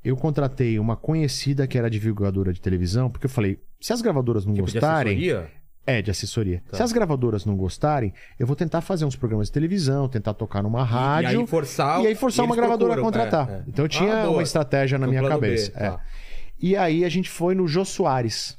eu contratei uma conhecida que era divulgadora de televisão, porque eu falei, se as gravadoras não
Tipo de
gostarem.
assessoria?
é, de assessoria.
Tá.
Se as gravadoras não gostarem, eu vou tentar fazer uns programas de televisão, tentar tocar numa rádio.
e aí forçar,
E aí forçar
e
uma
eles
gravadora a
procuram,
contratar.
é, é.
Então eu
Ah,
tinha
boa.
uma estratégia na
No
minha
plano B,
cabeça. é.
tá.
E aí a gente foi no Jô Soares.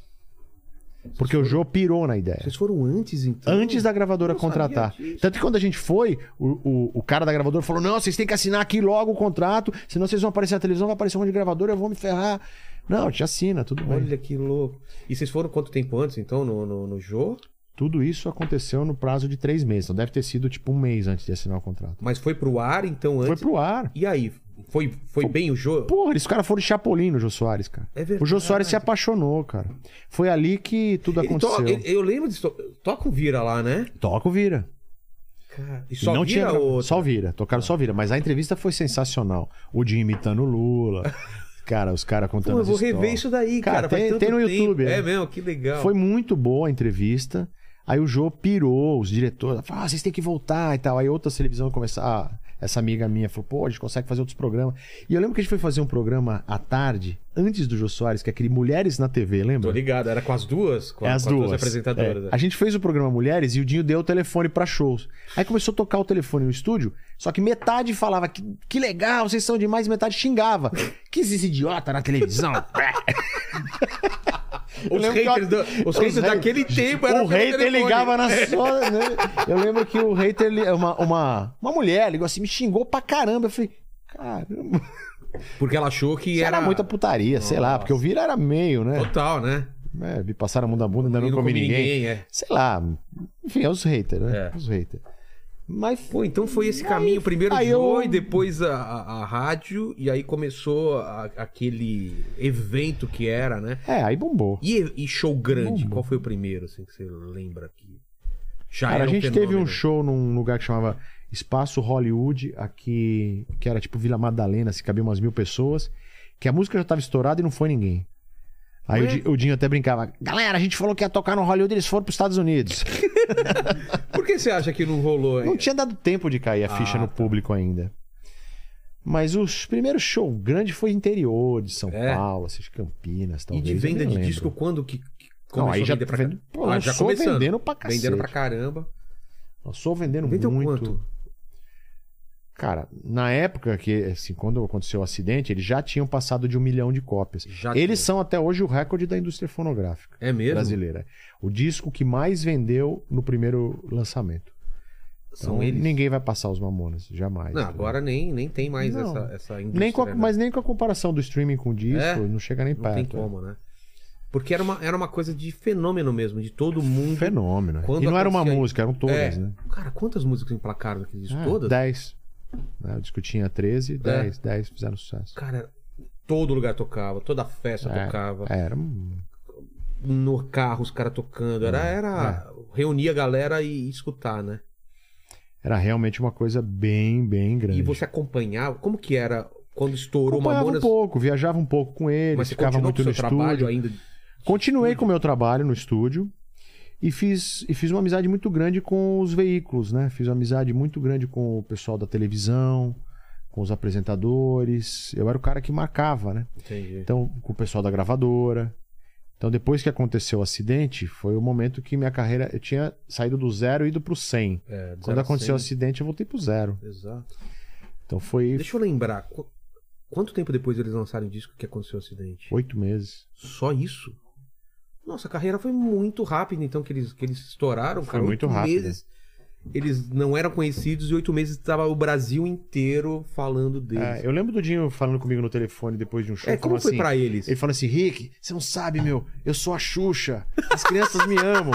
Porque o Jô pirou na ideia.
Vocês foram antes, então?
é. Antes da gravadora
Eu não
contratar.
sabia disso.
Tanto que quando a gente foi, o, o, o cara da gravadora falou: não, vocês têm que assinar aqui logo o contrato, senão vocês vão aparecer na televisão, vai aparecer um monte de gravadora, eu vou me ferrar. Não, te assina, tudo bem.
Olha que louco. E vocês foram quanto tempo antes, então, no, no, no Jô?
Tudo isso aconteceu no prazo de três meses. Então deve ter sido tipo um mês antes de assinar o contrato.
Mas foi pro ar, então,
Foi
antes.
pro ar.
E aí? Foi, foi bem o Jô?
Porra, eles caras foram de Chapolin no Jô Soares, cara.
É verdade.
O Jô Soares se apaixonou, cara. Foi ali que tudo
Ele to-
aconteceu.
ele- eu lembro disso. Toca um vira lá, né?
Toca o Vira.
Cara, e
E
só
não
vira
tinha
o.
Só vira, tocaram só vira. Mas a entrevista foi sensacional. O Jim imitando o Lula. cara, os caras contando
Pô, eu
as
vou rever
histórias.
isso daí, cara.
Cara,
faz
tem-
tanto
tem no
tempo.
YouTube,
É
é.
mesmo, que legal.
Foi muito boa a entrevista. Aí o Jô pirou, os diretores falaram, ah, vocês têm que voltar e tal. Aí outras televisões começaram. Ah, essa amiga minha falou, pô, a gente consegue fazer outros programas. E eu lembro que a gente foi fazer um programa à tarde, antes do Jô Soares, que é aquele Mulheres na TV,
Tô
lembra?
ligado, era com as duas? Com,
É
a-
as
com
duas.
apresentadoras.
É.
né?
A gente fez o programa Mulheres e o Dinho deu o telefone pra shows. Aí começou a tocar o telefone no estúdio, só que metade falava que, que legal, vocês são demais, e metade xingava. Que esses idiota na televisão. Eu
Os
lembro que
haters,
eu-
do- os haters
haters-
daquele tempo
o
eram pelo
hater
telefone. É.
ligava na sua. né? Eu lembro que o hater, li- uma, uma, uma mulher ligou assim, me xingou pra caramba. Eu falei, caramba,
Porque ela achou que
isso
era...
era muita putaria, sei lá, porque o vira era meio, né?
Total, né?
É, me passaram a mão da bunda, ainda não,
E
comi, ninguém.
é.
Sei lá, enfim, é os haters, né?
É.
Os haters. Mas
Pô, então foi esse caminho. Primeiro o
aí
Jô
eu-
e depois a, a- a rádio. E aí começou a- aquele evento que era, né?
É, aí bombou.
E, e show grande? Qual foi o primeiro, assim, que você lembra aqui? Já
Cara, a
era
gente
é fenômeno.
teve um show num lugar que chamava Espaço Hollywood, aqui, que era tipo Vila Madalena, se cabia umas mil pessoas, que a música já tava estourada e não foi ninguém. Aí o,
Ué?
Di- o Dinho até brincava, galera, a gente falou que ia tocar no Hollywood, eles foram pros Estados
É
Unidos.
Por que você acha que não rolou?
Não
hein?
tinha dado tempo de cair a
Ah,
ficha no
tá.
público ainda. Mas o primeiro show grande foi interior de São
É?
Paulo, essas Campinas,
E
talvez.
de venda
eu
de
nem lembro.
disco, quando que que
Não,
começou
aí
a
já,
vender pra
vende-
cá?
Pô,
Ah,
eu
já
sou
começando.
vendendo pra cacete.
Vendendo pra caramba.
Eu sou vendendo
Vendeu
muito.
quanto?
Cara, na época que, assim, quando aconteceu o acidente, eles já tinham passado de um milhão de cópias.
Já
eles
tinha.
são até hoje o recorde da indústria fonográfica
É mesmo?
brasileira. O disco que mais vendeu no primeiro lançamento. Então,
São eles.
ninguém vai passar os mamonas, jamais.
Não, agora nem, nem tem mais
Não.
essa, essa indústria.
nem com a-
né?
Mas nem com a comparação do streaming com o disco,
É?
não chega nem
Não
perto. é.
tem como, né? Porque era uma, era uma coisa de fenômeno mesmo, de todo
Um
mundo.
fenômeno.
Quando
e não era uma
acontecia-
música, eram todas,
É.
né?
Cara, quantas músicas emplacaram naquele disco?
Ah,
Todas? É.
10. Né, O disco tinha 13, 10, 10 fizeram sucesso.
Cara, todo lugar tocava, toda festa
É.
tocava.
É, era um
No carro os caras tocando. Era,
É,
era reunir a galera e escutar, né?
Era realmente uma coisa bem, bem grande.
E você acompanhava. Como que era quando estourou
acompanhava
Mamonas?
um pouco, viajava um pouco com ele,
mas você
ficava
continuou
muito
com
no
seu
estúdio.
trabalho ainda?
Continuei com o meu trabalho no estúdio e fiz, e fiz uma amizade muito grande com os veículos, né? Fiz uma amizade muito grande com o pessoal da televisão, com os apresentadores. Eu era o cara que marcava, né?
Entendi. É,
Então, com o pessoal da gravadora. Então, depois que aconteceu o acidente, foi o momento que minha carreira. Eu tinha saído do zero e ido pro 100.
É, de zero
Quando
a
aconteceu o
cem.
acidente, eu voltei pro zero.
Exato.
Então, foi,
Deixa eu lembrar. qu- Quanto tempo depois eles lançaram o disco que aconteceu o acidente?
Oito meses.
Só isso? Nossa, a carreira foi muito rápida, então, que eles, que eles estouraram,
Foi
cara.
muito
Oito
rápida.
meses, eles não eram conhecidos e oito meses estava o Brasil inteiro falando
Ah,
deles.
eu lembro do Dinho falando comigo no telefone depois de um show.
é, como
falando
foi
assim,
pra eles?
Ele falou assim, Rick, você não sabe, meu, eu sou a Xuxa, as crianças me amam.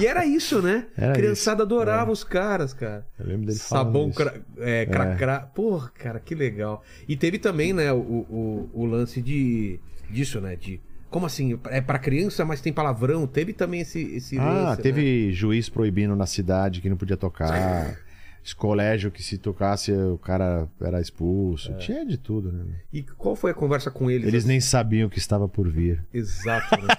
E era isso, né?
Era é.
Criançada adorava os caras, cara.
Eu lembro dele falando
Sabão
isso. Ah,
cra, é, cracra. Porra, cara, que legal. E teve também, né, o, o, o lance de disso, né? De. Como assim? É pra criança, mas tem palavrão. Teve também esse, esse
Ah,
lance. né?
teve juiz proibindo na cidade que não podia tocar. Esse colégio que se tocasse o cara era expulso. Tinha de tudo, né?
E qual foi a conversa com É. eles?
Eles nem sabiam o que estava por vir.
Exato, né?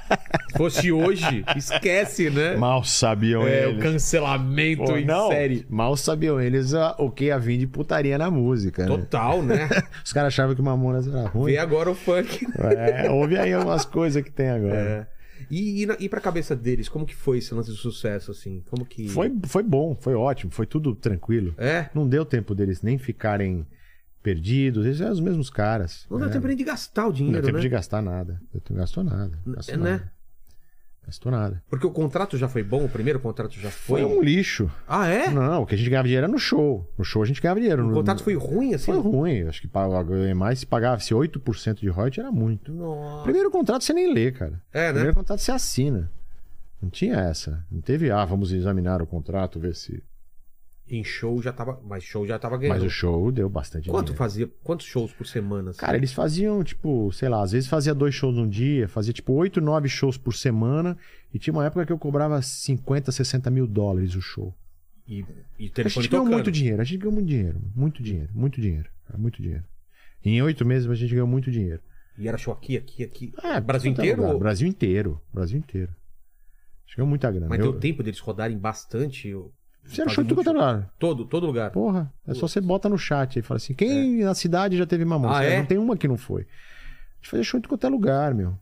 Se fosse hoje, esquece, né?
Mal sabiam
é, o
eles.
cancelamento
Pô,
em
não,
série.
Mal sabiam eles ah, o que ia vir de putaria na música. né?
Total, né?
Os caras achavam que Mamonas era ruim.
Vê agora o funk. né?
É, ouve aí algumas coisas que tem agora.
E, e, na- e pra cabeça deles, como que foi esse lance de sucesso, assim? Como que.
Foi, foi bom, foi ótimo, foi tudo tranquilo.
É?
Não deu tempo deles nem ficarem perdidos. Eles eram os mesmos caras.
Não deu
né?
tempo nem de gastar o
Não deu
dinheiro,
tempo
né?
de gastar nada. Eu não gastou nada. Gastou
É, né?
nada. Gastou nada.
Porque o contrato já foi bom, o primeiro contrato já foi.
Foi um lixo.
Ah, é?
Não, o que a gente ganhava dinheiro era no show. No show a gente ganhava dinheiro.
O
No-
contrato foi ruim, assim?
Foi ruim. Acho que pagava mais. Se pagasse 8% de royalties era muito.
Nossa.
Primeiro contrato você nem lê, cara.
É, né?
Primeiro contrato você assina. Não tinha essa. Não teve, ah, vamos examinar o contrato, ver se.
Em show já tava. Mas show já tava
Mas
ganhando.
o show deu bastante
Quanto
dinheiro.
fazia? Quantos shows por semana? assim?
Cara, eles faziam, tipo, sei lá, às vezes fazia dois shows num dia, fazia tipo oito, nove shows por semana. E tinha uma época que eu cobrava 50, 60 mil dólares o show.
E, e
A gente
telefone
ganhou
tocando.
muito dinheiro, a gente ganhou muito dinheiro, muito dinheiro, muito dinheiro, cara, muito dinheiro. Em oito meses a gente ganhou muito dinheiro.
E era show aqui, aqui, aqui.
Ah,
Brasil
puta
inteiro?
lugar,
ou-
Brasil inteiro, Brasil inteiro. A gente ganhou muita grana.
Mas
eu,
deu tempo deles rodarem bastante. eu-
Você era
fazer um
show de tudo
muito
quanto era lugar.
Todo, todo lugar.
Porra, é só você bota no chat aí, fala assim, quem na cidade já teve mamão?
É. Ah,
Cara,
é?
Não tem uma que não foi. A gente fazia show em qualquer lugar, meu.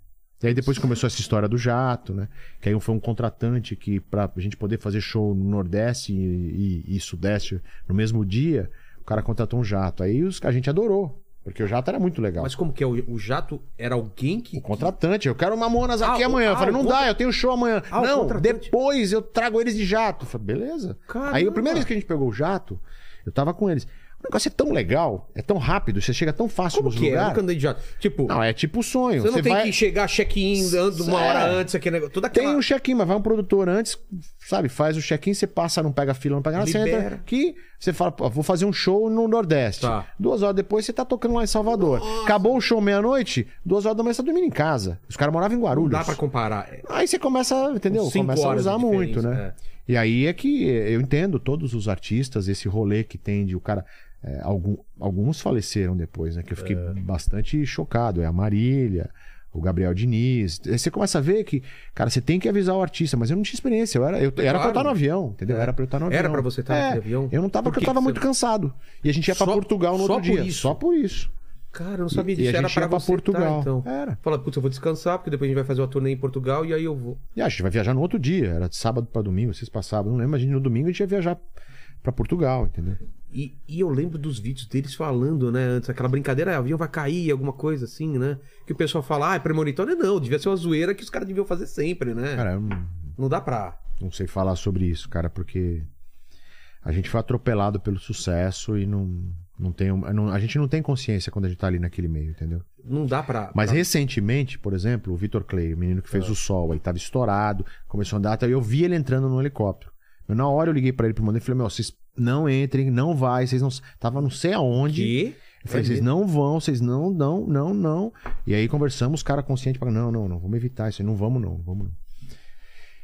E aí depois começou essa história do jato, né? Que aí foi um contratante que pra gente poder fazer show no Nordeste e, e- e Sudeste no mesmo dia, o cara contratou um jato. Aí os, a gente adorou, porque o jato era muito legal.
Mas como que é? O, o Jato era alguém que.
O contratante, eu quero mamonas aqui
Ah, o-
amanhã. eu
ah,
falei,
o
não
contra-
dá, eu tenho show amanhã.
Ah, o
não,
contratante.
depois eu trago eles de jato. Eu falei, beleza.
Caramba.
Aí a primeira vez que a gente pegou o jato, eu tava com eles. O negócio é tão legal, é tão rápido, você chega tão fácil
Como
nos
que é? Eu
lugares.
nunca andei de jato. Tipo,
Não, é tipo o sonho.
você
Você,
não tem
vai.
que chegar check-in ando uma
É.
hora antes, aquele negócio. Toda aquela...
Tem um check-in, mas vai um produtor antes, sabe? Faz o check-in, você passa, não pega fila, não pega nada. Você
Libera.
entra aqui, você fala, "Pô, vou fazer um show no Nordeste.
Tá.
Duas horas depois você tá tocando lá em Salvador. Acabou o show meia-noite, duas horas da manhã você tá dormindo em casa. Os caras moravam em
Não
Guarulhos.
dá pra comparar. É,
Aí você começa, entendeu?
cinco
Começa a
horas de
usar muito,
diferença,
né? E aí é que eu entendo todos os artistas, esse rolê que tem de o cara. é, algum- alguns faleceram depois, né? Que eu fiquei bastante chocado. É a Marília, o Gabriel Diniz. Aí Você começa a ver que, cara, você tem que avisar o artista, mas eu não tinha experiência. Eu era, eu, era pra eu
É Claro.
estar no avião, entendeu?
É.
Era pra eu estar no avião.
Era pra você estar
É,
naquele avião?
Eu não tava
Por
porque
que
eu tava
que
muito
você-
cansado. E a gente ia pra
Só-
Portugal no
só
outro
por
dia.
isso?
Só por isso.
Cara, eu não sabia
E-
disso.
e a
era
gente
pra
ia pra
você tá,
Portugal. É.
então.
Era.
Fala, putz, eu vou descansar, porque depois a gente vai fazer uma turnê em Portugal e aí eu vou.
E a gente vai viajar no outro dia. Era de sábado pra domingo, vocês passavam, não lembro. A gente no domingo a gente ia viajar pra Portugal, entendeu?
E, e eu lembro dos vídeos deles falando, né, antes, aquela brincadeira, ah, o avião vai cair, alguma coisa assim, né? Que o pessoal fala, ah, é premonitório. Não, devia ser uma zoeira que os caras deviam fazer sempre, né?
Cara, eu não-
Não dá pra.
não sei falar sobre isso, cara, porque a gente foi atropelado pelo sucesso e não, não tem. um- não- a gente não tem consciência quando a gente tá ali naquele meio, entendeu?
Não dá pra.
Mas
pra...
recentemente, por exemplo, o Vitor Clay, o menino que fez o sol, ele tava estourado, começou a andar, tá, eu vi ele entrando no helicóptero. Eu, na hora eu liguei pra ele pro mundo e falei, meu, vocês não entrem, não vai, vocês não. Tava não sei aonde.
Que?
Eu falei, vocês não vão, vocês não, não, não, não. E aí conversamos, cara consciente, para não, não, não, vamos evitar isso aí, não vamos não, vamos não.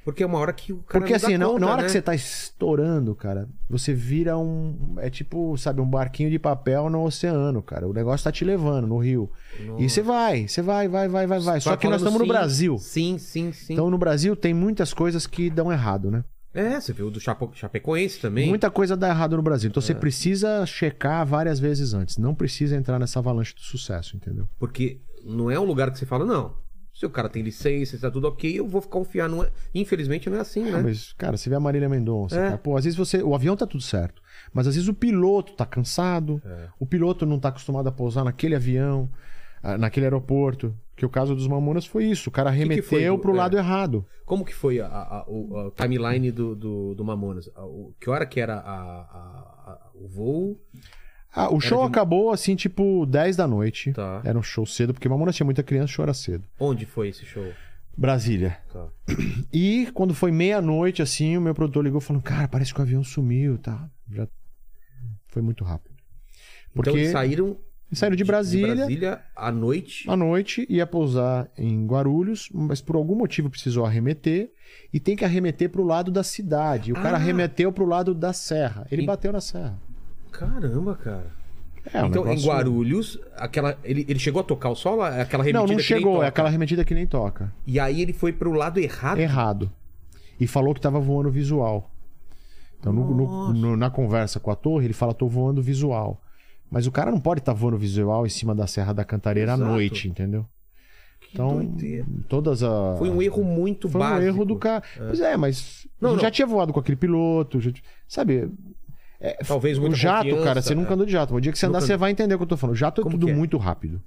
Porque é uma hora que o cara.
Porque
dá
assim, na-
conta,
na hora
né?
que você tá estourando, cara, você vira um. É tipo, sabe, um barquinho de papel no oceano, cara. O negócio tá te levando no rio. E você é vai, você vai, vai, vai, vai, vai. Só
Vai
que nós
falando
estamos no
sim,
Brasil.
Sim, sim, sim.
Então no Brasil tem muitas coisas que dão errado, né?
É, você viu o do Chapo... Chapecoense também.
Muita coisa dá errado no Brasil. Então
É.
você precisa checar várias vezes antes. Não precisa entrar nessa avalanche do sucesso, entendeu?
Porque não é um lugar que você fala, não. Se o cara tem licença, se tá tudo ok, eu vou confiar. Não é- Infelizmente não é assim, né?
Ah, mas, cara, você vê a Marília Mendonça,
É.
cara. Pô, às vezes você. O avião tá tudo certo. Mas às vezes o piloto tá cansado,
É.
o piloto não tá acostumado a pousar naquele avião, ah, naquele aeroporto. Que o caso dos Mamonas foi isso. O cara
que
remeteu
foi do-
pro
é.
lado errado.
Como que foi a, a- o- a timeline do, do, do Mamonas? A- o- que hora que era a- a- a- o voo?
Ah, o show
de-
acabou assim, tipo, 10 da noite.
Tá.
Era um show cedo, porque Mamonas tinha muita criança, chora cedo.
Onde foi esse show? Então,
Brasília.
Tá.
E quando foi meia-noite, assim, o meu produtor ligou falando: Cara, parece que o avião sumiu, tá? Já... Foi muito rápido. Porque
Então eles saíram
eles saíram de
de
Brasília, Ah.
Brasília à noite.
à noite, ia pousar em Guarulhos, mas por algum motivo precisou arremeter e tem que arremeter pro lado da cidade. E o cara
Ah.
arremeteu pro lado da serra. Ele
E-
bateu na serra.
Caramba, cara.
É, um
então, em
negócio-
Guarulhos, aquela, ele, ele chegou a tocar o solo? Aquela remetida
Não, não
que nem
chegou,
toca.
é aquela É, arremetida que nem toca.
E aí ele foi pro lado errado.
errado. E falou que tava voando visual. Então, no- no-
Nossa.
no- na conversa com a torre, ele fala: tô voando visual. Mas o cara não pode estar voando visual em cima da Serra da Cantareira
Exato.
à noite, entendeu?
Que
Então,
doideira.
todas a.
Foi um erro muito
Foi um
básico.
erro do cara. Pois é, mas.
Não,
a gente
não.
já tinha voado com aquele piloto. já t- sabe?
Talvez
o
muito
jato, cara, você nunca andou de jato. O dia que você
é. Nunca
andar, você
andei.
vai entender o que eu tô falando. O jato é
Como
tudo
que é?
muito rápido.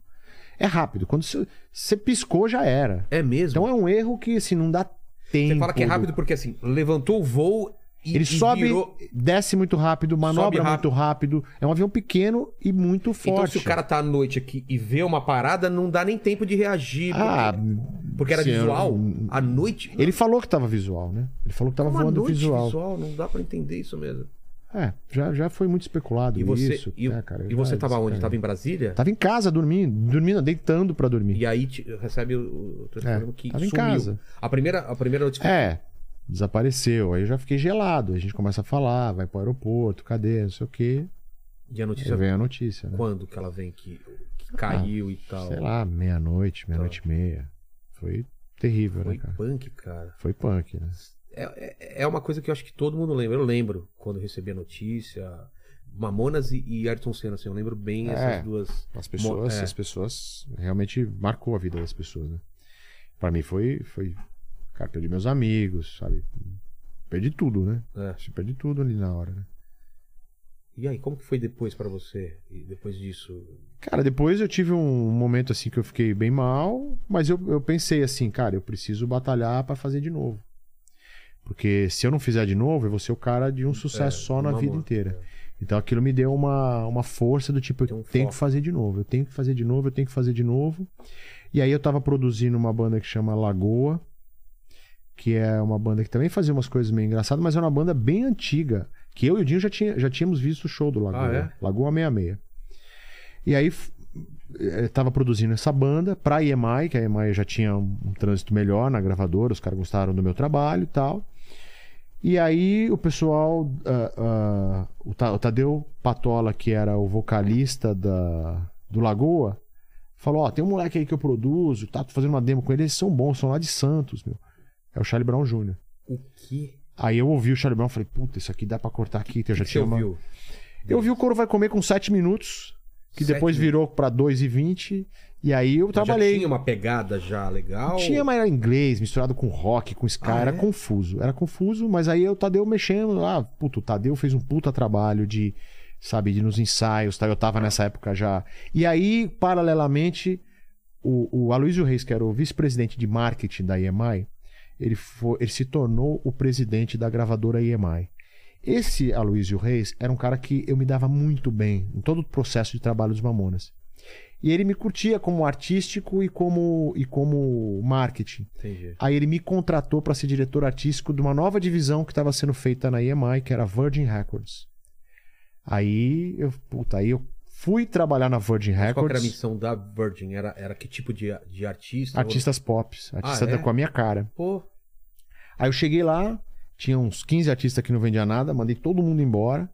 É rápido. Quando você, você piscou, já era.
É mesmo?
Então é um erro que, assim, não dá tempo.
você fala que é
do
rápido porque assim, levantou o voo e
Ele
e
sobe,
virou.
desce muito rápido, manobra
Sobe
muito rápido. É um avião pequeno e muito forte.
Então se o cara tá à noite aqui e vê uma parada, não dá nem tempo de reagir. porque-
Ah,
porque era
se eu-
visual. À noite.
Ele falou que tava visual, né? Ele falou que tava
Como à
voando
noite
visual.
Não dá pra entender isso mesmo.
É, já, já foi muito especulado
E você,
isso.
e,
é, cara,
e você
é,
tava onde?
é.
Tava em Brasília?
Tava em casa dormindo, dormindo, deitando pra dormir. É,
E aí te- recebe o, o telefonema que
tava em
sumiu.
casa.
A primeira, a primeira notificação.
É, desapareceu. Aí eu já fiquei gelado. A gente começa a falar, vai pro aeroporto, cadê, não sei o quê.
E a
Aí
notícia
vem a notícia, né?
quando que ela vem que, que caiu e tal.
Ah,
Tá.
Sei lá, meia-noite, meia-noite e meia. Foi terrível,
Foi
né, cara?
punk, cara.
Foi punk, né?
É, é- é uma coisa que eu acho que todo mundo lembra. Eu lembro quando eu recebi a notícia. Mamonas e, e Ayrton Senna, assim, eu lembro bem essas
É.
duas.
As pessoas,
Mo- é.
as pessoas realmente marcou a vida das pessoas, né? Pra mim foi, foi, cara, perdi meus amigos, sabe? Perdi tudo, né?
É.
Acho que Perdi tudo ali na hora, né?
E aí, como que foi depois pra você? E depois disso?
Cara, depois eu tive um momento assim que eu fiquei bem mal, mas eu, eu pensei assim, cara, eu preciso batalhar pra fazer de novo. Porque se eu não fizer de novo, eu vou ser o cara de um sucesso
É,
só na
Mamonas,
vida inteira. Então aquilo me deu uma, uma força do tipo, eu
Tem um
tenho
foco.
que fazer de novo, eu tenho que fazer de novo, eu tenho que fazer de novo. E aí eu tava produzindo uma banda que chama Lagoa, que é uma banda que também fazia umas coisas meio engraçadas, mas é uma banda bem antiga. Que eu e o Dinho já, tinha, já tínhamos visto o show do Lagoa.
Ah,
Lagoa 66. E aí f- eh, tava produzindo essa banda pra EMI, que a EMI já tinha um, um trânsito melhor na gravadora, os caras gostaram do meu trabalho e tal. E aí o pessoal, ah, ah, o Ta- o Tadeu Patola, que era o vocalista da, do Lagoa, falou, ó, tem um moleque aí que eu produzo, tá tô fazendo uma demo com ele, eles são bons, são lá de Santos, meu. É o Charlie Brown Jr.
O que
Aí eu ouvi o Charlie Brown, falei, puta, isso aqui dá pra cortar aqui, que eu já
que você
tinha uma-
ouviu?
Eu vi o Coro Vai Comer com 7 minutos, que
Sete
depois virou pra 2 e 20, e aí eu
Mas já
trabalhei.
tinha uma pegada já legal?
Tinha, mas era inglês, misturado com rock, com ska,
Ah,
era
é?
confuso. Era confuso, mas aí eu Tadeu mexendo lá. Puto, o Tadeu fez um puta trabalho de, sabe, de nos ensaios, tá? Eu tava nessa época já. E aí, paralelamente, o, o Aloysio Reis, que era o vice-presidente de marketing da EMI, ele, foi, ele se tornou o presidente da gravadora EMI. Esse Aloysio Reis era um cara que eu me dava muito bem em todo o processo de trabalho dos Mamonas. E ele me curtia como artístico e como, e como marketing.
Entendi.
Aí ele me contratou para ser diretor artístico de uma nova divisão que estava sendo feita na EMI, que era a Virgin Records. Aí eu, puta, aí eu fui trabalhar na Virgin
Mas Qual que era a
Records,
missão da Virgin? Era, era que tipo de, de artista?
artistas pop, artista
Ah, é?
com a minha cara.
Pô,
Aí eu cheguei lá, tinha uns 15 artistas que não vendia nada, mandei todo mundo embora.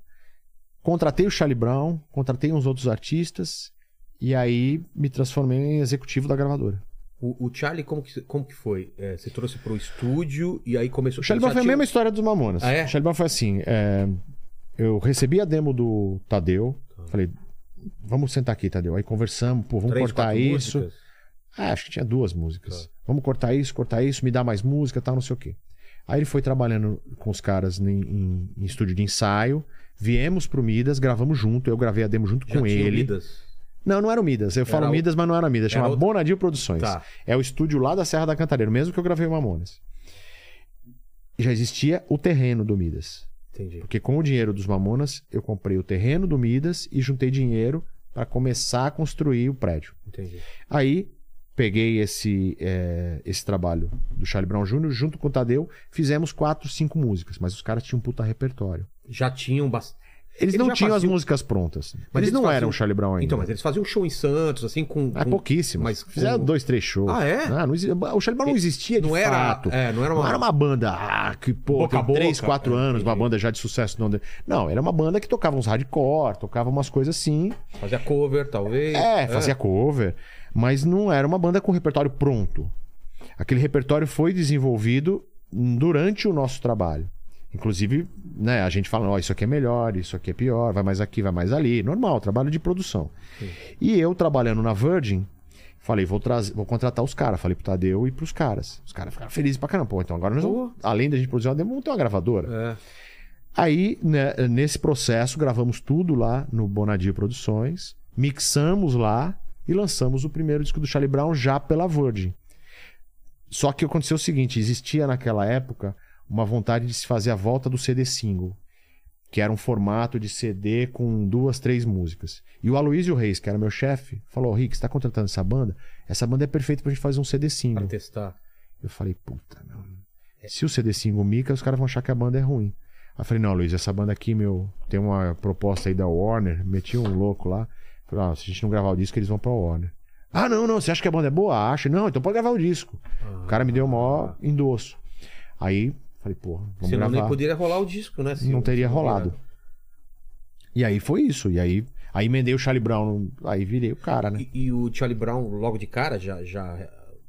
Contratei o Charlie Brown, contratei uns outros artistas e aí me transformei em executivo da gravadora.
o, o Charlie, como que, como que foi? É, você trouxe pro estúdio e aí começou...
O Charlie Brown
Já
foi a
tinha-
mesma história dos Mamonas.
Ah, é?
O Charlie Brown foi assim: é, eu recebi a demo do
Tá.
Tadeu, falei, vamos sentar aqui, Tadeu. Aí conversamos, pô, vamos
três,
cortar
quatro
isso.
músicas? Tá.
Ah, acho que tinha duas músicas. Vamos cortar isso, cortar isso, me dá mais música, tal, não sei o quê. Aí ele foi trabalhando com os caras em, em- em estúdio de ensaio. Viemos pro Midas, gravamos junto. Eu gravei a demo junto
Já
com
tinha o
ele.
Midas.
Não, não era o Midas. Eu falo
o-
Midas, mas não era o Midas. Chama
Era o-
Bonadil Produções.
Tá.
É o estúdio lá da Serra da Cantareira, o mesmo que eu gravei o Mamonas. Já existia o terreno do Midas.
Entendi.
Porque com o dinheiro dos Mamonas, eu comprei o terreno do Midas e juntei dinheiro para começar a construir o prédio.
Entendi.
Aí peguei esse, eh, esse trabalho do Charlie Brown Jr. junto com o Tadeu, fizemos quatro, cinco músicas, mas os caras tinham um puta repertório.
Já tinham bastante. Eles
Eles, não
já
tinham as
faziam-
músicas prontas. Eles,
eles
não
faziam-
eram o Charlie Brown ainda.
Então, mas eles faziam show em Santos, assim, com.
É
com-
pouquíssimas.
mas com-
Fizeram dois, três shows.
Ah, é?
não exi- o Charlie Brown não existia de
Não era,
fato.
é, não era
Não
uma.
era uma banda ah, que, pô,
Boca a
tem três,
boca.
quatro
É,
anos, uma
entendi.
banda já de sucesso. Não, não, era uma banda que tocava uns hardcore, tocava umas coisas assim.
Fazia cover, talvez.
É, fazia cover, mas não era uma banda com repertório pronto. Aquele repertório foi desenvolvido durante o nosso trabalho. Inclusive, né, a gente fala, ó, isso aqui é melhor, isso aqui é pior, vai mais aqui, vai mais ali. Normal, trabalho de produção. E eu trabalhando na Virgin, falei, vou trazer, vou contratar os caras, falei pro Tadeu e pros caras. Os caras ficaram felizes pra caramba, pô, então agora nós vamos, além da gente produzir uma demo, vamos ter uma gravadora.
É.
Aí, né, nesse processo, gravamos tudo lá no Bonadio Produções, mixamos lá e lançamos o primeiro disco do Charlie Brown já pela Virgin. Só que aconteceu o seguinte: existia naquela época uma vontade de se fazer a volta do CD single, que era um formato de CD com duas, três músicas. E o Aloysio Reis, que era meu chefe, falou: Rick, você tá contratando essa banda? Essa banda é perfeita pra gente fazer um CD
Pra
single.
testar.
Eu falei, puta, meu. Se o CD single mica, os caras vão achar que a banda é ruim. Aí eu falei, não, Luiz, essa banda aqui, meu, tem uma proposta aí da Warner, meti um louco lá. Falei, ah, se a gente não gravar o disco, eles vão pra Warner. Ah, não, não, você acha que a banda é boa? Acha. Não, então pode gravar o disco. O cara me deu o maior endosso. Aí, falei, porra, vamos
Ah, Senão
gravar
nem poderia rolar o disco, né? se-
não teria
se
rolado. E aí foi isso. E aí, aí emendei o Charlie Brown. no- Aí virei o cara, né?
E, e o Charlie Brown, logo de cara, já. já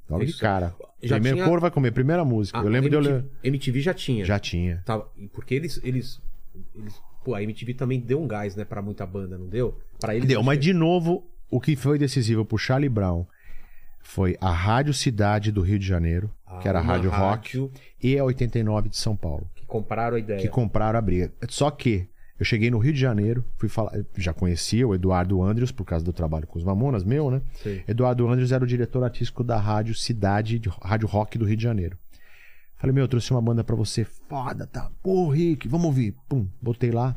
Logo de
Isso.
cara.
Já
Primeiro
tinha- Ah,
cor vai comer, primeira música. eu lembro
MTV,
de eu. le-
MTV já tinha.
Já tinha.
Tava- e porque eles, eles, eles- Pô, a MTV também deu um gás, né? Pra muita banda, não deu? Pra eles.
Deu,
acho
mas
que-
de novo, o que foi decisivo pro Charlie Brown foi a Rádio Cidade do Rio de Janeiro,
Ah,
que era a
uma
Rádio Rock,
rádio
e a 89 de São Paulo,
Que compraram a ideia.
que compraram a briga. Só que eu cheguei no Rio de Janeiro, fui falar, já conhecia o Eduardo Andrews por causa do trabalho com os Mamonas, meu, né?
Sim.
Eduardo Andrews era o diretor artístico da Rádio Cidade, de- Rádio Rock do Rio de Janeiro. Falei, meu, eu trouxe uma banda pra você, foda, tá? Pô, Rick, vamos ouvir. Pum, botei lá.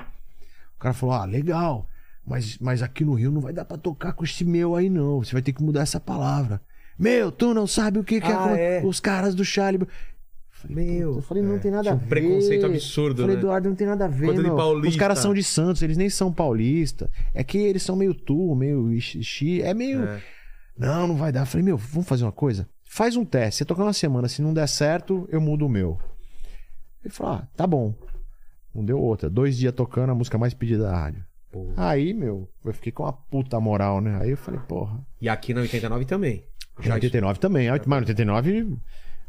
O cara falou, ah, legal, mas, mas aqui no Rio não vai dar pra tocar com esse meu aí não, você vai ter que mudar essa palavra. Meu, tu não sabe o que, que
Ah,
é,
é.
os caras do Charlie. Brown." Falei,
Meu,
puta, eu falei, não tem nada
então Tinha
a
um
ver.
preconceito absurdo,
Falei,
né?
Eduardo, não tem nada a ver.
Coisa de
meu. Os
paulista.
caras são de Santos, eles nem são paulista. É que eles são meio tu, meio xixi. É meio.
É.
Não, não vai dar. Eu Falei, meu, vamos fazer uma coisa? Faz um teste. Você tocar uma semana, se não der certo, eu mudo o meu. Ele falou, ah, tá bom. Não deu outra. Dois dias tocando a música mais pedida da rádio.
Pô.
Aí, meu, eu fiquei com uma puta moral, né? Aí eu falei, porra.
E aqui na 89 também.
Já 89 também. Ah, Mas 89,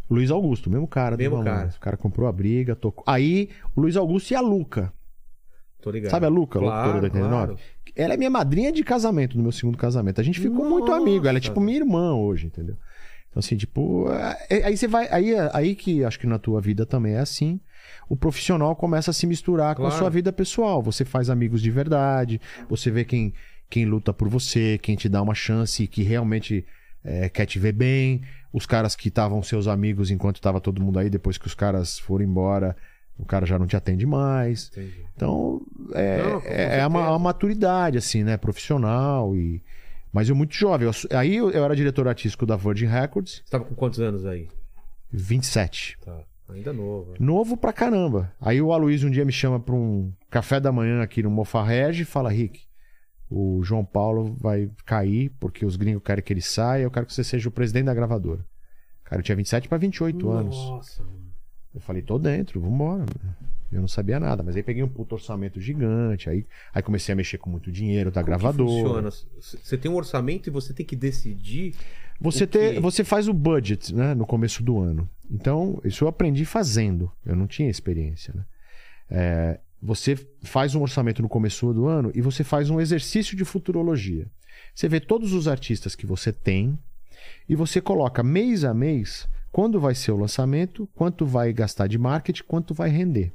Luiz Augusto, mesmo cara. do
Mesmo
Mamonas.
cara.
O cara comprou a briga, tocou. Aí, o Luiz Augusto e a Luca.
Tô ligado.
Sabe a Luca,
É. Claro,
locutora da 89?
claro.
Ela é minha madrinha de casamento, no meu segundo casamento. A gente ficou muito
Nossa,
amigo. Ela é tipo
velho.
minha irmã hoje, entendeu? Então, assim, tipo. é- Aí você vai. Aí, aí que acho que na tua vida também é assim. O profissional começa a se misturar com a
Claro.
sua vida pessoal. Você faz amigos de verdade, você vê quem, quem luta por você, quem te dá uma chance e que realmente é, quer te ver bem. Os caras que estavam seus amigos enquanto estava todo mundo aí, depois que os caras foram embora, o cara já não te atende mais.
Entendi.
Então, é,
Não, com
é, é uma,
certeza.
uma maturidade, assim, né? Profissional e... Mas eu muito jovem. eu assu- aí eu, eu era diretor artístico da Virgin Records,
Você tava com quantos anos aí?
27.
Tá. Ainda novo. né?
Novo pra caramba. Aí o Aloysio um dia me chama pra um café da manhã aqui no Mofarrege e fala, Rick, o João Paulo vai cair porque os gringos querem que ele saia, eu quero que você seja o presidente da gravadora. Cara, eu tinha 27 pra 28 anos.
Nossa. mano.
Eu falei, tô dentro, vambora. Eu não sabia nada, mas aí peguei um puto orçamento gigante, aí, aí comecei a mexer com muito dinheiro da
Como que
gravadora.
funciona? C- Você tem um orçamento e você tem que decidir.
Você,
O quê?
ter, você faz o budget, né, no começo do ano. Então, isso eu aprendi fazendo, eu não tinha experiência, né? É, você faz um orçamento no começo do ano e você faz um exercício de futurologia. Você vê todos os artistas que você tem E você coloca mês a mês quando vai ser o lançamento, quanto vai gastar de marketing, quanto vai render.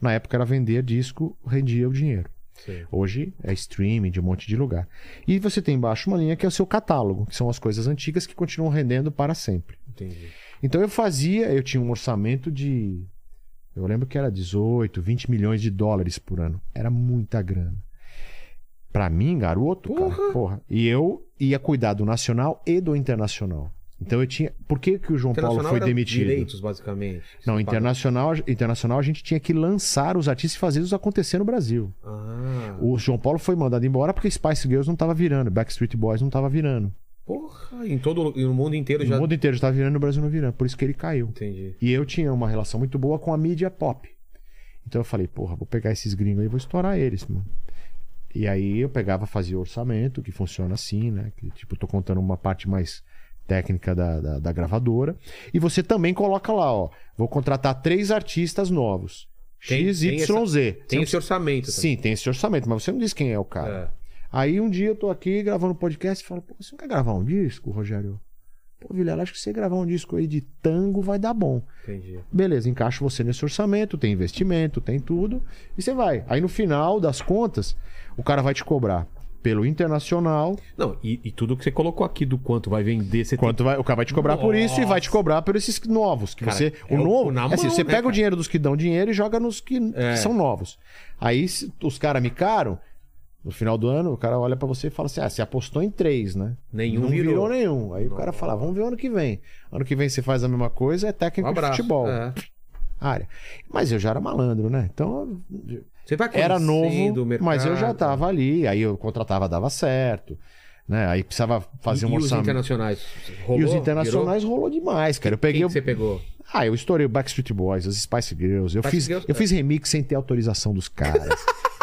Na época era vender disco, rendia o dinheiro.
Sim.
Hoje é streaming de um monte de lugar. E você tem embaixo uma linha que é o seu catálogo, que são as coisas antigas que continuam rendendo para sempre.
Entendi.
Então eu fazia, eu tinha um orçamento de. Eu lembro que era 18, 20 milhões de dólares por ano. Era muita grana. Pra mim, garoto, cara, porra. E eu ia cuidar do nacional e do internacional. Então eu tinha. Por que, que o João Paulo
Internacional
foi
era
demitido?
Direitos, basicamente. que
Não,
se pagava.
internacional, internacional a gente tinha que lançar os artistas e fazer os acontecer no Brasil.
Ah,
O João Paulo foi mandado embora porque Spice Girls não tava virando, Backstreet Boys não tava virando.
porra, em todo no mundo inteiro já.
O mundo inteiro já tava virando, o Brasil não virando. Por isso que ele caiu.
Entendi.
E eu tinha uma relação muito boa com a mídia pop. Então eu falei, porra, vou pegar esses gringos aí e vou estourar eles, mano. E aí eu pegava, fazia orçamento, que funciona assim, né? Que, tipo, eu tô contando uma parte mais técnica da, da, da gravadora. E você também coloca lá, ó. Vou contratar três artistas novos.
Tem-
X,
tem
Y,
essa-
Z.
Tem
Você-
esse orçamento.
um Sim, tem esse orçamento, mas você não diz quem é o cara.
Cara.
Aí um dia eu tô aqui gravando um podcast e falo, pô, você não quer gravar um disco, Rogério? Pô, Vilela, acho que você gravar um disco aí de tango vai dar bom.
É, entendi.
Beleza, encaixa você nesse orçamento, tem investimento, tem tudo, e você vai. Aí no final das contas, o cara vai te cobrar pelo internacional,
Não, e, e tudo que você colocou aqui do quanto vai vender, você
quanto vai, o cara vai te cobrar por isso e vai te cobrar por esses novos. Que
Cara,
você, o
é o-
novo,
na
é assim,
mão,
você
né,
pega
cara?
o dinheiro dos que dão dinheiro e joga nos que, que
É.
são novos. Aí se os caras micaram, no final do ano, o cara olha pra você e fala assim: ah, você apostou em três, né?
Nenhum
não
um virou.
virou, nenhum. Aí o cara fala: vamos ver ano que vem. Ano que vem você faz a mesma coisa, é
tem. Um
técnico de
abraço.
futebol.
É.
Área. Mas eu já era malandro, né? Então eu-
Você vai
era
conhecendo
novo,
o mercado.
mas eu já tava ali. Aí eu contratava, dava certo. Né? Aí precisava fazer
e,
um
e os
orçamento.
internacionais? Rolou?
e os internacionais rolou demais, cara.
Virou?
Eu
Quem
peguei.
que você pegou?
Ah, eu estourei o Backstreet Boys, as Spice Girls. Eu,
Spice
fiz,
Girls,
eu
é.
fiz remix sem ter autorização dos caras.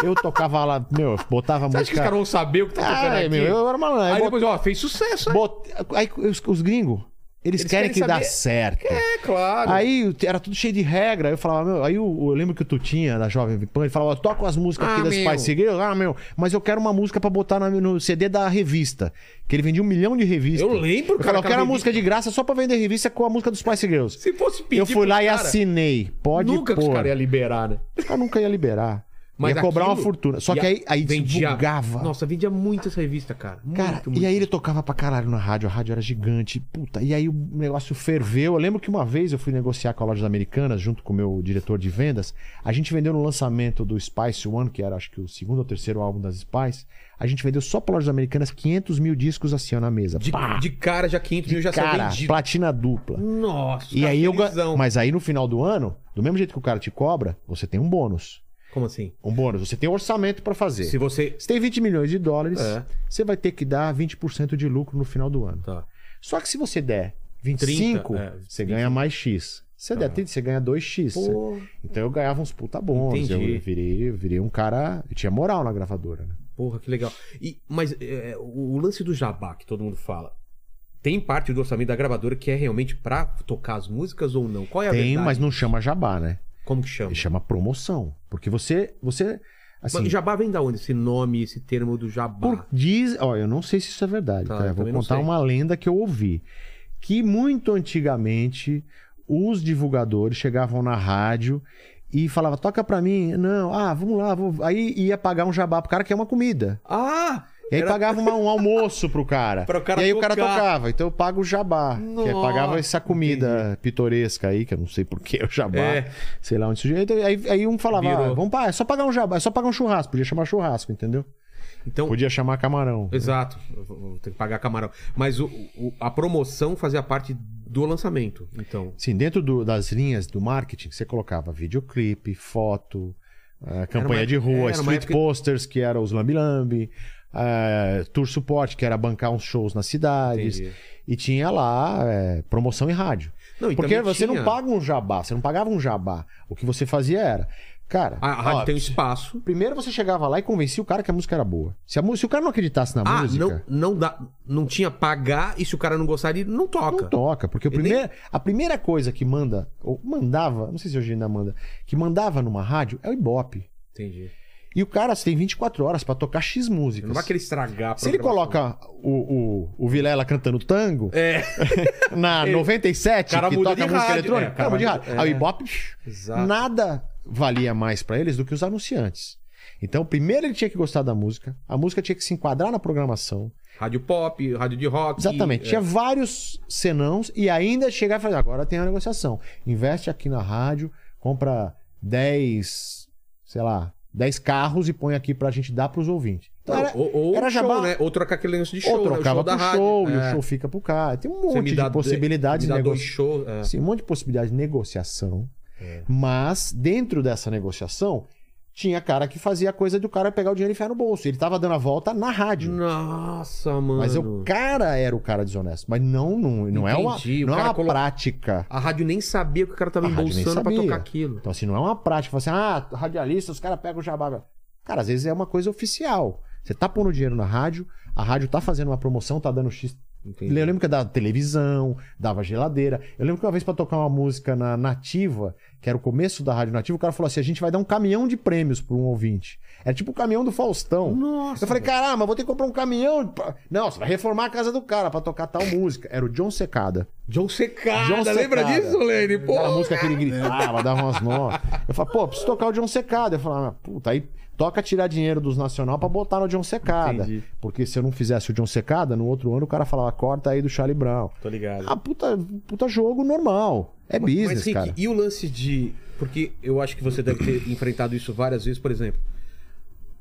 eu tocava lá, meu, eu botava
Você acha que os
música.
caras vão saber o que tá tocando
Ai,
aqui?
meu, eu era malandro.
Aí
Aí,
depois, ó, fez sucesso. né?
bot- bot- aí os, os gringos, eles,
Eles
querem,
querem
que dá
saber-
certo.
É, claro.
Aí era tudo cheio de regra. Eu falava, meu, aí eu, eu lembro que o Tutinha, da Jovem Pan, ele falava, toca as músicas
Ah,
aqui das
meu.
Spice Girls. Ah, meu, mas eu quero uma música pra botar na- no CD da revista. Que ele vendia um milhão de revistas.
Eu lembro,
Eu
cara,
falava, eu quero
aquela
a música de graça só pra vender revista com a música dos Spice Girls.
Se fosse pedir
Eu fui lá
pro
e assim,
cara,
assinei. Pode
Nunca que os
pôr.
caras iam liberar, né?
Eu nunca ia liberar.
Mas
ia cobrar uma
aquilo-
fortuna. Só
e
que
a-
aí, aí
vendia-
divulgava.
Nossa, vendia muito essa revista, cara. Muito,
Cara,
muito.
e aí ele tocava pra caralho na rádio, a rádio era gigante, puta, e aí o negócio ferveu. Eu lembro que uma vez eu fui negociar com a Lojas Americanas, junto com o meu diretor de vendas, a gente vendeu no lançamento do Spice One, que era acho que o segundo ou terceiro álbum das Spice, a gente vendeu só pra Lojas Americanas 500 mil discos assim ó, na mesa.
De,
Pá!
de cara já 500 mil já saiu
cara,
vendido.
platina dupla.
Nossa, tá
E aí eu ga-
felizão.
Mas aí no final do ano, do mesmo jeito que o cara te cobra, você tem um bônus.
Como assim?
Um bônus, você tem um orçamento pra fazer.
Se você.
Você tem 20 milhões de dólares,
É.
você vai ter que dar 20% de lucro no final do ano.
Tá.
Só que se você der 25,
30, é,
você
25.
ganha mais X. Se você der 30, você ganha 2X.
Pô,
Então eu ganhava uns puta bons. Eu
Entendi.
virei, eu virei um cara. Eu tinha moral na gravadora. Né?
porra, que legal. E, mas é, o o lance do jabá que todo mundo fala. Tem parte do orçamento da gravadora que é realmente pra tocar as músicas ou não? Qual é a
Tem,
verdade?
mas não chama jabá, né?
Como que chama?
Ele chama promoção. Porque você. você assim,
Mas jabá vem da onde? Esse nome, esse termo do jabá.
Por, diz, ó, eu não sei se isso é verdade,
Tá,
tá?
eu
Eu vou
também não
contar
sei.
uma lenda que eu ouvi. Que muito antigamente os divulgadores chegavam na rádio e falavam, toca pra mim, não, ah, vamos lá, vou... aí ia pagar um jabá pro cara que é uma comida.
Ah!
E aí
Era-
pagava uma- um almoço pro cara.
Pra o cara
e aí o cara
tocar.
tocava, então eu pago o jabá. Que
Nossa,
aí pagava essa comida pitoresca aí, que eu não sei por que o jabá.
É.
Sei lá onde surgiu. Aí, aí- aí um falava,
Virou.
ah, vamos pagar, é só pagar um jabá, é só pagar um churrasco. Podia chamar churrasco, entendeu?
Então,
Podia chamar camarão.
Exato, Eu vou- vou ter que pagar camarão. Mas o, o- a promoção fazia parte do lançamento, então.
Sim, dentro do- das linhas do marketing, você colocava videoclipe, foto, ah, campanha
uma-
de
é,
rua,
era uma
street
época-
posters, que era os lambi-lambi, ah, tour suporte, que era bancar uns shows nas cidades.
Entendi.
E tinha lá é, promoção em rádio.
Não, e
Porque
também
você
tinha-
não paga um jabá, você não pagava um jabá. O que você fazia era, cara,
A, a rádio
ó,
tem um espaço.
primeiro você chegava lá e convencia o cara que a música era boa. Se, a mu- se o cara não acreditasse na
Ah,
música...
não, não, dá, não tinha pagar, e se o cara não gostar, ele não toca.
Não toca, porque o
Ele
primeiro, a primeira coisa que manda, ou mandava, não sei se hoje ainda manda, que mandava numa rádio é o Ibope.
Entendi.
E o cara, você tem 24 horas pra tocar X músicas.
Não vai querer estragar a
Se ele
programação.
coloca o, o, o Vilela cantando tango
É,
na
Ele-
97,
Cara
que
muda
toca
de
música
rádio,
eletrônica,
é,
cara muda de
cara
rádio.
muda-
Aí
é.
o Ibope, psh,
Exato.
nada valia mais pra eles do que os anunciantes. Então, primeiro ele tinha que gostar da música, a música tinha que se enquadrar na programação.
rádio pop, rádio de rock.
Exatamente.
é.
Tinha vários senãos e ainda chegar e falar: agora tem a negociação. Investe aqui na rádio, compra 10, sei lá, 10 carros e põe aqui pra gente dar pros ouvintes. Então,
Não,
era,
ou, ou
era
show,
jabá.
né? Ou trocar aquele lance de show,
ou
né?
trocava
o show da
pro
rádio.
show e
É.
o show fica pro cara. Tem um
Você
monte
me dá
de possibilidades
me dá
de
dois
negociação.
shows. é.
Sim, um monte de possibilidade de negociação. Mas dentro dessa negociação, tinha cara que fazia a coisa do cara pegar o dinheiro e enfiar no bolso. Ele tava dando a volta na rádio.
Nossa, mano.
Mas o cara era o cara desonesto. Mas não, não, não é uma,
Entendi. O
não é
cara
uma
colo-
prática.
A rádio nem sabia que o cara tava
A rádio nem
embolsando pra
sabia.
tocar aquilo.
Então, assim, não é uma prática. Fala assim, ah, radialista, os caras pegam o jabá. Cara, às vezes é uma coisa oficial. Você tá pondo dinheiro na rádio, a rádio tá fazendo uma promoção, tá dando X
Entendi.
Eu lembro que eu dava televisão, dava geladeira. Eu lembro que uma vez pra tocar uma música na Nativa, que era o começo da Rádio Nativa, o cara falou assim: a gente vai dar um caminhão de prêmios pra um ouvinte. Era tipo o caminhão do Faustão.
Nossa.
Eu falei, caramba, vou ter que comprar um caminhão. pra- Não, você vai reformar a casa do cara pra tocar tal música. Era o John Secada.
John Secada.
John
lembra
Secada.
disso, Lene? Pô.
Aquela música que ele gritava, dava umas notas. Eu falava, pô, preciso tocar o John Secada. Eu falava, ah, puta, aí toca tirar dinheiro dos Nacional pra botar no John Secada.
Entendi.
Porque se eu não fizesse o John Secada, no outro ano o cara falava, corta aí do Charlie Brown.
Tô ligado.
Ah, puta, puta jogo normal. É business,
Mas, Rick,
cara.
e o lance de. Porque eu acho que você deve ter enfrentado isso várias vezes, por exemplo.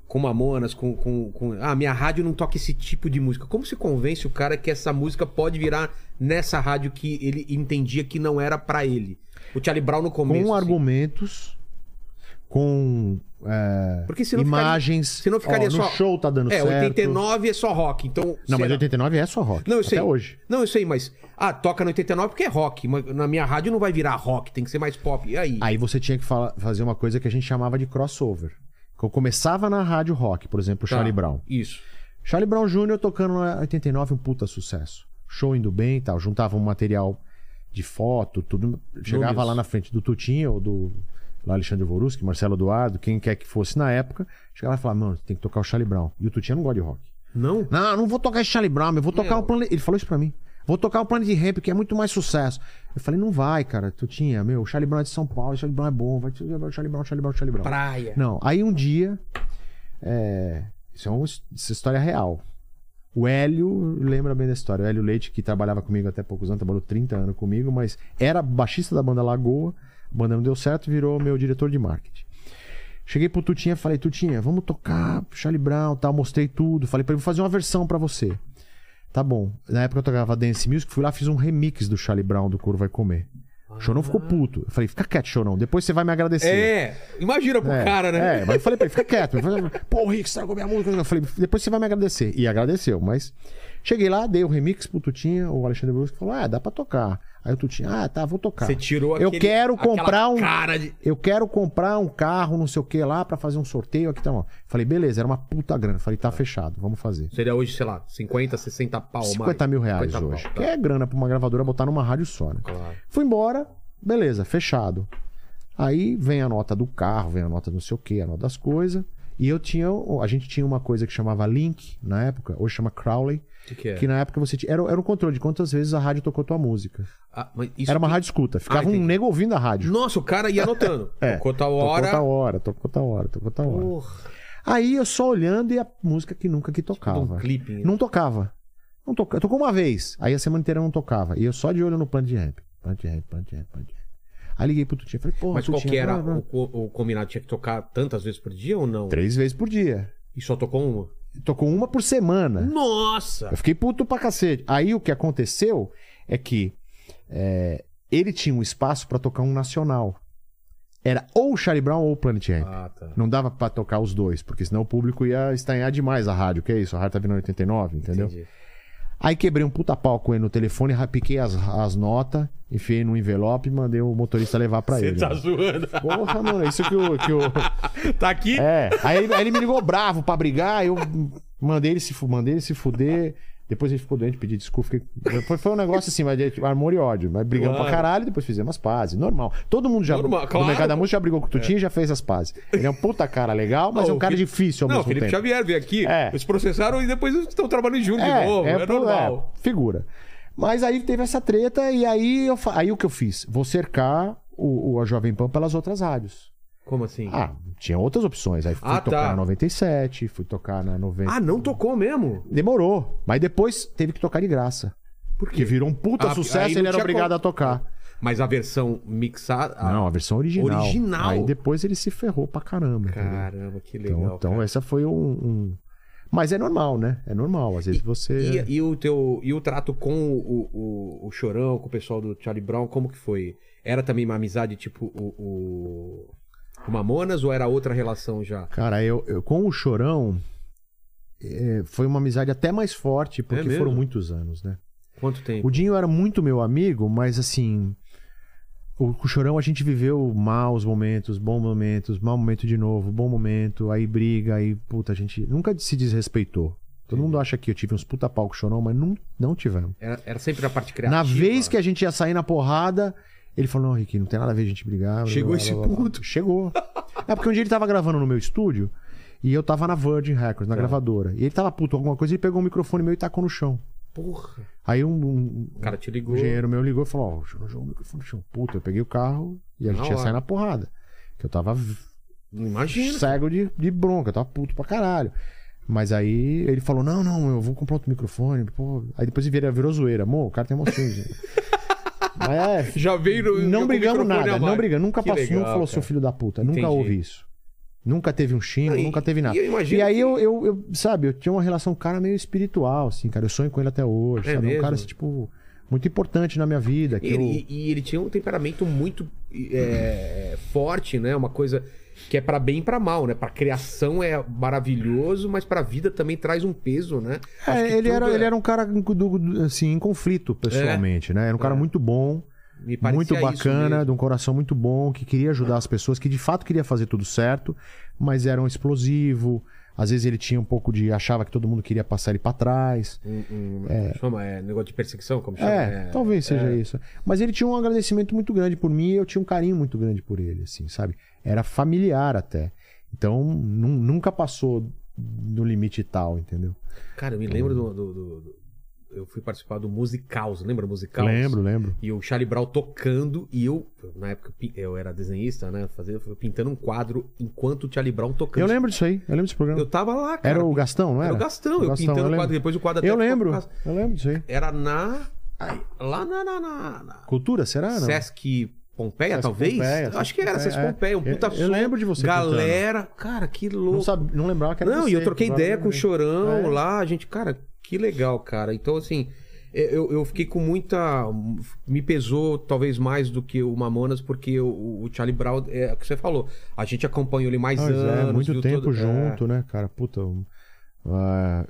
Com Mamonas, com, com, com. Ah, minha rádio não toca esse tipo de música. Como se convence o cara que essa música pode virar nessa rádio que ele entendia que não era pra ele? O Charlie Brown no
Com
começo. assim.
argumentos, com é,
Porque senão
imagens.
ficaria- senão ficaria
Ó,
só-
No show tá dando
É,
certo.
89 é só rock. Então.
Não, mas
será?
89 é só rock.
Não, eu
até
sei.
hoje.
Não, eu sei, mas. Ah, toca no 89 porque é rock. Mas na minha rádio não vai virar rock, tem que ser mais pop. E aí?
Aí você tinha que fala- fazer uma coisa que a gente chamava de crossover. Que eu começava na rádio rock, por exemplo, o
Tá,
Charlie Brown.
Isso.
Charlie Brown Jr. tocando na 89, um puta sucesso. Show indo bem e tal. Juntava um material de foto, tudo. Chegava
Números.
lá na frente do Tutinho ou do lá Alexandre Voruski, Marcelo Eduardo, quem quer que fosse na época. Chegava lá e falava, mano, tem que tocar o Charlie Brown. E o Tutinho não gosta de rock.
Não?
Não, não vou tocar esse Charlie Brown, eu vou tocar
Meu.
o Planet... Ele falou isso pra mim. Vou tocar o Planet Ramp, que é muito mais sucesso. Eu falei, não vai, cara. Tutinha, meu, o Charlie Brown é de São Paulo, o Charlie Brown é bom, vai Charlie Brown, Charlie Brown, Charlie Brown, Charlie Brown.
Praia.
Não, aí um dia. é, isso é uma his- isso é história real. O Hélio lembra bem da história. O Hélio Leite, que trabalhava comigo até poucos anos, trabalhou 30 anos comigo, mas era baixista da banda Lagoa. A banda não deu certo, virou meu diretor de marketing. Cheguei pro Tutinha falei, Tutinha, vamos tocar Charlie Brown tal, mostrei tudo. Falei pra ele, vou fazer uma versão pra você. Tá bom. Na época eu tocava Dance Music, fui lá fiz um remix do Charlie Brown do Coro Vai Comer. O Chorão ficou puto. Eu falei, fica quieto, Chorão, depois você vai me agradecer.
É, imagina pro cara, né?
É, mas eu falei pra ele, fica quieto. Eu falei, Pô, Rick, estragou minha música. Eu falei, depois você vai me agradecer. E agradeceu, mas... Cheguei lá, dei o remix pro Tutinha, o Alexandre Brusco falou, ah, dá pra tocar. Aí o Tutinha, ah, tá, vou tocar.
Você tirou
Eu
aquele-
quero
aquela
comprar um-
Cara de...
Eu quero comprar um carro, não sei o que lá, pra fazer um sorteio aqui, tá bom. Falei, beleza, era uma puta grana. Falei, tá fechado, vamos fazer.
Seria hoje, sei lá, 50, 60 pau. mais.
50 mil reais
50
hoje.
pau,
Que
tá.
é grana pra uma gravadora botar numa rádio só, né?
Claro.
Fui embora, beleza, fechado. Aí vem a nota do carro, vem a nota do não sei o que, a nota das coisas. E eu tinha. A gente tinha uma coisa que chamava Link na época, hoje chama Crowley.
O que, que é?
Que na época você tinha. Era, era um controle de quantas vezes a rádio tocou tua música.
Ah, mas isso
era uma
que- Ah,
rádio escuta. Ficava um
entendi.
nego ouvindo a rádio.
Nossa, o cara ia anotando.
É.
Tocou tal
Tocou
hora.
tal hora, tocou tal hora, tocou tal hora.
Porra,
Aí eu só olhando e a música que nunca que
de um
tocava.
clipe. né?
Não tocava. Não toca... Tocou uma vez. Aí a semana inteira não tocava. E eu só de olho no plano de rap. Plano de rap, plano de rap, plano de rap. Aí liguei pro Tutinha. Falei, porra,
Mas qual
Tutinha,
que era
blá, blá,
o,
blá.
co- o combinado? Tinha que tocar tantas vezes por dia ou não?
Três vezes por dia.
E só tocou uma?
Tocou uma por semana.
Nossa!
Eu fiquei puto pra cacete. Aí o que aconteceu é que é, ele tinha um espaço pra tocar um nacional. Era ou o Charlie Brown ou o Planet Ramp.
Ah, tá.
Não dava pra tocar os dois, porque senão o público ia estanhar demais a rádio. Que é isso? A rádio tá vindo em 89, entendeu?
Entendi.
Aí quebrei um puta pau com ele no telefone, rapiquei as, as notas, enfiei num envelope e mandei o motorista levar pra
Você
ele. né?
tá
mano.
zoando.
Porra, mano, é isso que o. É, Que o...
tá aqui?
É. Aí ele, aí ele me ligou bravo pra brigar, eu mandei ele se, fu- mandei ele se fuder. Depois ele ficou doente, pedi desculpa. fiquei- Foi, foi um negócio assim, mas, de- amor e ódio. Mas brigamos
Claro.
pra caralho, depois fizemos as pazes. Normal. Todo mundo já.
Normal,
do
claro.
mercado da música já brigou com o Tutinho e já fez as pazes. Ele é um puta cara legal, mas
Não,
é um
o
cara
Felipe-
difícil ao
Não,
mesmo
Felipe
tempo.
Xavier veio aqui,
É.
eles processaram e depois estão trabalhando junto de novo. É,
pro-
normal.
é, figura. Mas aí teve essa treta e aí, eu, fa- aí o que eu fiz? Vou cercar o, o- a Jovem Pan pelas outras rádios.
Como assim? Ah,
Ah, tinha outras opções. Aí fui
Ah, tá.
tocar na 97, fui tocar na 90.
Ah, não tocou mesmo?
Demorou. Mas depois teve que tocar de graça.
Ah. Por
Que
quê?
virou um puta
Ah, aí
sucesso e
não
ele era
tinha
obrigado
como.
a tocar.
Mas a versão mixada. Ah, a-
Não, a versão original.
Original?
Aí depois ele se ferrou pra caramba. entendeu?
Caramba, que legal.
então, então
cara.
essa foi um, um- Mas é normal, né? É normal. Às vezes você.
E, e o teu, e o trato com o, o, o Chorão, com o pessoal do Charlie Brown, como que foi? Era também uma amizade tipo o, o, o Mamonas ou era outra relação já?
Cara, eu, eu- com o Chorão é, foi uma amizade até mais forte, porque
mesmo?
foram muitos anos, né?
Quanto tempo?
O Dinho era muito meu amigo, mas assim. O, com o Chorão a gente viveu maus momentos, bons momentos, mau momento de novo, bom momento, aí briga, aí puta, a gente nunca se desrespeitou. Todo mundo acha que eu tive uns puta pau com o Chorão, mas não, não tivemos.
Era, era sempre na parte criativa.
Na vez que a gente ia sair na porrada, ele falou: Não, Rick, não tem nada a ver a gente brigar. blá,
Chegou
blá,
esse
blá, blá, blá."
ponto?
Chegou. É porque um dia ele tava gravando no meu estúdio e eu tava na Virgin Records,
Tá.
na gravadora. E ele tava puto com alguma coisa e pegou um microfone meu e tacou no chão.
Porra.
Aí um, um-
O cara te
um
ligou.
engenheiro meu ligou e falou: Ó, jogou o microfone no chão. Puta, eu peguei o carro e a
Na
gente ia
hora.
sair na porrada. Que eu tava v-
Não imagina.
cego de, de bronca, eu tava puto pra caralho. Mas aí ele falou: não, não, eu vou comprar outro microfone. pô. Aí depois vira, virou zoeira. Amor, o cara tem emoções. né? Mas é,
Já veio no, com
não
o
brigamos
um microfone
nada,
a mais.
não brigamos. Nunca
Que
passou,
legal,
nunca falou seu
cara.
filho da puta. Nunca
Entendi.
houve isso. Nunca teve um xingo,
Não, e-
nunca teve nada.
E, eu imagino
E aí
que-
eu, eu, eu, sabe, eu tinha uma relação com um cara meio espiritual, assim, cara. Eu sonho com ele até hoje,
É
sabe? É Um
mesmo?
cara, assim, tipo, muito importante na minha vida. Que
E ele,
eu...
e- e ele tinha um temperamento muito é, forte, né? Uma coisa que é pra bem e pra mal, né? Pra criação é maravilhoso, mas pra vida também traz um peso, né? Acho
É,
que
ele,
tudo
era,
é-
ele era um cara, do- do- assim, em conflito, pessoalmente, né? Era um cara
É.
muito bom,
Me parecia
muito
isso
bacana,
mesmo.
de um coração muito bom, que queria ajudar as pessoas, que de fato queria fazer tudo certo, mas era um explosivo. Às vezes ele tinha um pouco de. achava que todo mundo queria passar ele pra trás.
Um, um, como Chama, é negócio de perseguição, como chama?
É, talvez seja isso. Mas ele tinha um agradecimento muito grande por mim e eu tinha um carinho muito grande por ele, assim, sabe? Era familiar até. Então, nu- nunca passou no limite tal, entendeu?
Cara, eu me lembro do, do- do- do- Eu fui participar do Musicaus, lembra Musicaus?
Lembro, lembro.
E o Charlie Brown tocando, e eu, na época, eu pin- eu era desenhista, né? Fazia, pintando um quadro enquanto o Charlie Brown tocando.
Eu lembro disso aí, eu lembro desse programa.
Eu tava lá, cara.
Era o Gastão, não era?
Era o Gastão, eu
Gastão,
pintando
eu
o quadro,
lembro.
depois o quadro até
Eu
ficou
lembro,
pra casa.
eu lembro disso aí.
Era na. ai, Lá na. na, na- na-
Cultura, será? Não?
Sesc Pompeia,
Sesc
talvez?
Pompeia,
Eu acho que era
Pompeia,
Sesc
é.
Pompeia, um
Eu-
puta
eu
som,
lembro de você
Galera, cara, que louco.
Não, sabe, não lembrava que era
Não, e
você,
eu troquei
agora
ideia
eu
com o
lembrei.
Chorão
É.
lá, a gente, cara, que legal, cara. Então, assim, eu, eu fiquei com muita. Me pesou talvez mais do que o Mamonas, porque o, o Charlie Brown, é o que você falou, a gente acompanhou ele mais
Pois
anos.
é, muito
viu
tempo
todo- é,
junto, né, cara? Puta. um, ah,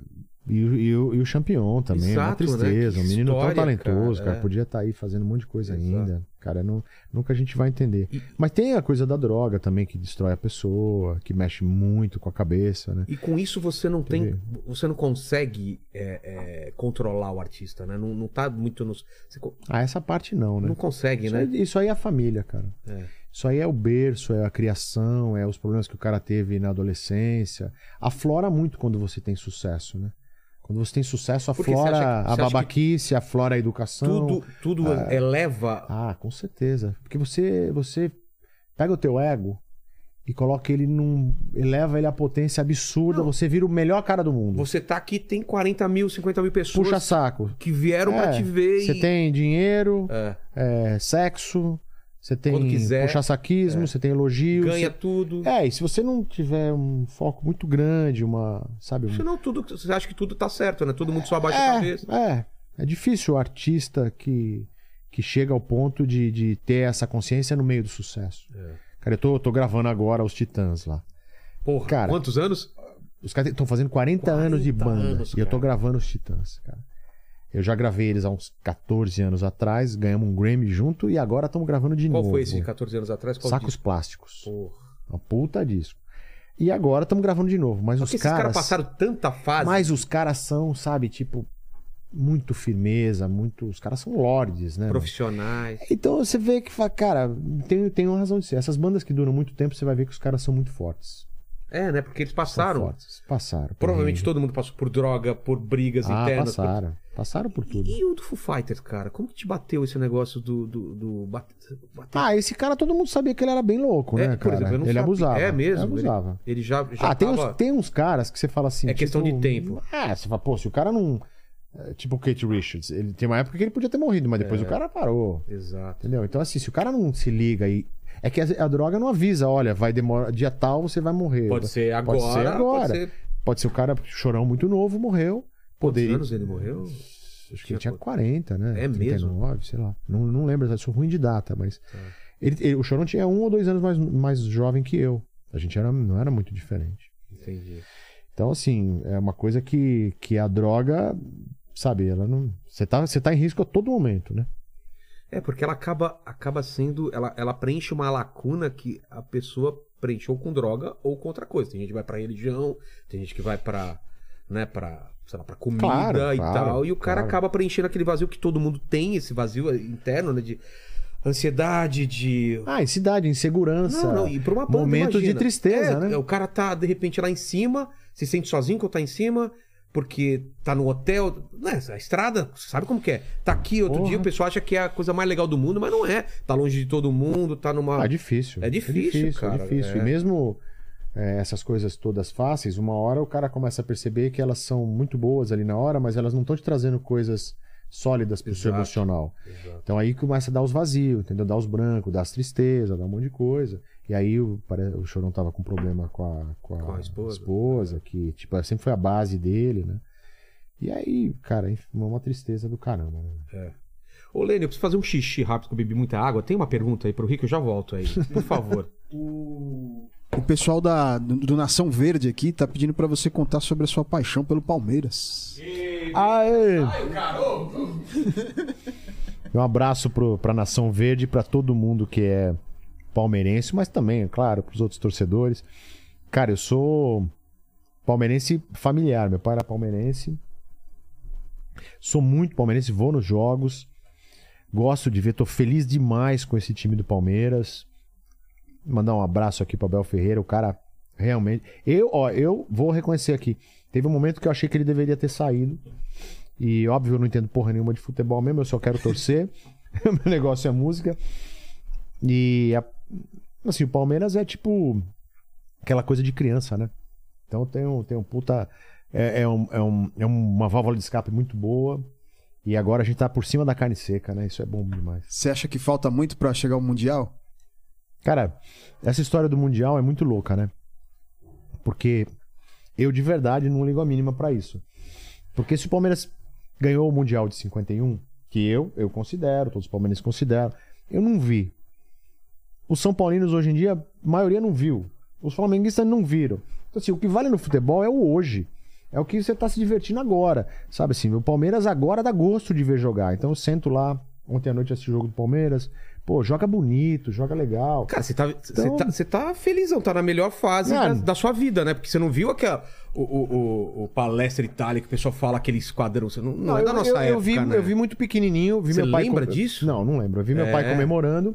e, o- e o- e o campeão também, é uma
Exato, né?
tristeza.
Que
Um menino
história,
tão talentoso,
cara,
cara.
é.
Podia estar aí fazendo um monte de coisa
Exato.
ainda. Cara, não- nunca a gente vai entender.
E-
Mas tem a coisa da droga também, que destrói a pessoa, que mexe muito com a cabeça, né?
E com isso você não tem. Você não consegue é, é, controlar o artista, né? Não, não tá muito nos. Você co-
Ah, essa parte não, né?
não consegue,
Isso
né?
aí, isso aí é a família, cara.
É.
Isso aí é o berço, é a criação, é os problemas que o cara teve na adolescência. Aflora muito quando você tem sucesso, né? Quando você tem sucesso,
Porque você
aflora
acha que- você
a
acha que
babaquice, aflora a educação.
Tudo, tudo eleva.
Ah, com certeza. Porque você, você pega o teu ego e coloca ele num. eleva ele à potência absurda,
Não.
você vira o melhor cara do mundo.
Você tá aqui, tem 40 mil, 50 mil pessoas
Puxa saco.
que vieram
É,
pra te ver.
Você
e...
tem dinheiro,
É.
é, sexo, você tem
Quando quiser. é.
puxa-saquismo, você tem elogios.
ganha
você-
tudo.
É, e se você não tiver um foco muito grande, uma. Sabe? Um...
Senão tudo, você acha que tudo tá certo, né? Todo mundo só abaixa a cabeça.
É, é, é difícil o artista que, que chega ao ponto de, de ter essa consciência no meio do sucesso.
É.
Cara, eu tô, eu tô gravando agora os Titãs lá.
Porra,
Cara,
quantos anos?
Os caras estão fazendo 40, anos de
40
banda
anos,
e eu tô
cara.
gravando os Titãs, cara. Eu já gravei eles há uns 14 anos atrás, ganhamos um Grammy junto e agora estamos gravando de
Qual
novo.
foi esse de 14 anos atrás? Qual
Sacos
disco?
plásticos.
Porra.
Uma puta disco. E agora estamos gravando de novo, mas
Porque
os
esses caras
caras
passaram tanta fase.
Mas os caras são, sabe, tipo. muito firmeza, muito. Os caras são lords, né? mano?
Profissionais.
Então você vê que fala, cara, tem, tem uma razão de ser. Essas bandas que duram muito tempo, você vai ver que os caras são muito fortes.
É, né? Porque eles
São
passaram.
fortes. Passaram.
Provavelmente
todas
todo mundo passou por droga, por brigas
Uhum. ah,
internas. né? por-
Passaram. Passaram por tudo.
E o do Foo Fighters, cara? Como que te bateu esse negócio do. do, do bate- bater-
Ah, esse cara todo mundo sabia que ele era bem louco,
É,
né, cara?
por exemplo, eu não
ele
sabia.
abusava.
É mesmo,
Ele abusava.
Ele já. já
Ah, tem,
tava-
uns, tem uns caras que você fala assim.
É questão de tempo.
Ah, você fala, pô, se o cara não. é, Tipo o Kate Richards. Ele tem uma época que ele podia ter morrido, mas
É.
depois o cara parou.
Exato.
Entendeu? Então, assim, se o cara não se liga e. É que a, a droga não avisa, olha, vai demorar. Dia tal você vai morrer.
Pode ser agora.
Pode ser agora.
pode ser-
Pode ser o cara chorão muito novo, morreu.
Quantos
Poderia.
anos ele morreu?
Acho que ele tinha 40, né?
É mesmo? Tá.
39, sei lá. Não, não lembro, eu sou ruim de data, mas. Ele, ele- o Chorão tinha um ou dois anos mais, mais jovem que eu. A gente era, não era muito diferente.
Entendi.
Então, assim, é uma coisa que, que a droga, sabe, ela não. Você tá, você tá em risco a todo momento, né?
É, porque ela acaba, acaba sendo. Ela, ela preenche uma lacuna que a pessoa preenche ou com droga ou com outra coisa. Tem gente que vai pra religião, tem gente que vai pra. né, pra. sei lá, pra comida
Claro,
e
claro,
tal. E o cara
claro.
acaba preenchendo aquele vazio que todo mundo tem, esse vazio interno, né? De ansiedade, de.
Ah, em cidade, insegurança.
Não, não, e pra uma banda,
momentos
imagina.
de tristeza,
É,
né?
O cara tá, de repente, lá em cima, se sente sozinho quando tá em cima, porque tá no hotel, né? A estrada, sabe como que é? Tá aqui outro
Porra.
dia, o pessoal acha que é a coisa mais legal do mundo, mas não é. Tá longe de todo mundo, tá numa.
Ah, difícil.
É difícil, cara,
É difícil.
é.
E mesmo é, essas coisas todas fáceis, uma hora o cara começa a perceber que elas são muito boas ali na hora, mas elas não estão te trazendo coisas sólidas pro seu
Exato.
emocional.
Exato.
Então aí começa a dar os vazios, entendeu? Dá os brancos, dá as tristezas, dá um monte de coisa. E aí o, pare- o Chorão tava com problema com a, com a,
Com a esposa.
esposa, que tipo, sempre foi a base dele, né? E aí, cara, enfim, é uma tristeza do caramba, né?
Ô, Lênin, eu preciso fazer um xixi rápido que eu bebi muita água. Tem uma pergunta aí pro Rico, eu já volto aí. Por favor.
O, o pessoal da, do, do Nação Verde aqui tá pedindo pra você contar sobre a sua paixão pelo Palmeiras.
Aê! Um abraço pro, pra Nação Verde, pra todo mundo que é palmeirense, mas também, é claro, pros outros torcedores. Cara, eu sou palmeirense familiar, meu pai era palmeirense. Sou muito palmeirense, vou nos jogos. Gosto de ver, tô feliz demais com esse time do Palmeiras. Mandar um abraço aqui pro Abel Ferreira, o cara realmente. Eu, ó, eu vou reconhecer aqui. Teve um momento que eu achei que ele deveria ter saído. E óbvio, eu não entendo porra nenhuma de futebol mesmo, eu só quero torcer. O Meu negócio é música. E a- assim, o Palmeiras é tipo aquela coisa de criança, né? Então tem um, tem um puta. É, é um- é um- é uma válvula de escape muito boa. E agora a gente tá por cima da carne seca, né? Isso é bom demais.
Você acha que falta muito pra chegar ao Mundial?
Cara, essa história do Mundial é muito louca, né? Porque eu de verdade não ligo a mínima pra isso. Porque se o Palmeiras ganhou o Mundial de 51, que eu, eu considero, todos os palmeirenses consideram, eu não vi. Os São Paulinos hoje em dia, a maioria não viu. Os flamenguistas não viram. Então, assim, o que vale no futebol é o hoje. É o que você tá se divertindo agora. Sabe assim, o Palmeiras agora dá gosto de ver jogar. Então eu sento lá, ontem à noite assisti o jogo do Palmeiras. Pô, joga bonito, joga legal.
Cara, você tá,
Então-
você tá, você tá felizão, tá na melhor fase da,
Mano.
da sua vida, né? Porque você não viu aquela, o, o- o- o palestra Itália que o pessoal fala aquele esquadrão. Você não, não, é da
eu,
nossa
eu,
época.
eu vi,
né?
eu vi muito pequenininho, vi
Você
meu pai...
lembra disso?
Não, não lembro. Eu vi meu
É.
pai comemorando,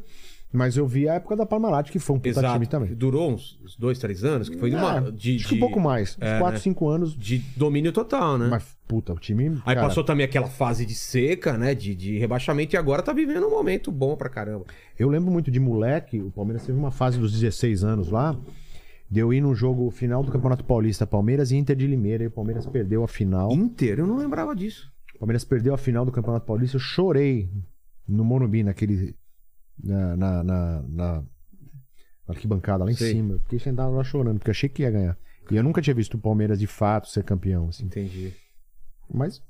mas eu vi a época da Parmalat, que foi um puta time
Exato.
também.
Durou uns uns dois, três anos, que foi
Ah,
uma, de,
acho
de- É,
que um
né?
pouco mais, uns 4, 5 anos.
de domínio total, né?
Mas, puta, o time...
Aí
cara,
passou também aquela fase de seca, né? De, de rebaixamento, e agora tá vivendo um momento bom pra caramba.
Eu lembro muito de moleque, o Palmeiras teve uma fase dos 16 anos lá, de eu ir no jogo final do Campeonato Paulista, Palmeiras e Inter de Limeira, e o Palmeiras perdeu a final.
Inteiro, eu não lembrava disso.
O Palmeiras perdeu a final do Campeonato Paulista, eu chorei no Morumbi, naquele... Na, na, na, na arquibancada lá em
Sei.
cima. Eu Fiquei sentado lá chorando, porque eu achei que ia ganhar. E eu nunca tinha visto o Palmeiras de fato ser campeão, assim.
Entendi.
Mas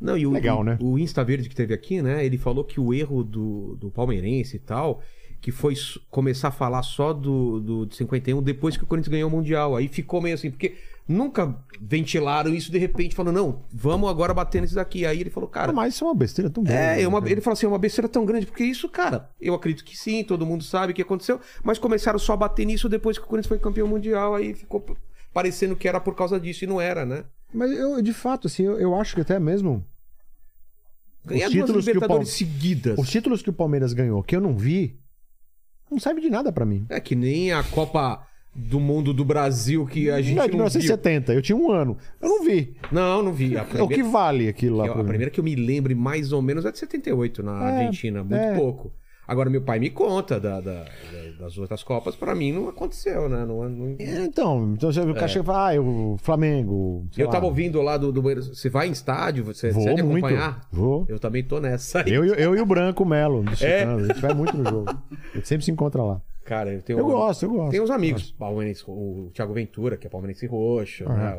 Não, e o,
Legal,
o-
né?
o Insta Verde que teve aqui, né? Ele falou que o erro do, do palmeirense e tal, que foi s- começar a falar só do, do de 51 depois que o Corinthians ganhou o Mundial. Aí ficou meio assim, porque nunca ventilaram isso de repente, falando, não, vamos agora bater nesse daqui. Aí ele falou, cara.
Mas isso é uma besteira tão grande.
É, é uma-
né?
ele falou assim, é uma besteira tão grande, porque isso, cara, eu acredito que sim, todo mundo sabe o que aconteceu, mas começaram só a bater nisso depois que o Corinthians foi campeão mundial, aí ficou p- parecendo que era por causa disso, e não era, né?
Mas eu, de fato, assim, eu, eu acho que até mesmo
Ganhar
Os
duas
títulos que o
Libertadores
Palme-
seguidas.
Os títulos que o Palmeiras ganhou, que eu não vi, não serve de nada pra mim.
É que nem a Copa do Mundo do Brasil que a gente
não,
não,
é de
viu.
1970, eu tinha um ano. Eu não vi.
Não, não vi. A
É O que
primeira,
vale aquilo lá
que eu-
pra
a
mim?
primeira que eu me lembre mais ou menos é de 78 na
É,
Argentina, muito
é.
pouco. Agora meu pai me conta da- da- da- das outras Copas, pra mim não aconteceu, né? Não, não-
É, Então, então você- o cara chega e fala, ah, eu, Flamengo.
É.
sei
Eu
lá.
tava ouvindo lá do, do banheiro, Você vai em estádio? Você,
Vou
você é de
muito.
acompanhar?
Vou.
Eu também tô nessa. aí.
Eu, e- eu e o Branco Melo, do
É.
Chicano, a gente vai muito no jogo. A gente sempre se encontra lá.
Cara, eu tenho.
Eu gosto, eu gosto.
Tem uns amigos, palmeirense, o Thiago Ventura, que é palmeirense roxo, né?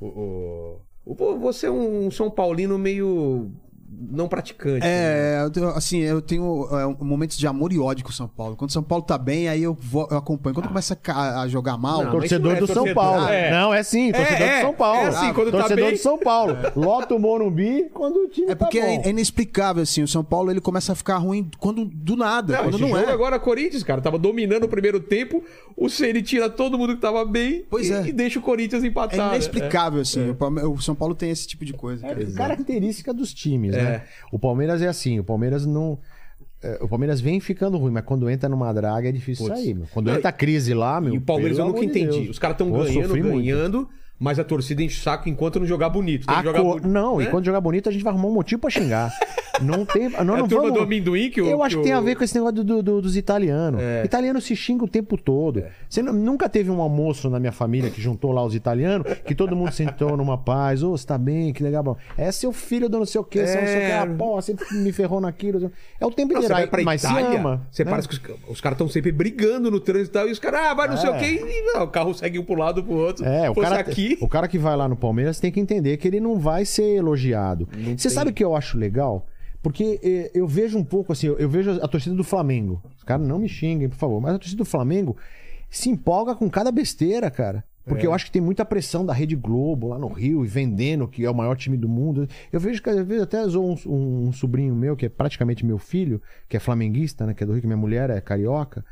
O, o, o- o- você é um São Paulino meio não praticante. né?
É, eu tenho- assim, eu tenho é, um- momentos de amor e ódio com o São Paulo. Quando o São Paulo tá bem, aí eu, vou- eu acompanho. Quando começa a, ca- a jogar mal,
Não, mas isso não
Torcedor
é
do São
torcedor.
Paulo.
É.
Não, é sim, torcedor
É, é.
do São Paulo.
É assim, quando tá
torcedor
bem.
do São Paulo. Lota o Morumbi quando o time
é porque
tá bom.
é, é inexplicável, assim. O São Paulo ele começa a ficar ruim quando do nada.
Não,
quando
esse
não
jogo
é.
agora Corinthians, cara, tava dominando o primeiro tempo. O Ceni tira todo mundo que tava bem
Pois
e,
é.
e deixa o Corinthians
É
empatar. né?
inexplicável, assim. O, Palme- o São Paulo tem esse tipo de coisa.
É
cara.
característica dos times, né? O Palmeiras é assim, o Palmeiras não. é, O Palmeiras vem ficando ruim, mas quando entra numa draga é difícil
Putz.
sair, meu. Quando
Não,
entra a crise lá, meu.
E o Palmeiras eu
pelo
nunca
amor de
entendi.
Deus.
Os caras tão
Pô, eu
ganhando,
sofri muito.
ganhando, mas a torcida enche o saco enquanto não jogar bonito. Tem
A
que jogar
cor-
bonito.
Não, e quando jogar bonito, a gente vai arrumar um motivo pra xingar. não tem. Nós
É a
não
turma do
vamos...
amendoim que o-
Eu acho que
o- É.
tem a ver com esse negócio do- do- dos italianos. Italiano se xinga o tempo todo. Você nu- nunca teve um almoço na minha família que juntou lá os italianos, que todo mundo sentou numa paz. Ô, você tá bem, que legal. Bom. É seu filho do não sei o quê, seu não sei o quê. Ah, pô, você me ferrou naquilo. É o tempo
É. Não, você
inteiro.
vai
Aí,
pra
mas
Itália,
se ama.
você
né?
parece que os, os caras estão sempre brigando no trânsito e tal, e os caras, ah, vai não sei o
É.
quê, e não, o carro segue um pro lado, pro outro.
É, o
Fosse
cara,
aqui...
o cara que vai lá no Palmeiras tem que entender que ele não vai ser elogiado. Você sabe o que eu acho legal? Porque eh, eu vejo um pouco assim, eu eu vejo a torcida do Flamengo. Os caras não me xinguem, por favor, mas a torcida do Flamengo se empolga com cada besteira, cara.
É.
Porque eu acho que tem muita pressão da Rede Globo lá no Rio e vendendo que é o maior time do mundo. Eu vejo que às vezes até zoou um, um- um sobrinho meu, que é praticamente meu filho, que é flamenguista, né? Que é do Rio, que minha mulher é carioca.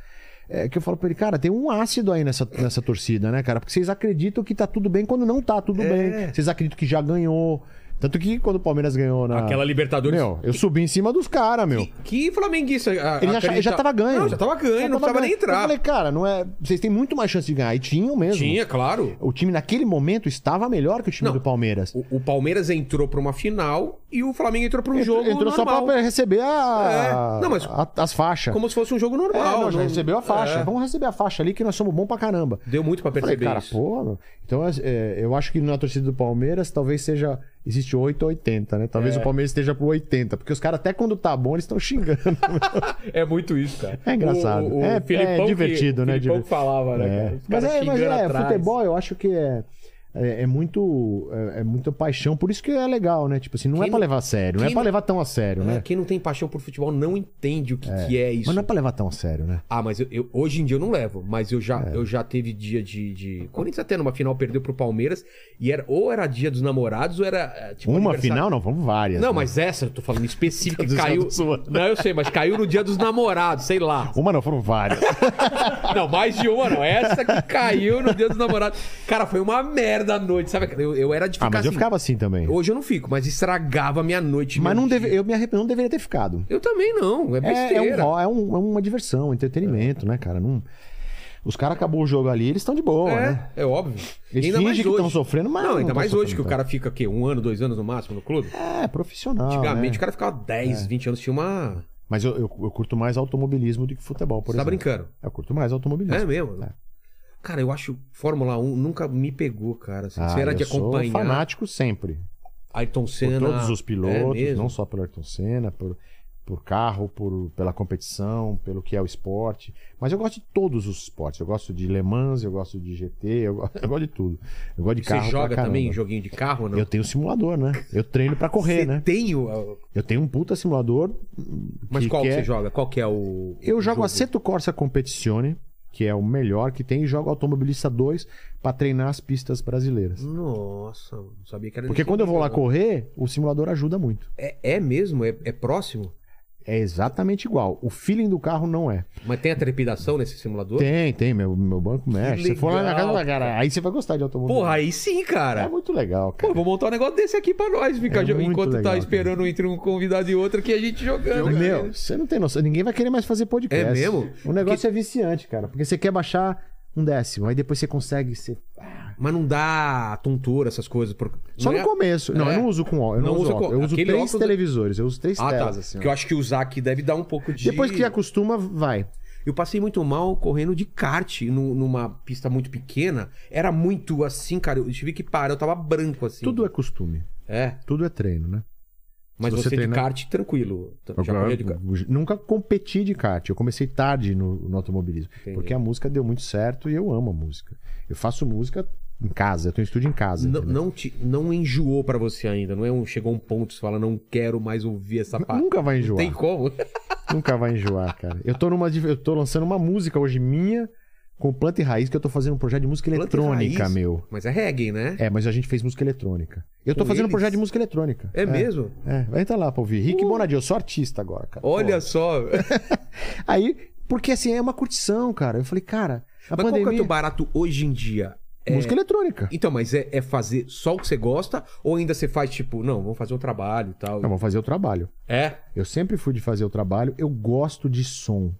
É que eu falo pra ele, cara, tem um ácido aí nessa, nessa torcida, né, cara? Porque vocês acreditam que tá tudo bem quando não tá tudo bem. Vocês acreditam que já ganhou. Tanto que quando o Palmeiras ganhou na.
Aquela Libertadores...
Meu, eu subi em cima dos caras, meu.
Que flamenguista... a-
Ele já,
acredita-
já tava ganho.
Não, já tava ganho,
Já
não
tava
precisava nem
ganho. Eu
entrar.
falei, cara, não é. Vocês têm muito mais chance de ganhar. E tinham mesmo.
Tinha, claro.
O time naquele momento estava melhor que o time
Não.
do Palmeiras.
O, o Palmeiras entrou pra uma final e o Flamengo entrou pra um jogo
Entrou
normal.
só pra receber a,
É. Não, mas-
a- as faixas.
Como se fosse um jogo
É,
normal.
não, já
não-
recebeu a faixa.
É.
Vamos receber a faixa ali que nós somos bom pra caramba.
Deu muito pra
Eu Falei,
perceber
cara,
isso.
pô, meu. Então, é, eu acho que na torcida do Palmeiras talvez seja. Existe 8 ou 80, né?
É.
Talvez o Palmeiras esteja pro 80. Porque os caras, até quando tá bom, eles estão xingando. né?
É muito isso, cara.
É engraçado.
O, o
É-
Filipão
é divertido,
que,
né,
O Filipão
diver-
que falava, né?
É.
cara? Os
Mas,
caras
é, mas
xingando
é,
atrás.
futebol eu acho que é. É, é muito é, é muita paixão, por isso que é legal, né? Tipo assim, não
Quem
é pra
não-
levar a sério, não é
quem
pra
não-
levar tão a sério,
É,
né?
Quem não tem paixão por futebol não entende o que que é, isso.
Mas não é pra levar tão a sério, né?
Ah, mas eu, eu- hoje em dia eu não levo, mas eu
É.
já, eu já teve dia de, de. Corinthians até numa final perdeu pro Palmeiras e era ou era dia dos namorados ou era eh, tipo.
Uma
aniversário-
final, não, vamos várias.
Não,
né?
mas essa eu tô falando específica
Tô
caiu.
zoando.
Não, eu sei, mas caiu no dia dos namorados, sei lá.
Uma não, foram várias.
Não, mais de uma não. Essa que caiu no dia dos namorados. Cara, foi uma merda a noite, sabe? Eu, eu era de ficar
ah, mas eu
assim.
ficava assim também.
Hoje eu não fico, mas estragava a minha noite.
Mas
meu
não
dia.
deve, eu me arrependo, não deveria ter ficado.
Eu também não. É
É, é, um,
besteira.
ro- é um- é uma diversão, um entretenimento, né, cara? Não... Os caras acabou o jogo ali, eles estão de boa, né?
é, é óbvio.
Eles
ainda
fingem
mais
que
hoje.
estão sofrendo, mas.
não, ainda
tão
mais hoje que o
sofrendo
cara fica quê? Um ano, dois anos no máximo no clube?
tanto. É, profissional.
Antigamente
né?
o cara ficava 10, 20 anos, tinha uma.
Mas eu, eu, eu curto mais automobilismo do que futebol, por
Você tá
exemplo.
brincando?
Eu curto mais
É
automobilismo.
mesmo?
É.
Cara, eu acho Fórmula 1 nunca me pegou, cara. Assim,
Ah,
você era de
eu sou
acompanhar
fanático sempre.
Ayrton
Por
Senna.
todos os
É
pilotos,
mesmo?
não só pelo Ayrton Senna, por, por carro, por, pela competição, pelo que é o esporte. Mas eu gosto de todos os esportes. Eu gosto de Le Mans, eu gosto de GT, eu, go- eu gosto de tudo. Eu gosto de
Você
carro. pra
joga
caramba.
também joguinho de carro ou não?
Eu tenho simulador, né? Eu treino pra correr,
você
né?
tem o.
Eu tenho um puta simulador.
Mas
que
qual que
quer-
você joga? Qual que é o.
Eu
o
jogo
jogo?
Aceto Corsa Competizione, que é o melhor que tem, e jogo Automobilista 2 pra treinar as pistas brasileiras.
Hum, Nossa, não sabia que era
Porque
desse
quando eu vou lá
nível, não.
correr, o simulador ajuda muito.
É, é mesmo? É, é próximo?
é exatamente igual. O feeling do carro não é.
Mas tem a trepidação nesse simulador?
Tem, tem, meu, meu banco mexe. Se for lá na
legal,
casa, cara, aí você vai gostar de automóvel.
Porra, aí sim,
é
cara.
muito legal, cara.
Pô, vou montar um negócio desse aqui pra nós, ficar
É
jo-
muito
enquanto
legal,
tá
cara.
esperando entre um convidado e outro que a gente jogando. cara.
Meu, você não tem noção. Ninguém vai querer mais fazer podcast.
É mesmo?
O negócio é viciante, cara. Porque você quer baixar um décimo, aí depois você consegue ser.
Mas não dá tontura, essas coisas. por-
Só
não
no
é-
começo. Não,
É.
eu não uso com óculos. Eu não,
Não
uso
usa
óculos.
com-
Eu uso
aquele
três
óculos-
televisores, eu uso três
Ah, tá.
telas, assim. ó.
Porque eu acho que usar aqui deve dar um pouco de.
Depois que acostuma, vai.
Eu passei muito mal correndo de kart nu- numa pista muito pequena. Era muito assim, cara. Eu tive que parar, eu tava branco assim.
Tudo é costume.
É,
Tudo é treino, né?
mas
Se
você, de
você treina-
kart, tranquilo. Já
Agora,
corria de kart.
Nunca competi de kart. Eu comecei tarde no, no automobilismo.
Entendi.
Porque a música deu muito certo e eu amo a música. Eu faço música em casa, eu tenho estúdio em casa.
Não,
entendeu?
não, te, não enjoou pra você ainda, não é um chegou um ponto que você fala, não quero mais ouvir essa parte.
Nunca vai enjoar.
tá Tem como?
Nunca vai enjoar, cara. Eu tô, numa, eu tô lançando uma música hoje minha com Planta e Raiz, que eu tô fazendo um projeto de música
Planta e
eletrônica,
Raiz?
meu.
Mas é reggae, né?
É, mas a gente fez música eletrônica. Eu tô
Com
fazendo um
eles?
projeto de música eletrônica.
É, mesmo? Uh.
É, vai entrar lá pra ouvir. Rick Bonadio, eu sou artista agora, cara.
Olha só.
Pô. Aí, porque assim, é uma curtição, cara. Eu falei, cara,
mas qual
a
que é o
pandemia...
teu barato hoje em dia? É-
Música eletrônica.
Então, mas é, é fazer só o que você gosta? Ou ainda você faz tipo, não, vamos fazer um trabalho e tal?
Não, vou fazer o trabalho.
É?
Eu sempre fui de fazer o trabalho, eu gosto de som.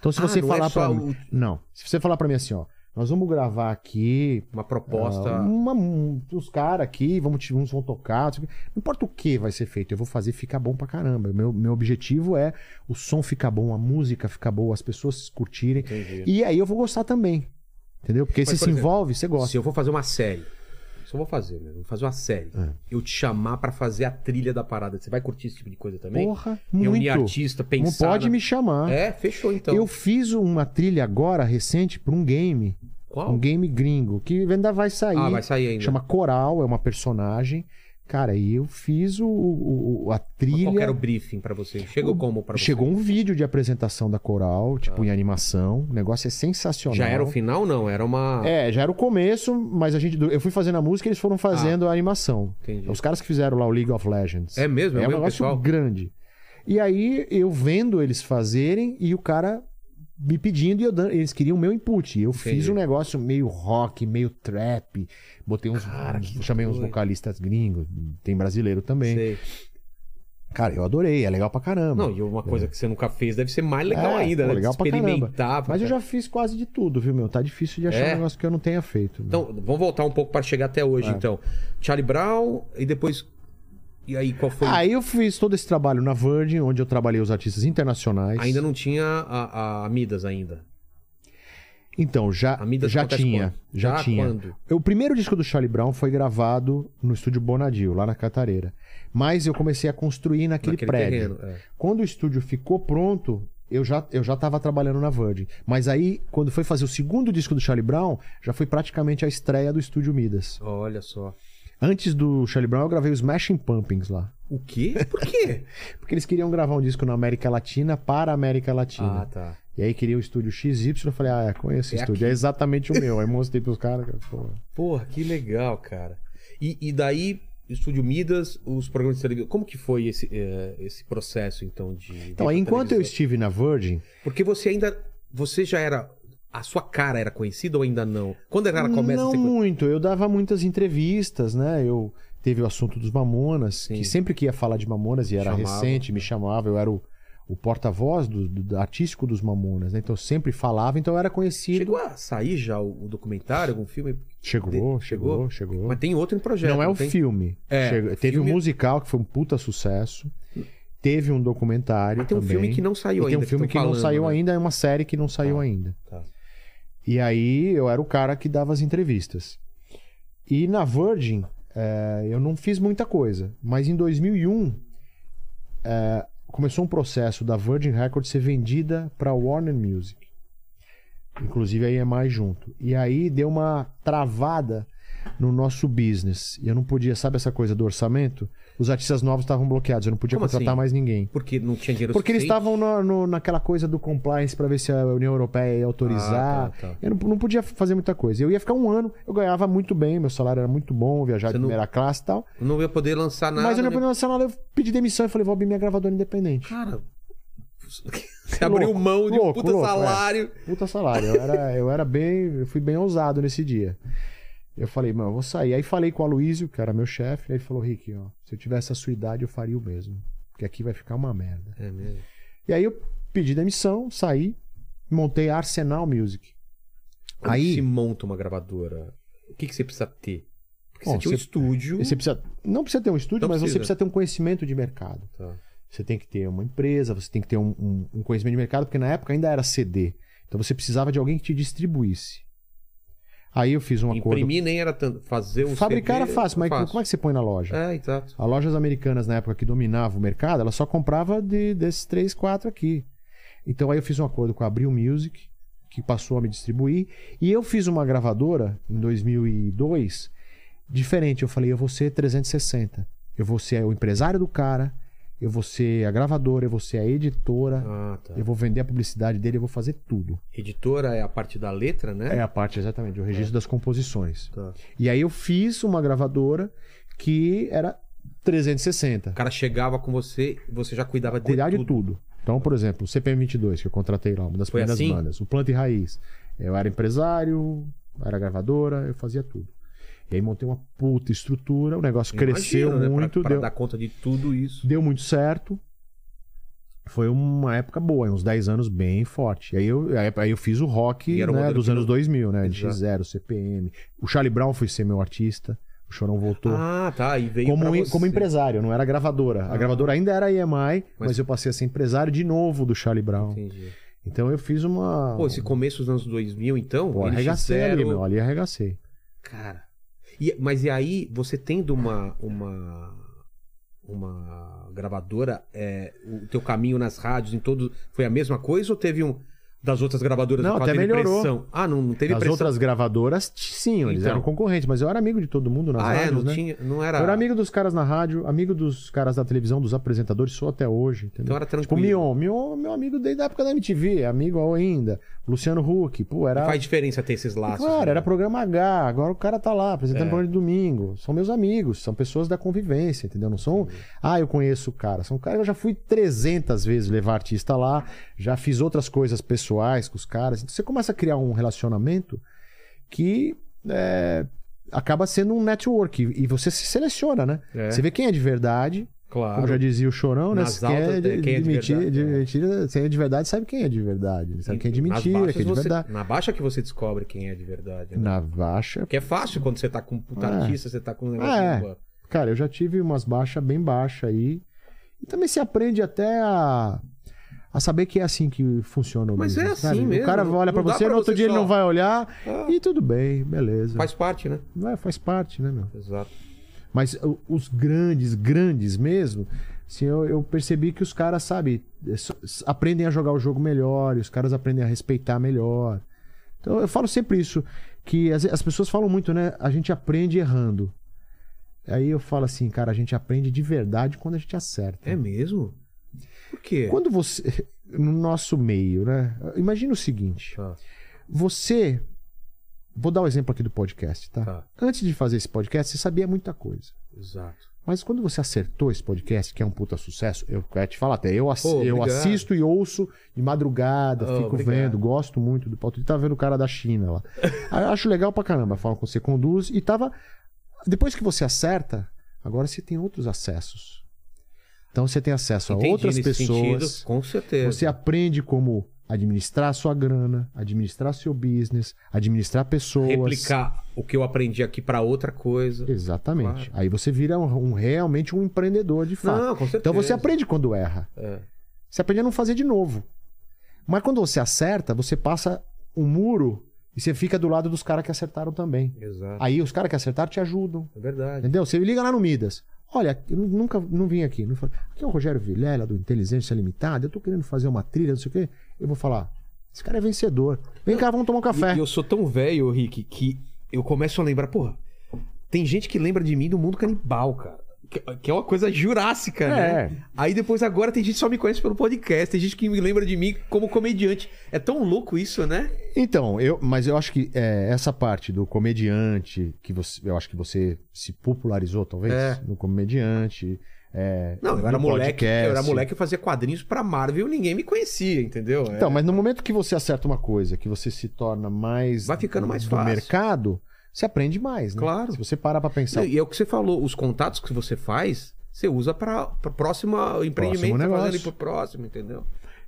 Então, se você
Ah, não é
falar
só
pra mim.
o-
Não, se você falar pra mim assim, ó, nós vamos gravar aqui.
Uma proposta.
ah, uma- um- os caras aqui, vamos, te- uns vão tocar. não sei o quê. Não importa o que vai ser feito, eu vou fazer ficar bom pra caramba. Meu, meu objetivo é o som ficar bom, a música ficar boa, as pessoas curtirem.
Entendi.
E aí eu vou gostar também. Entendeu? Porque
Mas,
se
por
se
exemplo,
envolve, você gosta.
Se eu vou fazer uma série. Isso eu vou fazer, né? Vou fazer uma série.
É.
Eu te chamar pra fazer a trilha da parada. Você vai curtir esse tipo de coisa também?
Porra,
Reunir
muito.
artista,
Não
pensar.
pode
na-
me chamar.
É, fechou então.
Tá? Eu fiz uma trilha agora recente pra um game.
Qual?
Um game gringo, que ainda vai sair.
Ah, vai sair ainda.
Chama Coral, é uma personagem. Cara, e eu fiz o, o- o- a
Mas Qual que
trilha.
era o briefing pra você? Chegou
O-
como pra você?
Chegou um vídeo de apresentação da Coral, tipo, em animação. O negócio é sensacional.
Já era o final? Não, era uma.
É, já era o começo, mas a gente. Eu fui fazendo a música e eles
Ah.
foram fazendo a animação.
Entendi.
Os caras que fizeram lá o League of Legends.
É mesmo? É,
É
o
um
mesmo
negócio
pessoal?
grande. E aí, eu vendo eles fazerem e o cara me pedindo e eu dando, eles queriam o meu input. E Eu fiz
Entendi.
um negócio meio rock, meio trap. Botei uns.
Cara, que
chamei uns
doido.
vocalistas gringos, tem brasileiro também.
Sei.
Cara, eu adorei, é legal pra caramba.
Não, e uma coisa que você nunca fez deve ser mais legal
É,
ainda,
pô,
né?
legal pra
Experimentar.
Mas eu
cara.
já fiz quase de tudo, viu, meu? Tá difícil de achar
É?
um negócio que eu não tenha feito.
Então, vamos voltar um pouco pra chegar até hoje,
É.
então. Charlie Brown e depois. E aí, qual foi?
Aí Ah, eu fiz todo esse trabalho na Virgin, onde eu trabalhei os artistas internacionais.
Ainda não tinha a, a Midas ainda.
Então, já,
A Midas
já
acontece
tinha.
quando?
Já,
Já
tinha.
quando?
O primeiro disco do Charlie Brown foi gravado no estúdio Bonadio, lá na Catareira. Mas eu comecei a construir naquele,
naquele
prédio.
terreno. é.
Quando o estúdio ficou pronto, eu já, eu já tava trabalhando na Virgin. Mas aí, quando foi fazer o segundo disco do Charlie Brown, já foi praticamente a estreia do estúdio Midas.
Olha só.
Antes do Charlie Brown, eu gravei os Smashing Pumpkins lá.
O quê? Por quê?
Porque eles queriam gravar um disco na América Latina para a América Latina.
ah, tá.
E aí queria o estúdio XY, eu falei, ah, conheço esse
É
estúdio, é exatamente o meu. Aí mostrei pros caras, cara, pô.
Porra, que legal, cara. E, e daí, Estúdio Midas, os programas de televisão. Como que foi esse, eh, esse processo, então, de.
Então, aí, enquanto eu estive na Virgin,
Porque você ainda. Você já era. A sua cara era conhecida ou ainda não? Quando ela começa
não
a ser conhecida?
muito, eu dava muitas entrevistas, né? Eu teve o assunto dos Mamonas,
Sim.
que sempre que ia falar de Mamonas e era
Chamava.
recente, me chamava, eu era o, o porta-voz do, do- artístico dos Mamonas, né? Então eu sempre falava, então eu era conhecido.
Chegou a sair já o, o documentário, algum filme?
Chegou,
De-
chegou, chegou.
Mas tem outro em projeto.
não é o
tem?
filme.
É,
Chegou-
o
Teve o
filme-
um musical que foi um puta sucesso. Teve um documentário
Mas tem um
também.
filme que não saiu
E
ainda.
tem um filme que,
tão
não
falando,
saiu
né?
ainda, é uma série que não saiu ainda.
Tá.
E aí eu era o cara que dava as entrevistas. E na Virgin, eh, eu não fiz muita coisa. Mas em 2001, eh, um, começou um processo da Virgin Records ser vendida para Warner Music. Inclusive aí é mais junto. E aí deu uma travada no nosso business. E eu não podia, sabe essa coisa do orçamento? Os artistas novos estavam bloqueados, eu não podia
Como
contratar
assim?
mais ninguém.
Porque não tinha dinheiro
Porque eles
suficiente?
estavam na- no- naquela coisa do compliance pra ver se a União Europeia ia autorizar.
Ah, tá, tá.
Eu não, não podia fazer muita coisa. Eu ia ficar um ano, eu ganhava muito bem, meu salário era muito bom, viajar
Você
de
não-
primeira classe e tal.
tá. Não ia poder lançar nada.
mas eu não
né? Ah.
podia lançar nada, eu pedi demissão e falei, vou abrir minha gravadora independente.
Cara, Você abriu
Louco,
mão de um
louco,
puta
louco, é.
salário.
Puta salário. Eu era, eu era bem. Eu fui bem ousado nesse dia. Eu falei, mano, eu vou sair. Aí falei com o Aloysio, que era meu chefe, aí ele falou, Rick, ó, se eu tivesse a sua idade, eu faria o mesmo. Porque aqui vai ficar uma merda.
É mesmo.
E aí eu pedi demissão, saí, montei a Arsenal Music.
Como
Aí-
se monta uma gravadora? O que, que você precisa ter? Porque
Bom,
você tinha um
você-
estúdio.
E Você precisa, não precisa ter um estúdio,
Não
mas
precisa.
você precisa ter um conhecimento de mercado.
Tá.
Você tem que ter uma empresa, você tem que ter um, um- um conhecimento de mercado, porque na época ainda era CD. Então você precisava de alguém que te distribuísse. Aí eu fiz um acordo.
Imprimir nem era tanto. Fazer um
Fabricar
CD
era fácil, mas como é que você põe na loja?
É, exato.
As lojas americanas na época que dominava o mercado, ela só comprava de- desses três, quatro aqui. Então aí eu fiz um acordo com a Abril Music, que passou a me distribuir, e eu fiz uma gravadora em 2002 diferente. Eu falei, eu vou ser 360. Eu vou ser o empresário do cara, eu vou ser a gravadora, eu vou ser a editora,
Ah, tá.
eu vou vender a publicidade dele, eu vou fazer tudo.
Editora é a parte da letra, né?
É a parte exatamente, o registro das composições.
Tá.
E aí eu fiz uma gravadora que era 360.
O cara chegava com você e você já cuidava de
cuidar de
tudo.
tudo. Então, por exemplo, o CPM22, que eu contratei lá, uma das
Foi
primeiras
assim?
bandas, o Planta e Raiz. Eu era empresário, era gravadora, eu fazia tudo. E aí montei uma puta estrutura, o negócio cresceu
Imagina, né? Pra-
muito,
pra,
deu,
dar conta de tudo isso.
deu muito certo. Foi uma época boa, uns 10 anos bem forte. E aí eu, aí- aí eu fiz o rock
E era um
né,
modelo
dos
que
anos
não-
2000, né?
Exato.
NX0, CPM. O Charlie Brown foi ser meu artista, o Chorão voltou.
Ah, tá. E veio
Como,
pra
em-
você.
como empresário, não era gravadora.
Ah.
A gravadora ainda era a EMI, mas...
Mas-
eu passei a ser empresário de novo do Charlie Brown.
Entendi.
Então eu fiz uma.
Pô, esse começo dos anos 2000, então?
Pô,
NX0,
arregacei ali, meu. Ali arregacei.
Cara. E- mas e aí, você tendo uma. uma uma gravadora, é, o teu caminho nas rádios, em todo. Foi a mesma coisa ou teve um. Das outras gravadoras
Não,
por causa
até
de
melhorou.
Pressão? Ah, não, não teve
As
pressão.
outras gravadoras, t- sim, eles
Então.
eram concorrentes, mas eu era amigo de todo mundo nas
ah,
rádios,
é, não
né?
tinha. Não era.
Eu era amigo dos caras na rádio, amigo dos caras da televisão, dos apresentadores, sou até hoje, entendeu?
Então era
Tipo, o
tranquilo.
Mion, Mion, é meu amigo desde a época da MTV, amigo ainda. Luciano Huck, pô, era.
Faz diferença ter esses laços.
Claro,
né?
era programa H, agora o cara tá lá
É.
apresentando programa de domingo. São meus amigos, são pessoas da convivência, entendeu? Não são, ah, eu conheço o cara. São caras, eu já fui 300 vezes levar artista lá, já fiz outras coisas pessoais com os caras. Então você começa a criar um relacionamento que é, acaba sendo um network e e você se seleciona, né?
É,
Você vê quem é de verdade,
claro.
como já dizia o Chorão, né?
Nas
quem,
altas,
é de,
quem é de
de mentira,
verdade,
de
é.
mentira, quem é de verdade sabe quem é de verdade, sabe quem é de
Nas
mentira,
baixas
quem é de
você-
verdade.
Na baixa que você descobre quem é de verdade. Né?
Na baixa,
Porque é fácil quando você tá com um puta
É.
artista, você tá com um negócio.
É.
boa.
Cara, eu já tive umas baixas bem baixas aí. E também se aprende até a, a saber que é assim que funciona o
Mas é
business,
assim mesmo,
O cara
não-
olha pra
não dá
você,
pra
no outro
você
dia ele
só-
não vai olhar.
Ah,
E tudo bem, beleza. Faz,
faz parte, né?
faz parte, né, meu?
Exato.
Mas o- os grandes, grandes mesmo, assim, eu, eu percebi que os caras, sabe, s- s- aprendem a jogar o jogo melhor, e os caras aprendem a respeitar melhor. Então eu falo sempre isso, que as, as pessoas falam muito, né? A gente aprende errando. Aí eu falo assim, cara, a gente aprende de verdade quando a gente acerta.
É mesmo? Por quê?
Quando você. No nosso meio, né? Imagina o seguinte:
Tá,
você. Vou dar o exemplo aqui do podcast, tá?
tá.
Antes de fazer esse podcast, você sabia muita coisa.
Exato.
Mas quando você acertou esse podcast, que é um puta sucesso, eu quero te falar até, eu, assi-
Pô,
eu
obrigado.
assisto e ouço de madrugada,
Oh,
fico
obrigado.
vendo, gosto muito do Paulo. Ele tá vendo o cara da China lá. Aí eu acho legal pra caramba a forma como você conduz. E tava. Depois que você acerta, agora você tem outros acessos. Então você tem acesso
Entendi
a outras
nesse
pessoas.
sentido, com certeza.
Você aprende como administrar sua grana, administrar seu business, administrar pessoas.
Replicar o que eu aprendi aqui pra outra coisa.
Exatamente. Aí você vira um- um- realmente um empreendedor de fato.
Não, com certeza.
Então você aprende quando erra.
É.
Você aprende a não fazer de novo. Mas quando você acerta, você passa um muro e você fica do lado dos caras que acertaram também.
Exato.
Aí os caras que acertaram te ajudam.
É verdade.
Entendeu? Você liga lá no Midas. Olha, eu nunca não vim aqui. Não falei, aqui é o Rogério Vilela, do Inteligência Limitada. Eu tô querendo fazer uma trilha, não sei o quê. Eu vou falar, esse cara é vencedor. Vem cá, vamos tomar um café.
E, e eu sou tão velho, Rick, que eu começo a lembrar, porra, tem gente que lembra de mim do mundo canibal, cara. Que, que é uma coisa jurássica, né?
É,
Aí depois agora tem gente que só me conhece pelo podcast, tem gente que me lembra de mim como comediante. É tão louco isso, né?
então, eu, mas eu acho que é, essa parte do comediante, que você, eu acho que você se popularizou, talvez,
É.
no comediante, é,
Não, eu
no
era moleque,
podcast.
eu era moleque e fazia quadrinhos pra Marvel e ninguém me conhecia, entendeu? É.
Então, mas no momento que você acerta uma coisa, que você se torna mais
Vai ficando mais
do
fácil.
mercado, você aprende mais, né?
Claro.
Se você parar pra pensar,
Não, E é o que você falou, os contatos que você faz, você usa pra, pra próxima empreendimento, tá fazendo
negócio.
ali pro próximo, entendeu?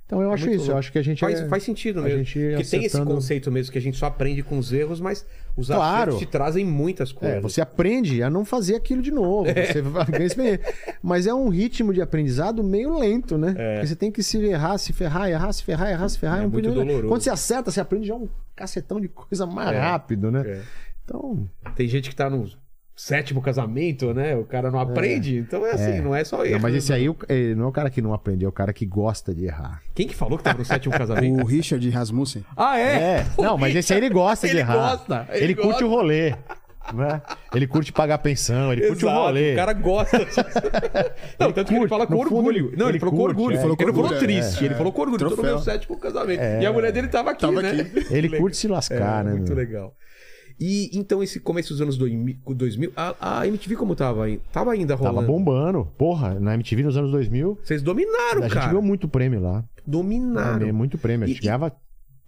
Então eu
É
acho
muito
isso, eu
louco.
acho que a gente
Faz,
é-
faz sentido
a
mesmo.
gente
Porque tem esse
acertando-
conceito mesmo que a gente só aprende com os erros, mas os
Claro.
acertos te trazem muitas coisas.
É, você aprende a não fazer aquilo de novo.
É.
Você vai ganhar experiência. Mas é um ritmo de aprendizado meio lento, né? Porque você tem que se errar, se ferrar, errar, se ferrar, errar, se
É
ferrar. um
muito
pouquinho-
doloroso.
Quando você acerta, você aprende já um cacetão de coisa mais
É.
rápido, né?
É.
Então,
Tem gente que tá no sétimo casamento, né? O cara não aprende, então é assim, não é só
não,
erro.
mas esse aí eh, não é o cara que não aprende, é o cara que gosta de errar.
Quem que falou que tava no sétimo casamento?
O Richard Rasmussen.
Ah, é?
É, não, mas esse aí ele gosta de
Ele
errar.
gosta, ele
Ele, curte o rolê. Né? Ele curte pagar pensão, ele curte
Exato,
o rolê.
O cara gosta. disso. não, tanto que ele
curte,
fala com
no fundo,
orgulho. não, ele,
ele
falou
curte,
com orgulho.
é,
ele
ele
não falou
curte,
triste,
é,
ele
é.
falou com orgulho. Tô no meu
Troféu.
sétimo casamento. E a mulher dele tava aqui,
Tava
né?
aqui.
Ele
Legal.
curte se lascar,
É,
né?
Muito
meu?
legal. E então, esse começo dos anos 2000, 2000, a, a MTV como tava ainda? Tava ainda rolando.
Tava bombando. Porra, na MTV nos anos 2000,
Vocês dominaram,
a gente
cara.
ganhou muito prêmio lá.
Dominaram.
É, muito prêmio. A gente
E-
ganhava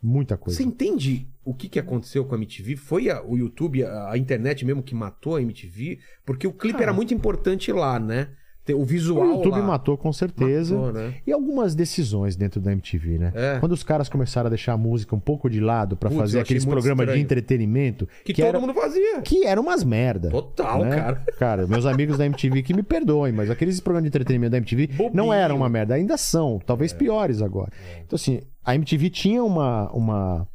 muita coisa.
Você entende o que, que aconteceu com a MTV? Foi a- o YouTube, a, a internet mesmo que matou a MTV? Porque o clipe
Cara.
era muito importante lá, né? Ter O
O
visual
YouTube
lá.
matou com certeza.
Matou, né?
E algumas decisões dentro da MTV, né?
É.
Quando os caras começaram a deixar a música um pouco de lado pra
Putz, eu
fazer
achei
aqueles
muito
programas de
estranho.
entretenimento
Que,
que,
todo
era,
mundo fazia.
que eram umas merda.
Total,
né?
cara.
meus amigos da MTV que me perdoem, mas aqueles programas de entretenimento da MTV
Bobinho. É.
não eram uma merda, ainda são, talvez piores agora. Então, assim, a MTV tinha uma, uma,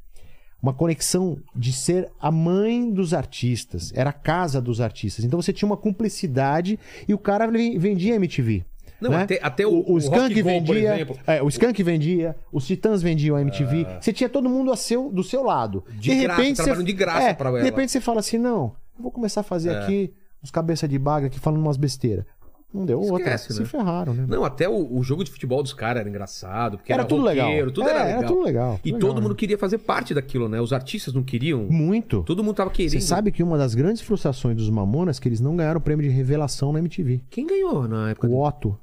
uma conexão de ser a mãe dos artistas, era a casa dos artistas. Então você tinha uma cumplicidade e o cara ven- vendia a MTV.
Não,
né?
até, até o,
O, o, Skank
Rock Go, por
vendia,
exemplo. Ah.
é, o Skank vendia, os Titãs vendiam a MTV. Você tinha todo mundo a seu, do seu lado.
De graça, trabalhando de graça pra ela.
é,
É.
De repente você fala assim: não, eu vou começar a fazer aqui os cabeça de baga que falam umas besteiras. Não deu outra.
Esquece,
Se
né?
ferraram, né?
Não, até o, o jogo de futebol dos caras era engraçado. Porque
era,
era,
tudo legal.
roqueiro, Tudo
É,
era legal.
tudo legal.
E
legal,
todo
né?
mundo queria fazer parte daquilo, né? Os artistas não queriam.
Muito.
Todo mundo tava querendo.
Você sabe que uma das grandes frustrações dos Mamonas é que eles não ganharam o prêmio de revelação na MTV.
Quem ganhou na época?
O Otto,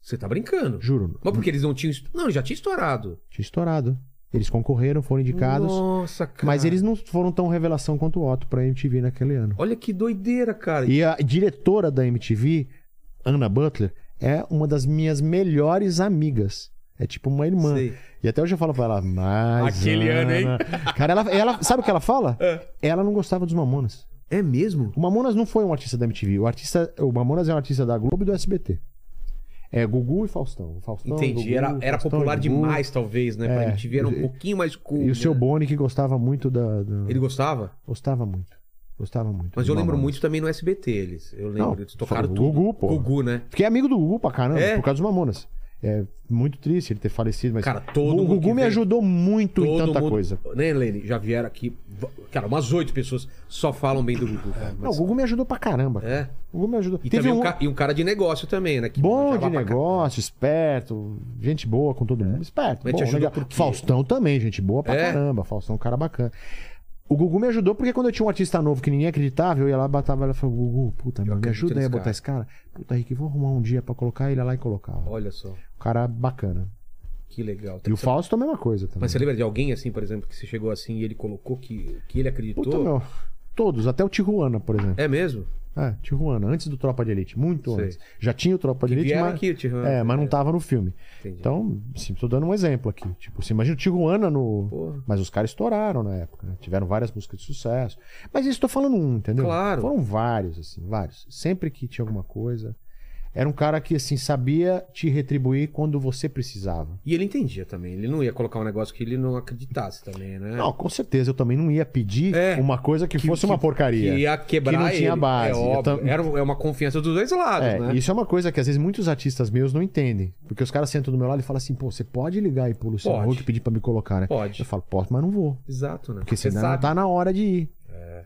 Você tá brincando.
juro,
Mas porque eles não tinham. est- Não, já tinha estourado.
tinha estourado. Eles concorreram, foram indicados.
Nossa, cara.
Mas eles não foram tão revelação quanto o Otto pra MTV naquele ano.
Olha que doideira, cara.
E a diretora da MTV, Anna Butler, é uma das minhas melhores amigas. É tipo uma irmã.
Sei.
E até hoje eu falo pra ela, mas.
Aquele ano, hein?
Ana." Cara, ela, ela- sabe o que ela fala? Ela não gostava dos Mamonas.
É mesmo?
O Mamonas não foi um artista da MTV. O, artista, o Mamonas é um artista da Globo e do SBT. É Gugu e Faustão. O Faustão
Entendi.
Gugu,
Era, era
Faustão e
popular
Gugu.
demais, talvez, né? Pra
É.
MTV era um
E-
pouquinho mais cool.
E o seu
né?
Boni que gostava muito da. da-
Ele gostava?
Gostava muito. Gostava muito.
Mas
do
eu lembro
Mamonas.
muito também no SBT, eles. Eu lembro,
Não,
eles tocaram
foi o
tudo.
Gugu, pô.
Gugu, né?
Fiquei é amigo do Gugu pra caramba,
É?
por causa dos Mamonas. É muito triste ele ter falecido, mas.
Cara, todo
o
mundo que
Gugu me
vem-
ajudou muito em tanta
mundo-
coisa.
Né, Lene? Já vieram aqui. v- Cara, umas oito pessoas só falam bem do Gugu. cara.
Não, o
Mas-
Gugu me ajudou pra caramba. cara.
É.
O Gugu me ajudou.
E,
É, Teve
também um...
um
ca- e um cara de negócio também, né? Que
bom
manjava
de
pra
negócio, esperto, gente boa com todo mundo. Esperto,
Mas te
bom,
ajudou
legal.
por quê?
Faustão também, gente boa pra
É?
caramba. Faustão é um cara bacana. O Gugu me ajudou porque quando eu tinha um artista novo que ninguém acreditava, eu ia lá, batava ela e falava, Gugu, puta, meu, me
acredito
ajuda aí a
nesse
botar esse cara. Puta, Rick, vou arrumar um dia pra colocar ele lá e colocava.
caramba. Olha só,
Um cara bacana.
que legal.
E o Fausto é a mesma coisa também.
Então Mas você lembra de alguém assim, por exemplo, que você chegou assim e ele colocou que, que ele acreditou?
Puta, meu. Todos, até o Tijuana, por exemplo.
É mesmo?
É, Tijuana, antes do Tropa de Elite, muito
Sei.
antes. Já tinha o Tropa de Elite,
Vieram
mas,
aqui, né? Tijuana.
é, mas não tava no filme.
Entendi.
Então, assim, tô dando um exemplo aqui. Tipo, você imagina o Tijuana no.
Porra.
Mas os caras estouraram na época, né? Tiveram várias músicas de sucesso. Mas isso tô falando um, entendeu?
Claro.
Foram vários, assim, vários. Sempre que tinha alguma coisa. Era um cara que, assim, sabia te retribuir quando você precisava.
E ele entendia também. Ele não ia colocar um negócio que ele não acreditasse também, né?
Não, com certeza, eu também não ia pedir
É.
uma coisa que,
Que-
fosse uma porcaria.
Que ia quebrar
Que não tinha
ele.
base.
É,
Eu
óbvio.
tam-
Era, é uma confiança dos dois lados,
É,
né?
isso é uma coisa que às vezes muitos artistas meus não entendem. Porque os caras sentam do meu lado e falam assim, pô, você pode ligar aí pro Luciano
Pode.
Huck e pedir pra me colocar, né?
Pode.
Eu falo, posso, mas não vou.
Exato, né?
Porque
Você É.
senão não tá na hora de ir.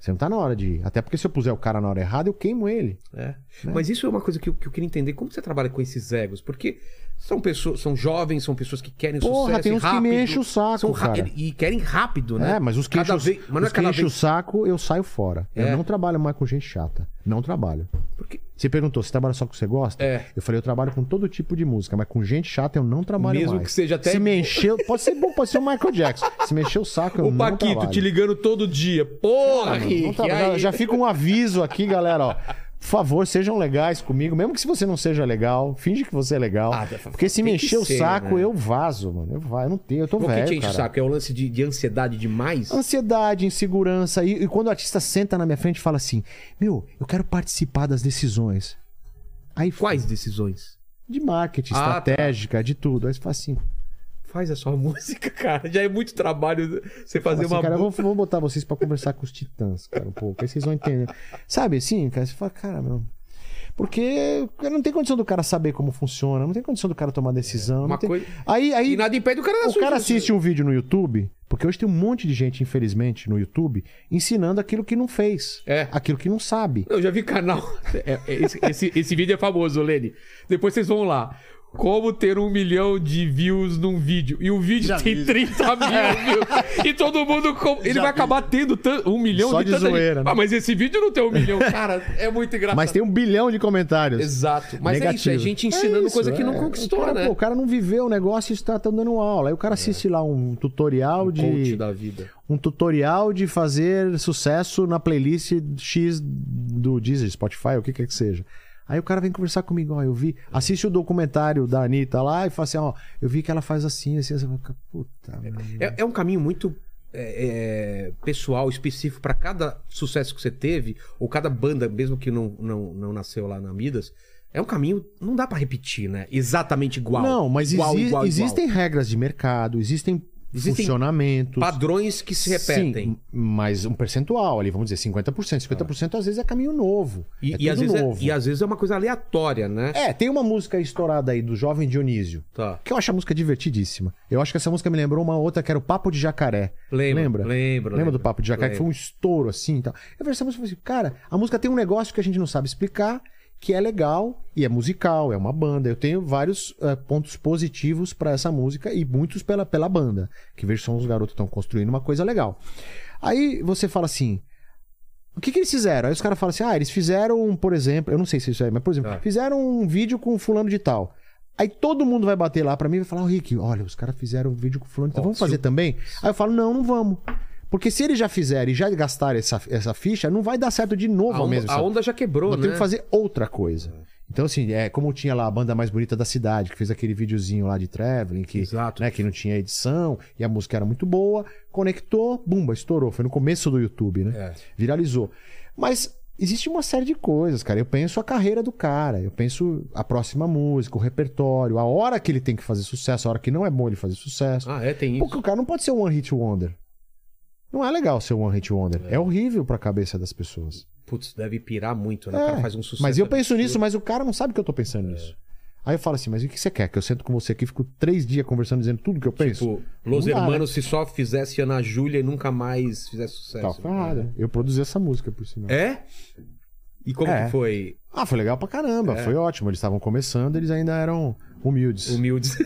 Você não tá na hora de ir. Até porque se eu puser o cara na hora errada, eu queimo ele.
É. Mas isso é uma coisa que eu, que eu queria entender. Como você trabalha com esses egos? Porque são pessoas, são jovens, são pessoas que querem
Porra,
É sucesso
tem
e
uns
rápido,
que me enchem o saco,
são ra-
cara.
e querem rápido, né?
É, mas os que
Cada
enchem o-
vez- mas não é
os que
cada
enchem o
vez-
saco, eu saio fora.
É.
Eu não trabalho mais com gente chata. Não trabalho.
Porque
Você perguntou, você trabalha só com o que você gosta?
É.
Eu falei, eu trabalho com todo tipo de música, mas com gente chata eu não trabalho
Mesmo
mais.
que seja até-
Se mexeu, pode ser bom, pode ser o Michael Jackson. Se mexer o saco, eu
Ô,
não
Paquito,
trabalho.
te ligando todo dia. Porra,
Não
Rick.
tá-
e
já,
aí?
já fica um aviso aqui, galera, ó. Por favor, sejam legais comigo, mesmo que se você não seja legal, finge que você é legal.
Ah,
porque se
tem que
mexer o
ser,
saco,
né?
eu vazo, mano. Eu, va- eu não tenho, eu tô
O que te
velho,
enche o
cara.
saco? É o lance de, de ansiedade demais?
Ansiedade, insegurança. E, e quando o artista senta na minha frente e fala assim: Meu, eu quero participar das decisões. Aí
Quais decisões?
De marketing,
Ah, tá.
estratégica, de tudo. Aí você fala assim:
Faz a sua música, cara. Já é muito trabalho você fazer
Fala
uma
assim, cara, eu
música.
vou, vou botar vocês pra conversar com os titãs, cara, um pouco. Aí vocês vão entender. Sabe assim, cara, você fala, cara, meu. Porque não tem condição do cara saber como funciona, não tem condição do cara tomar decisão.
Uma
não tem-
coisa-
Aí, aí
E nada impede o cara da
o
sua
cara
sua-
assiste um vídeo no YouTube, porque hoje tem um monte de gente, infelizmente, no YouTube, ensinando aquilo que não fez,
É.
aquilo que não sabe.
Eu já vi canal. É, é, esse, esse- esse vídeo é famoso, Lene. Depois vocês vão lá. Como ter um milhão de views num vídeo. E o vídeo
Já
tem
vi.
30 mil views. E todo mundo. com- Ele
Já
vai
vi.
acabar tendo tan- um milhão
Só de
tanta gente.
zoeira, né?
Ah, mas esse vídeo não tem um milhão. Cara, é muito engraçado.
Mas tem um bilhão de comentários.
Exato. Mas é isso, é
Negativo.
gente ensinando
É isso,
coisa que não
é.
conquistou,
o cara,
né? É.
pô, o cara não viveu o negócio e está tá dando aula. Aí o cara assiste lá um tutorial de.
Coach né? da vida.
um tutorial de fazer sucesso na playlist X do Deezer, Spotify, o que quer que seja. Aí o cara vem conversar comigo, ó, eu vi, assiste o documentário da Anitta lá e fala assim, ó, eu vi que ela faz assim, assim, assim, puta. merda.
É, é um caminho muito é, é, pessoal, específico para cada sucesso que você teve, ou cada banda, mesmo que não, não, não nasceu lá na Midas. É um caminho, não dá para repetir, né? Exatamente igual.
Não, mas
igual,
exi-
igual, igual.
existem regras de mercado, existem,
Existem
funcionamentos.
padrões que se repetem.
Sim, mas um percentual ali, vamos dizer 50%. 50% às vezes é caminho novo.
E,
é
e às
tudo
vezes é,
novo.
e às vezes é uma coisa aleatória, né?
É, tem uma música estourada aí do Jovem Dionísio.
Tá.
que eu acho a música divertidíssima. Eu acho que essa música me lembrou uma outra que era o Papo de Jacaré.
Lembra?
Lembra?
Lembra,
Lembra, do Papo de Jacaré, que foi um estouro assim e tal. Eu vi essa música e falei assim, cara, a música tem um negócio que a gente não sabe explicar, que é legal e é musical, é uma banda. Eu tenho vários eh, pontos positivos pra essa música e muitos pela, pela banda, que vejo são os garotos que estão construindo uma coisa legal. Aí você fala assim. O que, que eles fizeram? Aí os caras falam assim: ah, eles fizeram, por exemplo, eu não sei se isso é, mas por exemplo,
Ah.
fizeram um vídeo com fulano de tal. Aí todo mundo vai bater lá pra mim e vai falar: Ô, Rick, olha, os caras fizeram um vídeo com fulano de tal,
Ó,
vamos
se
fazer
o-
também? Aí eu falo: não, não vamos. Porque se eles já fizerem e já gastaram essa, essa ficha, não vai dar certo de novo
A
ao
onda,
mesmo
a
tempo.
onda já quebrou,
Nós
né?
temos que fazer outra coisa. Então, assim, é como tinha lá a banda mais bonita da cidade, que fez aquele videozinho lá de traveling, que,
Exato.
né, que não tinha edição, e a música era muito boa, conectou, bumba, estourou. Foi no começo do YouTube, né?
É.
Viralizou. Mas existe uma série de coisas, cara. Eu penso a carreira do cara, eu penso a próxima música, o repertório, a hora que ele tem que fazer sucesso, a hora que não é bom ele fazer sucesso.
Ah, é, tem isso.
Porque o cara não pode ser um one hit wonder. Não é legal ser um one hit wonder. É, horrível pra cabeça das pessoas.
Putz, deve pirar muito, né? O cara
É,
faz um sucesso.
mas eu penso
absurdo.
nisso, mas o cara não sabe que eu tô pensando nisso. Aí eu falo assim, mas o que você quer? Que eu sento com você aqui, fico três dias conversando, dizendo tudo que eu penso?
Tipo, Los
Não dá, né?
Hermanos, se só fizesse Ana Júlia e nunca mais fizesse
tá,
sucesso.
foi errado. Eu produzi essa música, por sinal.
né? É? E como
É.
que foi?
Ah, foi legal pra caramba,
É.
foi ótimo. Eles estavam começando, eles ainda eram humildes.
Humildes.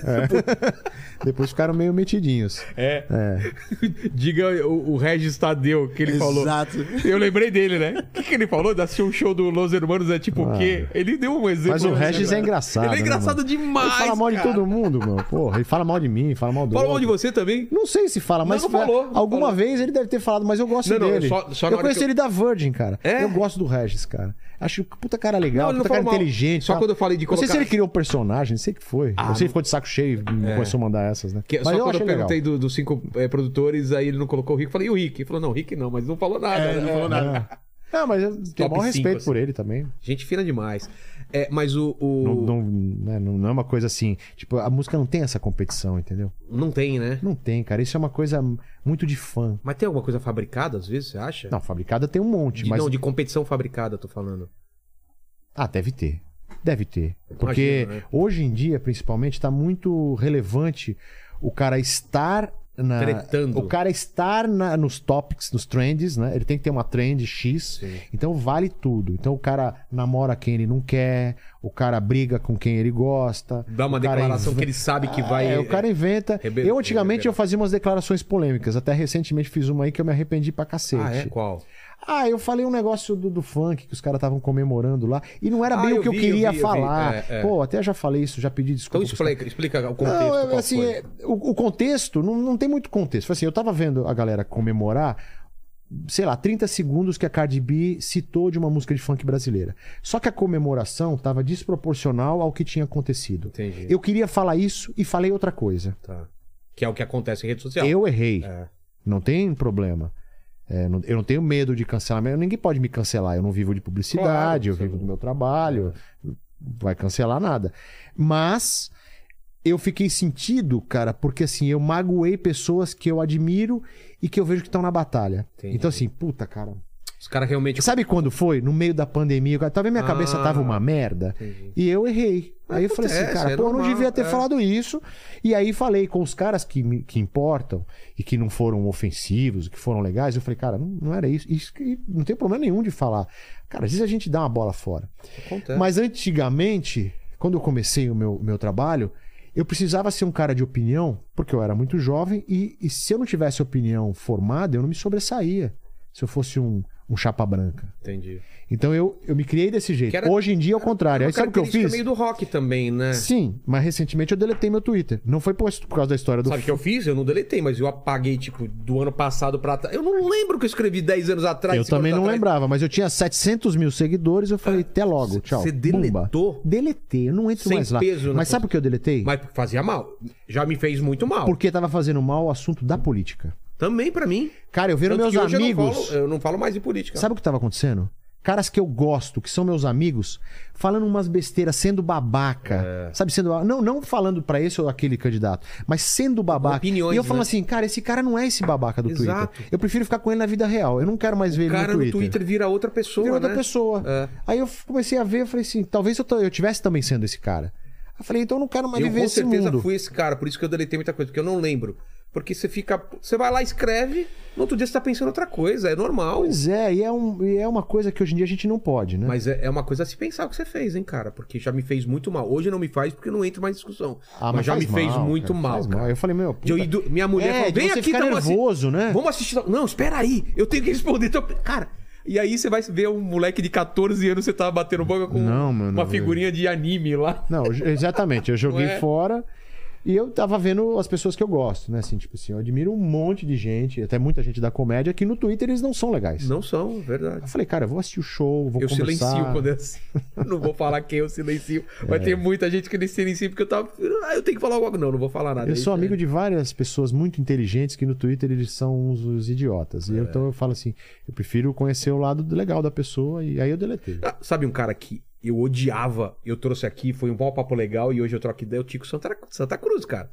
Depois ficaram meio metidinhos.
É. Diga o, o Regis Tadeu que ele falou.
Exato.
Eu lembrei dele, né? O que, que ele falou? De assistir um show do Los Hermanos é tipo o quê? Ele deu um exemplo.
Mas o Regis é
Ele
engraçado.
é
né,
engraçado
mano?
demais.
Ele fala mal de
cara.
todo mundo, mano. Porra, ele fala mal de mim, fala mal do
Fala mal
outro.
de você também?
Não sei se fala, mas
Não, não falou, não
alguma
falou.
vez ele deve ter falado, mas eu gosto
Não, não,
dele.
só- só na
eu
hora
conheço
que eu-
ele da Virgin, cara.
É?
Eu gosto do Regis, cara. Acho que puta cara legal,
Não, ele não
puta cara
falou mal.
inteligente.
Só
tal.
quando eu falei de
Não sei
colocar-
se ele criou um personagem, não sei o que foi.
Ah,
não sei
não- É.
se ficou de saco cheio e começou a mandar essas, né?
Que-
mas
só
eu
quando eu
achei legal.
perguntei do- dos cinco eh, produtores, aí ele não colocou o Rick. Eu falei, e o Rick? Ele falou, não, o Rick não, mas não falou nada.
É,
né?
não falou nada.
Ah, mas eu tenho o
Top
maior
cinco,
respeito
assim.
por ele também.
Gente fina demais. É, mas o. o-
Não,
Não,
não, né, não- não é uma coisa assim. Tipo, a música não tem essa competição, entendeu?
tem, né?
Não tem, cara. Isso é uma coisa muito de fã.
Mas tem alguma coisa fabricada, às vezes, você acha?
Não, fabricada tem um monte,
De,
mas.
Não, de competição fabricada, eu tô falando.
Ah, deve ter. Deve ter. Porque
Imagino, né?
hoje em dia, principalmente, está muito relevante o cara estar na.
Tretando.
O cara estar na- nos topics, nos trends, né? Ele tem que ter uma trend X.
Sim.
Então vale tudo. Então o cara namora quem ele não quer, o cara briga com quem ele gosta.
Dá uma
o cara
declaração
inve-
que ele sabe que
Ah,
vai.
é, o cara inventa.
Rebe-
Eu antigamente
rebelar.
eu fazia umas declarações polêmicas. Até recentemente fiz uma aí que eu me arrependi pra cacete.
Ah, é? Qual?
Ah, eu falei um negócio do, do funk que os caras estavam comemorando lá. E não era
Ah,
bem
eu
o que
vi,
eu
eu
queria
vi, eu vi.
falar.
É, é.
Pô, até já falei isso, já pedi desculpa.
Então
pros caras.
explica, explica o contexto.
Não,
qual
é, assim,
foi.
é, o, o contexto, não, não tem muito contexto. Foi Assim, eu tava vendo a galera comemorar, sei lá, 30 segundos que a Cardi B citou de uma música de funk brasileira. Só que a comemoração tava desproporcional ao que tinha acontecido.
Entendi.
Eu queria falar isso e falei outra coisa.
Tá. Que é o que acontece em rede social.
Eu errei.
É.
Não tem problema. É, não- eu não tenho medo de cancelamento. Ninguém pode me cancelar. Eu não vivo de
Claro, É.
publicidade, eu
você
vivo
não-
do meu trabalho. Vai cancelar nada. Mas eu fiquei sentido, cara, porque assim, eu magoei pessoas que eu admiro e que eu vejo que estão na batalha.
Entendi.
Então, assim, puta, cara.
Os caras realmente.
Sabe quando foi? No meio da pandemia. cara, Talvez minha
Ah.
cabeça tava uma merda.
Entendi.
E eu errei. Aí eu falei assim,
Acontece,
cara,
é
pô, eu não
normal,
devia ter
é.
falado isso. E aí falei com os caras que, me- que importam e que não foram ofensivos, que foram legais. Eu falei, cara, não, não era isso. Isso que não tem problema nenhum de falar. Cara, às vezes a gente dá uma bola fora.
Acontece.
Mas antigamente, quando eu comecei o meu, meu trabalho, eu precisava ser um cara de opinião, porque eu era muito jovem, e, e se eu não tivesse opinião formada, eu não me sobressaía. Se eu fosse um, um chapa branca.
Entendi.
Então eu, eu me criei desse jeito.
Que era-
Hoje em dia é o contrário. Aí sabe o que eu
Característica
fiz?
meio do rock também, né?
Sim, mas recentemente eu deletei meu Twitter. Não foi por, por causa da história do.
Sabe o que eu fiz? Eu não deletei, mas eu apaguei, tipo, do ano passado pra trás. Eu não lembro o que eu escrevi 10 anos atrás.
eu
cinco
também
anos
não
atrás.
lembrava, mas eu tinha 700 mil seguidores. Eu falei, até logo, tchau.
Você
Bumba.
deletou?
Deletei, eu não entro
Sem
mais lá.
peso na
mas sabe por que eu deletei?
Mas porque fazia mal. Já me fez muito mal.
Porque tava fazendo mal o assunto da política.
Também pra mim.
Cara, eu vendo
Tanto
meus
que hoje eu não
amigos.
falo- Eu não, falo, mais de política.
Sabe o que tava acontecendo? Caras que eu gosto, que são meus amigos, falando umas besteiras, sendo
É.
babaca. Sabe, sendo ba- não não falando pra esse ou aquele candidato, mas sendo babaca.
Opiniões,
e eu falo
né?
assim, cara, esse cara não é esse babaca do
Exato.
Twitter. Eu prefiro ficar com ele na vida real. Eu não quero mais ver
o
ele
cara
no
no Twitter vira outra pessoa,
virou
né?
outra pessoa.
É.
Aí eu comecei a ver, eu falei assim, talvez eu, t- eu tivesse também sendo esse cara. Eu falei, então eu não quero mais
Eu
viver
com
esse
certeza
mundo.
fui esse cara, por isso que eu deletei muita coisa, porque eu não lembro. Porque você fica. Você vai lá, escreve, no outro dia você tá pensando outra coisa, é normal.
Pois é, e é, um- e é uma coisa que hoje em dia a gente não pode, né?
Mas é, é uma coisa a se pensar o que você fez, hein, cara? Porque já me fez muito mal. Hoje não me faz porque eu não entro mais em discussão.
Ah,
mas, já
faz
me fez
mal,
muito
cara,
mal,
faz
cara.
Eu falei, meu, puta,
De eu ir do- minha mulher
É,
falou,
de
vem
você
aqui,
ficar
tamo assi-
nervoso, né?
Vamos assistir. Não, espera aí, eu tenho que responder. Então, cara, e aí você vai ver um moleque de 14 anos, você tá batendo boca com
Não, mano,
uma
eu-
figurinha de anime lá.
Não, eu- exatamente. Eu joguei
Não é?
fora e eu tava vendo as pessoas que eu gosto, né? Assim, tipo assim, eu admiro um monte de gente, até muita gente da comédia, que no Twitter eles não são legais.
Não são, verdade.
Eu falei, cara, eu vou assistir o show, vou
Eu
conversar. É.
silencio quando é assim. Não vou falar quem eu silencio. Vai ter muita gente que nem silencia porque eu tava. Ah, eu tenho que falar alguma coisa. Não, não vou falar nada.
Eu
Isso
sou
aí. é.
amigo de várias pessoas muito inteligentes que no Twitter eles são os, os idiotas.
É.
E eu- então eu falo assim, eu prefiro conhecer o lado legal da pessoa e aí eu deletei.
Ah, Sabe um cara que eu odiava, eu trouxe aqui, foi um bom papo legal e hoje eu troco ideia, é o Tico Santa, Santa Cruz, cara.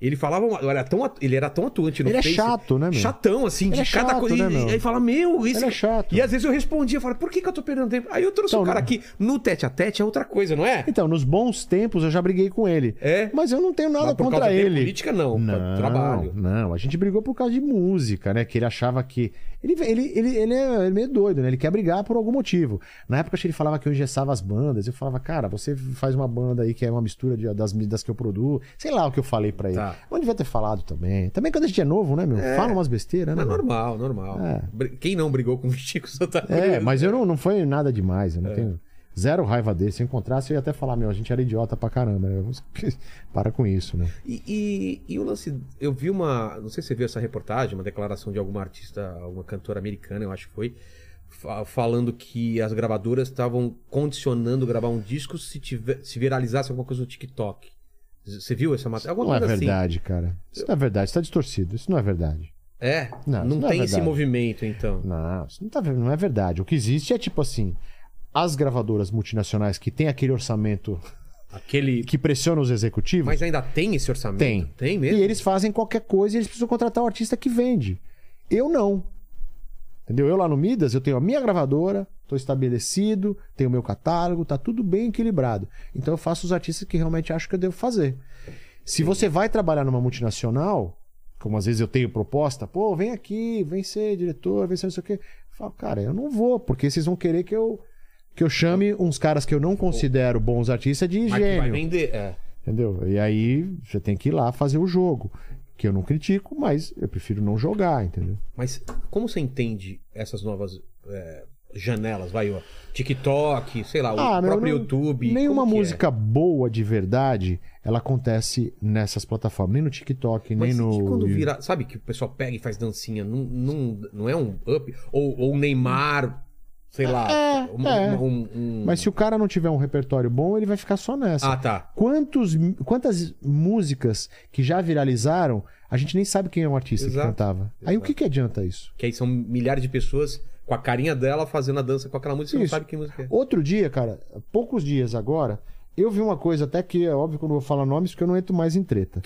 Ele falava, uma- olha, tão atu- ele era tão atuante no
Ele é
Face,
chato, né, meu?
Chatão, assim,
Ele
de
é
cada
chato,
coisa.
né,
E-
meu?
e aí fala, meu, isso.
Ele é chato.
E às vezes eu respondia, falava, por que, que eu tô perdendo tempo? Aí eu trouxe
Então,
um cara
não-
aqui, no tete a tete é outra coisa, não é?
Então, nos bons tempos eu já briguei com ele.
É.
Mas eu não tenho nada
Mas por
contra
causa de
ele.
política, não.
Não,
Trabalho.
Não, a gente brigou por causa de música, né? Que ele achava que. Ele, ele, ele, ele é ele é meio doido, né? Ele quer brigar por algum motivo. Na época, acho que ele falava que eu engessava as bandas. Eu falava, cara, você faz uma banda aí que é uma mistura de- das, das que eu produzo. Sei lá o que eu falei pra ele.
Tá.
Mas não devia ter falado também. Também quando a gente é novo, né, meu? Fala umas besteiras, né?
É
meu?
normal, normal. Br- Quem não brigou com o Chico Santa Cruz?
É, mas eu não, não foi nada demais.
É.
Eu não tenho zero raiva dele. Se eu encontrasse, eu ia até falar, meu, a gente era idiota pra caramba. né? Para com isso, né?
E, e- e o lance. Eu vi uma. Não sei se você viu essa reportagem, uma declaração de alguma artista, alguma cantora americana, eu acho que foi. fa- Falando que as gravadoras estavam condicionando gravar um disco se, tiver, se viralizasse alguma coisa no TikTok. Você viu essa matéria? Alguma
Não é
coisa assim.
verdade, cara. Isso não é verdade, isso tá distorcido. Isso não é verdade.
É?
Não,
Não,
isso não é
tem esse
verdade.
movimento, então.
Não, isso não, tá, não é verdade. O que existe é tipo assim: as gravadoras multinacionais que têm aquele orçamento
Aquele.
que pressiona os executivos,
Mas ainda tem esse orçamento?
Tem.
Tem
e
mesmo?
eles fazem qualquer coisa e eles precisam contratar o artista que vende. Eu não. Entendeu? Eu lá no Midas, eu tenho a minha gravadora, estou estabelecido, tenho o meu catálogo, tá tudo bem equilibrado. Então eu faço os artistas que realmente acho que eu devo fazer. Se você vai trabalhar numa multinacional, como às vezes eu tenho proposta, pô, vem aqui, vem ser diretor, vem ser não sei o quê. Eu falo, cara, eu não vou, porque vocês vão querer que eu que eu chame uns caras que eu não considero bons artistas de
Então, Mas que vai
gênio.
vender. É.
Entendeu? E aí você tem que ir lá fazer o jogo. Que eu não critico, mas eu prefiro não jogar, entendeu?
Mas como você entende essas novas é, janelas? Vai, ó, TikTok, sei lá,
Ah,
o
meu,
próprio
não-
YouTube.
Nenhuma
como que é?
música boa de verdade, ela acontece nessas plataformas. Nem no TikTok, nem
Mas e
no.
que quando vira, sabe que o pessoal pega e faz dancinha, não, não, não é um up? Ou, ou Neymar, sei lá.
É,
um-
é.
um- um-
Mas se o cara não tiver um repertório bom, ele vai ficar só nessa.
Ah, tá.
Quantos, quantas músicas que já viralizaram, a gente nem sabe quem é o artista
Exato.
que cantava. Aí o que, que adianta isso?
Que aí são milhares de pessoas com a carinha dela fazendo a dança com aquela música, você
Isso.
não sabe que música é.
Outro dia, cara, poucos dias agora, eu vi uma coisa, até que é óbvio que eu não vou falar nomes, porque eu não entro mais em treta.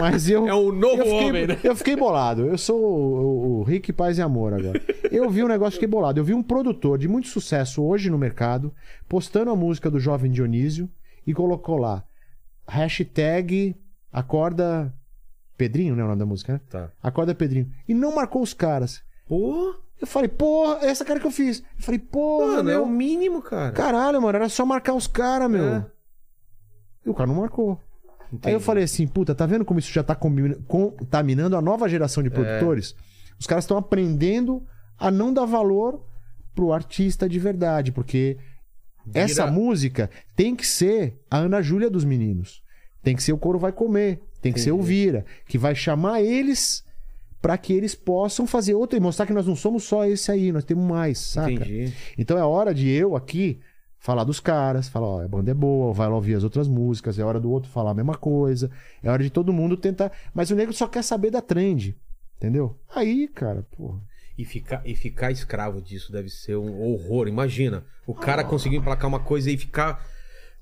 Mas eu.
É o novo
eu fiquei,
homem, né?
eu fiquei bolado. Eu sou o, o- o Rick Paz e Amor agora. Eu vi um negócio, fiquei bolado. Eu vi um produtor de muito sucesso hoje no mercado postando a música do Jovem Dionísio e colocou lá hashtag acorda Pedrinho, né? O nome da música, né?
Tá.
Acorda Pedrinho. E não marcou os caras.
Pô,
Eu falei, porra, é essa cara que eu fiz. Eu falei, porra,
mano, é
meu.
o mínimo, cara.
Caralho, mano, era só marcar os caras, meu.
É.
E o cara não marcou.
Entendi.
Aí eu falei assim, puta, tá vendo como isso já tá combi- contaminando a nova geração
É.
de produtores? Os caras estão aprendendo a não dar valor pro artista de verdade, porque
Vira-
essa música tem que ser a Ana Júlia dos meninos. Tem que ser o Coro Vai Comer, tem que ser o
Entendi.
Vira, que vai chamar eles pra que eles possam fazer outra e mostrar que nós não somos só esse aí, nós temos mais, saca?
Entendi.
Então é hora de eu aqui falar dos caras, falar, ó, a banda é boa, vai lá ouvir as outras músicas, é hora do outro falar a mesma coisa, é hora de todo mundo tentar. Mas o negro só quer saber da trend, entendeu? Aí, cara, pô.
E ficar, e ficar escravo disso deve ser um horror. Imagina, o cara conseguiu emplacar uma coisa e ficar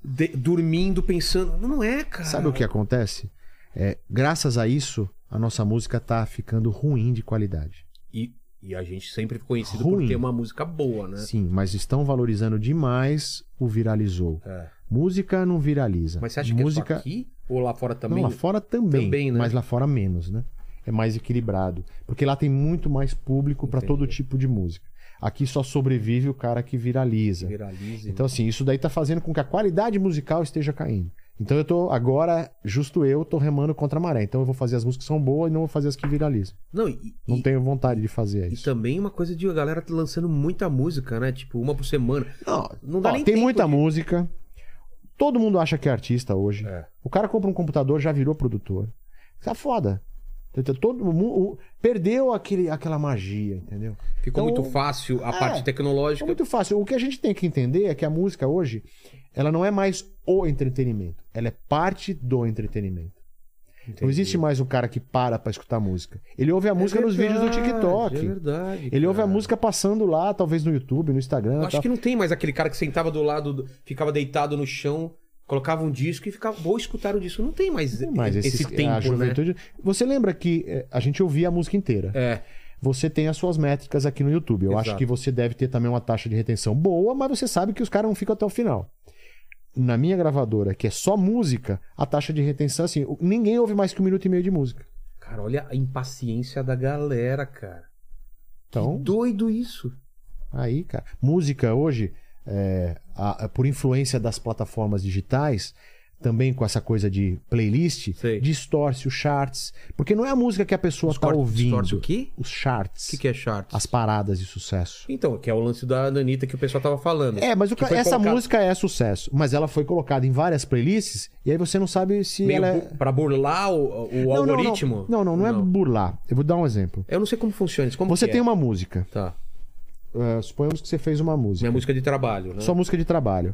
de- dormindo, pensando. Não é, cara.
Sabe o que acontece? É, graças a isso, a nossa música tá ficando ruim de qualidade.
E, e a gente sempre foi conhecido por
Ruim.
ter uma música boa, né?
Sim, mas estão valorizando demais o viralizou.
É.
Música não viraliza.
Mas você acha
música...
que é só aqui ou lá fora também?
Não, lá fora também,
Também, né?
mas lá fora menos, né? É mais equilibrado, porque lá tem muito mais público pra
Entendi.
todo tipo de música. Aqui só sobrevive o cara que viraliza.
Viraliza.
Então assim, isso daí tá fazendo com que a qualidade musical esteja caindo. Então eu tô agora, justo eu, tô remando contra a maré. Então eu vou fazer as músicas que são boas e não vou fazer as que viralizam.
Não, e,
Não
e-
tenho vontade de fazer
e
isso.
também uma coisa de a galera tá lançando muita música, né? Tipo, uma por semana. Não dá
Ó,
nem
tem
tempo
muita
de-
música. Todo mundo acha que é artista hoje.
É.
O cara compra um computador, já virou produtor. Tá foda. Então, Todo mundo perdeu aquele, aquela magia, entendeu?
Ficou
Então,
muito fácil a
é.
parte
É
tecnológica.
muito fácil. O que a gente tem que entender é que a música hoje, ela não é mais o entretenimento. Ela é parte do entretenimento. Não
Entendi.
existe mais um cara que para pra escutar música. Ele ouve a
É
música nos vídeos do
verdade,
TikTok.
É verdade.
Ele ouve a
cara.
música passando lá, talvez no YouTube, no Instagram. tá
Eu
tal.
acho que não tem mais aquele cara que sentava do lado, do- ficava deitado no chão, colocava um disco e ficava. Vou escutar o disco. Não tem mais,
Tem mais
esse,
esses- a
tempo, né?
juventude. Você lembra que eh, a gente ouvia a música inteira?
É.
Você tem as suas métricas aqui no YouTube. Eu
Exato.
acho que você deve ter também uma taxa de retenção boa, mas você sabe que os caras não ficam até o final. Na minha gravadora, que é só música, a taxa de retenção, assim, o- ninguém ouve mais que um minuto e meio de música.
Cara, olha a impaciência da galera, cara.
Então,
Doido isso.
aí, cara. Música hoje, eh, a- a- por influência das plataformas digitais, também com essa coisa de playlist,
Sei.
distorce os charts. Porque não é a música que a pessoa está
Distorce-
ouvindo.
Distorce o quê?
os charts,
O que, que é charts?
as paradas de sucesso.
Então, que é o lance da Anitta que o pessoal tava falando.
É, mas o
Que
ca-
foi
essa
colocado-
música é sucesso, mas ela foi colocada em várias playlists e aí você não sabe se
Meio
ela é...
bu- pra burlar o, o
Não, não, não.
algoritmo.
Não, não, não, é burlar. Eu vou dar um exemplo.
Eu não sei como funciona isso. Como
você
que
tem
é?
uma música.
Tá.
Ah, suponhamos que você fez uma música.
Minha música de trabalho, né?
Sua música de trabalho.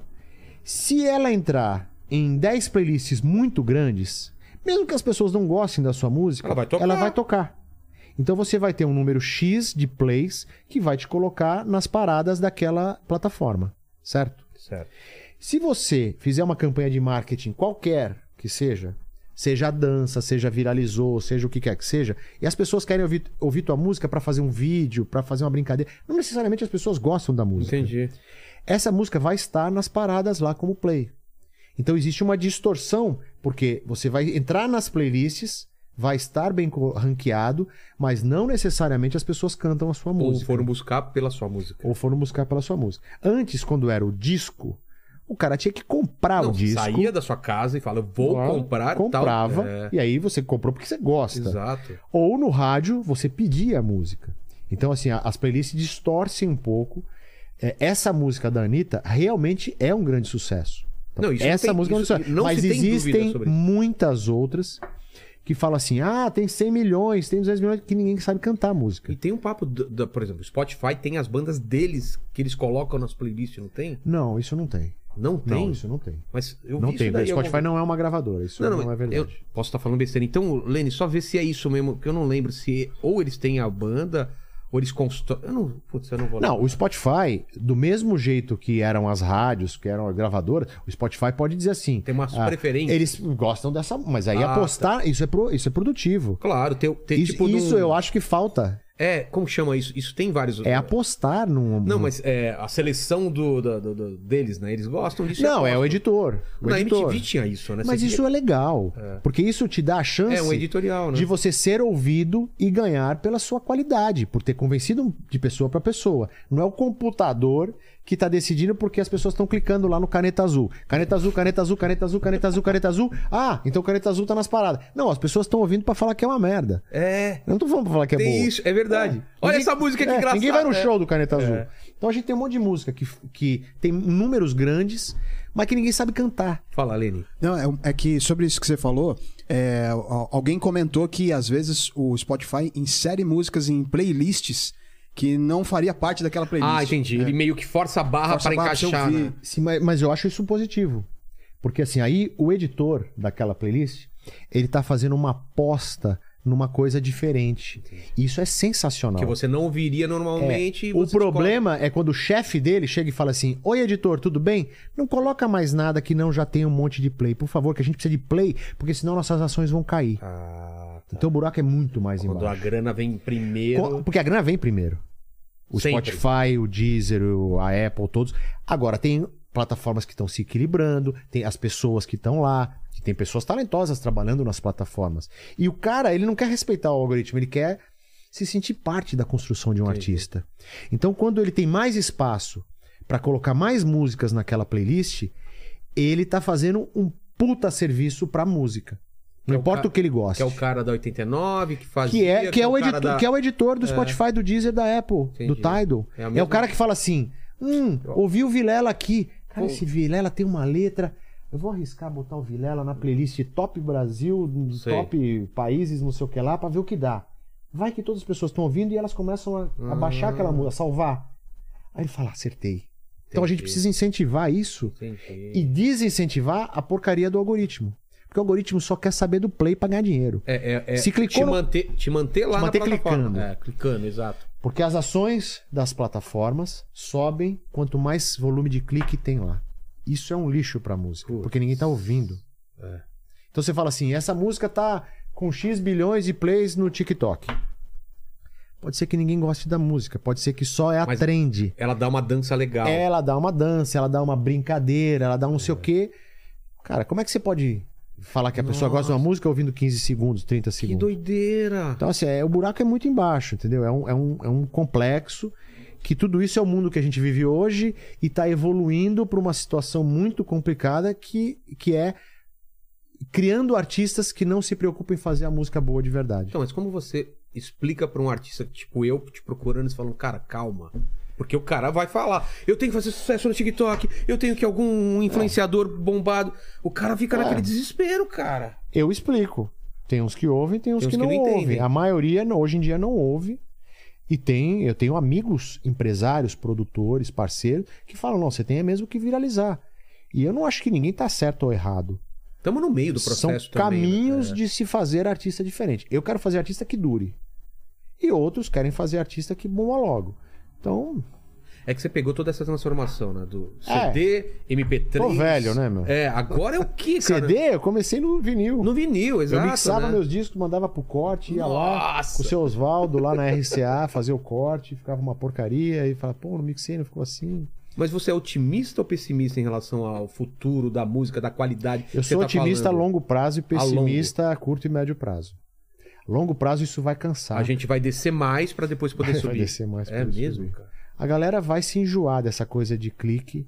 Se ela entrar em 10 playlists muito grandes, mesmo que as pessoas não gostem da sua música,
Ela vai tocar.
tocar. Então você vai ter um número X de plays que vai te colocar nas paradas daquela plataforma, certo?
Certo.
Se você fizer uma campanha de marketing qualquer que seja, seja a dança, seja viralizou, seja o que quer que seja, e as pessoas querem ouvir, ouvir tua música pra fazer um vídeo, pra fazer uma brincadeira, não necessariamente as pessoas gostam da música.
Entendi.
Essa música vai estar nas paradas lá como play. Então existe uma distorção, porque você vai entrar nas playlists, vai estar bem co- ranqueado, mas não necessariamente as pessoas cantam a sua
Ou
música
foram buscar pela sua música.
ou foram buscar pela sua música. Antes, quando era o disco, o cara tinha que comprar Ah, o
Não,
disco.
saía da sua casa e fala, eu vou
lá,
comprar
comprava
tal. É,
e aí você comprou porque você gosta.
exato.
Ou no rádio você pedia a música. Então, assim, a- as playlists distorcem um pouco. É, essa música da Anitta realmente é um grande sucesso. Então,
Não, isso não
essa
tem-
música é um
isso
grande sucesso.
não
Mas
se tem dúvida
existem
sobre isso.
muitas outras que falam assim: ah, tem 100 milhões, tem 200 milhões, que ninguém sabe cantar a música.
E tem um papo, da, da- por exemplo, Spotify tem as bandas deles que eles colocam nas playlists, não tem?
Não, isso não tem.
Não tem.
Não, isso não tem.
Mas eu
não
vi
tem.
isso daí em algum
Spotify não é uma gravadora, isso não, é verdade.
eu posso estar falando besteira. Então, Lene, só ver se é isso mesmo, porque eu não lembro se ou eles têm a banda, ou eles constroem. Eu não. Putz, eu não vou
Não, o Spotify, do mesmo jeito que eram as rádios, que eram a gravadora, o Spotify pode dizer assim.
Tem umas preferências.
Eles gostam dessa. Mas aí
Ah,
apostar, isso, é pro- isso é produtivo.
Claro, tem, tem
Isso,
tipo. num-
isso eu acho que falta.
É, como chama isso? Isso tem vários.
É apostar num.
Não, mas é a seleção do, da- do- do- deles, né? Eles gostam disso.
Não, é
eu
o
gosto.
editor. O
Na
editor.
MTV tinha isso, né?
Mas
Você
isso é legal. Porque isso te dá
tinha-
a chance.
é um editorial, né?
de você ser ouvido e ganhar pela sua qualidade, por ter convencido de pessoa para pessoa. Não é o computador que tá decidindo porque as pessoas estão clicando lá no caneta azul. Caneta azul, caneta azul, caneta azul, caneta azul, caneta azul. Ah, então caneta azul tá nas paradas. Não, as pessoas estão ouvindo para falar que é uma merda.
É.
Eu não tô falando pra falar que é
tem
boa.
isso, é verdade.
É.
Olha
Ninguém-
essa música que
é,
engraçada.
Ninguém vai no
é.
show do Caneta Azul.
É.
Então a gente tem um monte de música que, que tem números grandes, mas que ninguém sabe cantar.
Fala, Lene.
Não, é, é que sobre isso que você falou, é, al- alguém comentou que às vezes o Spotify insere músicas em playlists que não faria parte daquela playlist.
Ah, entendi.
É.
Ele meio que força a barra
Força
pra
a barra pra
encaixar.
você ouvir.
né?
Sim, mas, mas eu acho isso positivo. Porque assim, aí o editor daquela playlist, ele tá fazendo uma aposta numa coisa diferente. Isso é sensacional. É.
Que você não ouviria normalmente. e
O
você
problema é quando o chefe dele chega e fala assim: Oi, editor, tudo bem? Não coloca mais nada que não já tenha um monte de play, por favor, que a gente precisa de play, porque senão nossas ações vão cair.
descobre. Ah, tá.
Então o buraco é muito mais
Quando a
embaixo.
grana vem
Co-
primeiro.
Porque a grana vem primeiro. O
Sempre.
Spotify, o Deezer, o- a Apple, todos. Agora, tem plataformas que estão se equilibrando, tem as pessoas que estão lá, que tem pessoas talentosas trabalhando nas plataformas. E o cara, ele não quer respeitar o algoritmo, ele quer se sentir parte da construção de um
Entendi.
artista. Então, quando ele tem mais espaço para colocar mais músicas naquela playlist, ele tá fazendo um puta serviço pra música. Não
Que é o
importa
ca-
o que ele gosta.
Que é o cara da 89, que faz.
Que é, que, é o
cara
editor,
da-
que é o editor do Spotify, do Deezer, da Apple,
Entendi.
do Tidal.
É a
É,
mesma-
o cara que fala assim: hum, ouvi o Vilela aqui.
Pô.
Cara, esse Vilela tem uma letra. Eu vou arriscar botar o Vilela na playlist Top Brasil,
Sei.
Top Países, não sei o que lá, pra ver o que dá. Vai que todas as pessoas estão ouvindo e elas começam a, a
Ah.
baixar aquela música, a salvar. Aí ele fala: acertei. Então a gente
Entendi.
precisa incentivar isso
Entendi.
e desincentivar a porcaria do algoritmo. Porque o algoritmo só quer saber do play pra ganhar dinheiro.
É, é, é
Se clicou
te
no-
manter, te manter lá
Te manter
na plataforma.
clicando.
É, clicando, exato.
Porque as ações das plataformas sobem quanto mais volume de clique tem lá. Isso é um lixo pra música,
Putz.
porque ninguém tá ouvindo.
É.
Então você fala assim, essa música tá com X bilhões de plays no TikTok. Pode ser que ninguém goste da música, pode ser que só é a
Mas-
trend.
Ela dá uma dança legal. É.
Ela dá uma dança, ela dá uma brincadeira, ela dá um não sei o quê. Cara, como é que você pode falar que a pessoa gosta de uma música ouvindo 15 segundos, 30
que
segundos?
doideira.
Então, assim, é, o buraco é muito embaixo, entendeu? É um, é, um, é um complexo que tudo isso é o mundo que a gente vive hoje e está evoluindo para uma situação muito complicada que, que é criando artistas que não se preocupam em fazer a música boa de verdade.
Então, mas como você explica pra um artista, tipo eu, te procurando e falando, cara, calma. Porque o cara vai falar, eu tenho que fazer sucesso no TikTok, eu tenho que algum influenciador bombado. O cara fica
É.
naquele desespero, cara.
Eu explico. Tem uns que ouvem, tem uns,
Tem
que, não,
entendem.
ouvem. A maioria não- hoje em dia não ouve. E tem, eu tenho amigos, empresários, produtores, parceiros, que falam: não, você tem mesmo que viralizar. E eu não acho que ninguém tá certo ou errado.
Estamos no meio do processo
São
também, né?
caminhos de se fazer artista diferente. Eu quero fazer artista que dure. E outros querem fazer artista que bomba logo. Então,
É que você pegou toda essa transformação, né? Do
É.
CD, MP3.
tô velho, né, meu?
É, agora é o que, cara?
CD, eu comecei no vinil.
No vinil, exato.
eu mixava
né?
meus discos, mandava pro corte, ia lá com
Nossa!
o seu Osvaldo lá na RCA, fazer o corte, ficava uma porcaria e falava, pô, no mixei, não ficou assim.
Mas você é otimista ou pessimista em relação ao futuro da música, da qualidade?
Eu
que você
sou
tá
otimista a
falando?
longo prazo e
A longo.
pessimista a curto e médio prazo. Longo prazo isso vai cansar.
A gente vai descer mais pra depois poder
Tá? vai
subir.
descer mais
é
pra
mesmo,
subir.
cara.
A galera vai se enjoar dessa coisa de clique,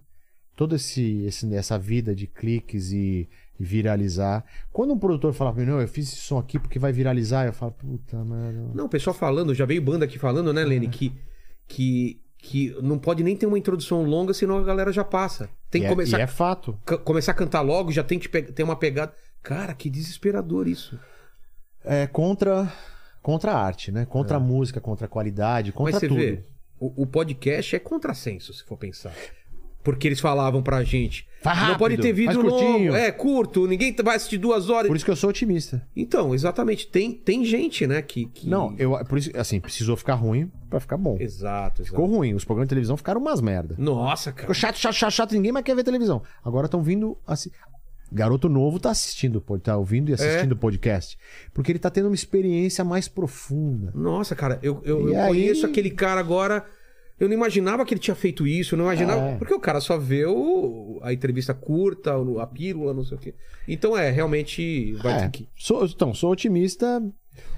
toda esse, esse- essa vida de cliques e, viralizar. Quando um produtor fala pra mim, não, eu fiz esse som aqui porque vai viralizar, eu falo, puta merda.
Não, o pessoal falando, já veio banda aqui falando, né, Lene, que, que, que não pode nem ter uma introdução longa, senão a galera já passa. Tem
E
que
é-
começar,
e é fato.
ca- começar a cantar logo, já tem que pe- ter uma pegada. Cara, que desesperador isso.
É contra, contra a arte, né? Contra a música, contra a qualidade, contra
É. Mas você
tudo.
vê, o, o podcast é contrassenso, se for pensar. Porque eles falavam pra gente.
Vai
não pode
rápido,
ter vídeo
faz curtinho."
longo. É, curto, ninguém vai assistir duas horas.
Por isso que eu sou otimista.
Então, exatamente. Tem, tem gente, né, que. que-
Não, eu, por isso, assim, precisou ficar ruim pra ficar bom.
Exato, exato.
Ficou ruim. Os programas de televisão ficaram umas merda.
Nossa, cara.
Ficou chato, chato, chato, chato. Ninguém mais quer ver televisão. Agora estão vindo assim. Garoto novo tá assistindo, o pod- tá ouvindo
É.
e assistindo o podcast. Porque ele tá tendo uma experiência mais profunda.
Nossa, cara, eu, eu,
E
eu
aí?
conheço aquele cara agora. Eu não imaginava que ele tinha feito isso, eu não imaginava.
É.
Porque o cara só vê o- a entrevista curta, o- a pílula, não sei o quê. Então é, realmente vai
É,
ter que.
sou- então, sou otimista,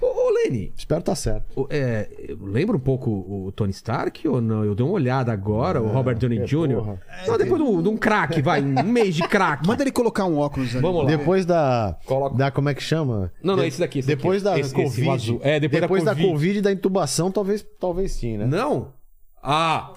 Ô, ô Lene,
espero tá certo.
O- É, eu lembro um pouco o Tony Stark ou não? Eu dei uma olhada agora, o Robert Downey
é,
Jr.
porra.
Não, depois de um, de um craque, vai, um mês de craque.
Manda ele colocar um óculos ali.
Vamos lá.
Depois da.
Coloca-
Da, como é que chama?
Não, não,
De-
esse daqui, esse
depois
daqui.
da
Esse- esse
Covid.
azul. É, depois da
da
Covid.
e da intubação, talvez, talvez sim, né?
Não? Ah,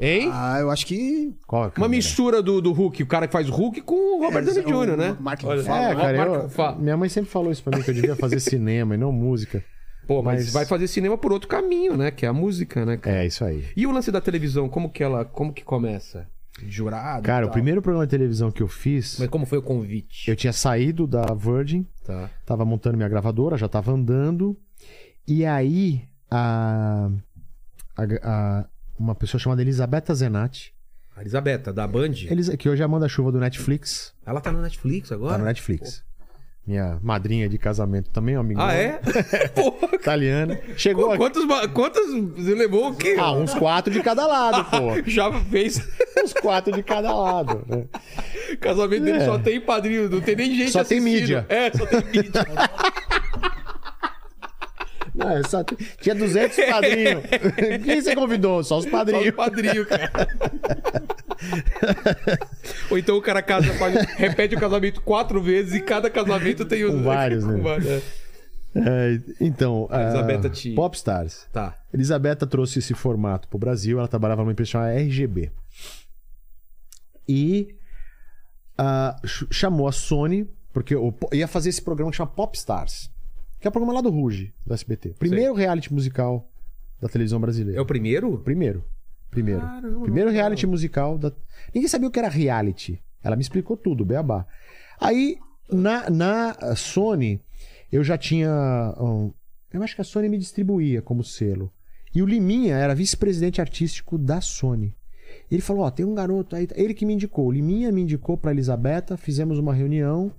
hein?
Ah, eu acho que.
Qual é a
Uma
câmera?
mistura do, do Hulk, o cara que faz Hulk, com o Robert
É,
Downey
o-
Jr., né?
o Mark
Olha,
Ruffalo.
É, cara,
Mark
eu-
Ruffalo.
minha mãe sempre falou isso pra mim, que eu devia fazer cinema e não música.
Pô, mas,
mas-
vai fazer cinema por outro caminho, né? Que é a música, né? cara?
É, isso aí.
E o lance da televisão, como que ela, como que começa? Jurado? e
Cara, o
tal?
primeiro programa de televisão que eu fiz,
Mas como foi o convite?
eu tinha saído da Virgin,
Tá.
tava montando minha gravadora, já tava andando, e aí a, a- a- uma pessoa chamada Elisabetta Zenatti,
A Elisabetta, da Band.
Elis- que hoje é a manda-chuva do Netflix,
Ela tá no Netflix agora?
Tá no Netflix. Minha madrinha de casamento também, amiga.
Ah, é? Porra,
Italiana. Chegou
qu-
aqui.
quantos, ma- quantos você levou o quê?
Ah, uns quatro de cada lado, pô.
Já fez.
Uns quatro de cada lado. né?
Casamento dele
É.
só tem padrinho, não tem nem gente
Só tem
assistindo.
mídia.
É, só tem mídia.
Não, é só- Tinha 200 padrinhos. Quem você convidou? Só os
Só tem
padrinhos.
padrinho, cara. Ou então o cara casa, faz- repete o casamento quatro vezes e cada casamento tem os.
Com vários, né?
Com vários, é.
É, então,
A Elisabetta
ah,
te-
Popstars.
Tá.
Elisabetta trouxe esse formato pro Brasil. Ela trabalhava numa empresa chamada RGB. E ah, ch- chamou a Sony, porque o po- ia fazer esse programa que chama Popstars. Que é o programa lá do Ruge, do SBT. Primeiro reality musical da televisão brasileira.
É o primeiro?
Primeiro. Primeiro.
Caramba,
primeiro
cara.
reality musical da. Ninguém sabia o que era reality. Ela me explicou tudo, beabá. Aí, na, na eh, Sony, eu já tinha. hum, eu acho que a Sony me distribuía como selo. E o Liminha era vice-presidente artístico da Sony. Ele falou: Ó, tem um garoto aí. Ele que me indicou. O Liminha me indicou pra Elisabetta, fizemos uma reunião.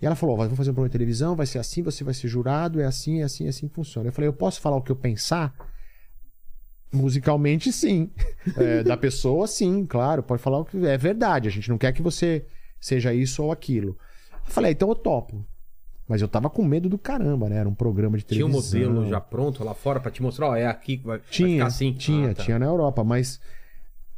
E ela falou: Ó, vamos fazer um programa de televisão, vai ser assim, você vai ser jurado, é assim, é assim, é assim que funciona. Eu falei: Eu posso falar o que eu pensar? Musicalmente, sim. É, da pessoa, sim, claro. Pode falar o que é verdade. A gente não quer que você seja isso ou aquilo. Eu falei, ah, então eu topo. Mas eu tava com medo do caramba, né? Era um programa de
Tinha um
televisão.
modelo já pronto lá fora pra te mostrar, ó, é aqui que vai, vai
né? Tinha,
ficar assim.
tinha,
Ah, tá.
tinha na Europa, mas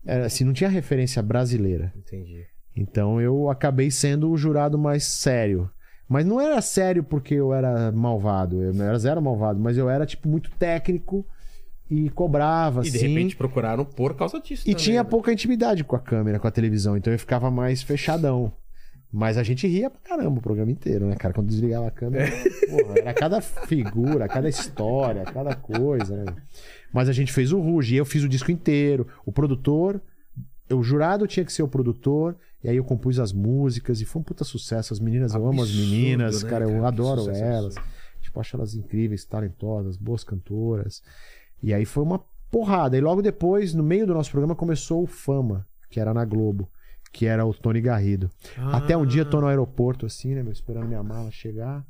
é, assim, não tinha referência brasileira.
Entendi.
Então eu acabei sendo o jurado mais sério. Mas não era sério porque eu era malvado, eu não era zero malvado, mas eu era tipo muito técnico e cobrava
E
assim.
de repente procuraram por causa disso.
E
também,
tinha
né?
pouca intimidade com a câmera, com a televisão, então eu ficava mais fechadão. Mas a gente ria pra caramba o programa inteiro, né, cara? Quando desligava a câmera,
É.
porra, era cada figura, cada história, cada coisa, né? Mas a gente fez o Ruge, e eu fiz o disco inteiro. O produtor, o jurado tinha que ser o produtor, e aí eu compus as músicas, e foi um puta sucesso. As meninas, eu amo as
Absurdo,
meninas,
né,
cara, eu
cara? Que
adoro
sucesso
elas. Tipo, acho elas incríveis, talentosas, boas cantoras. E aí foi uma porrada. E logo depois, no meio do nosso programa, começou o Fama, que era na Globo, que era o Tony Garrido.
Ah.
Até um dia eu tô no aeroporto, assim, né, meu, esperando minha mala chegar.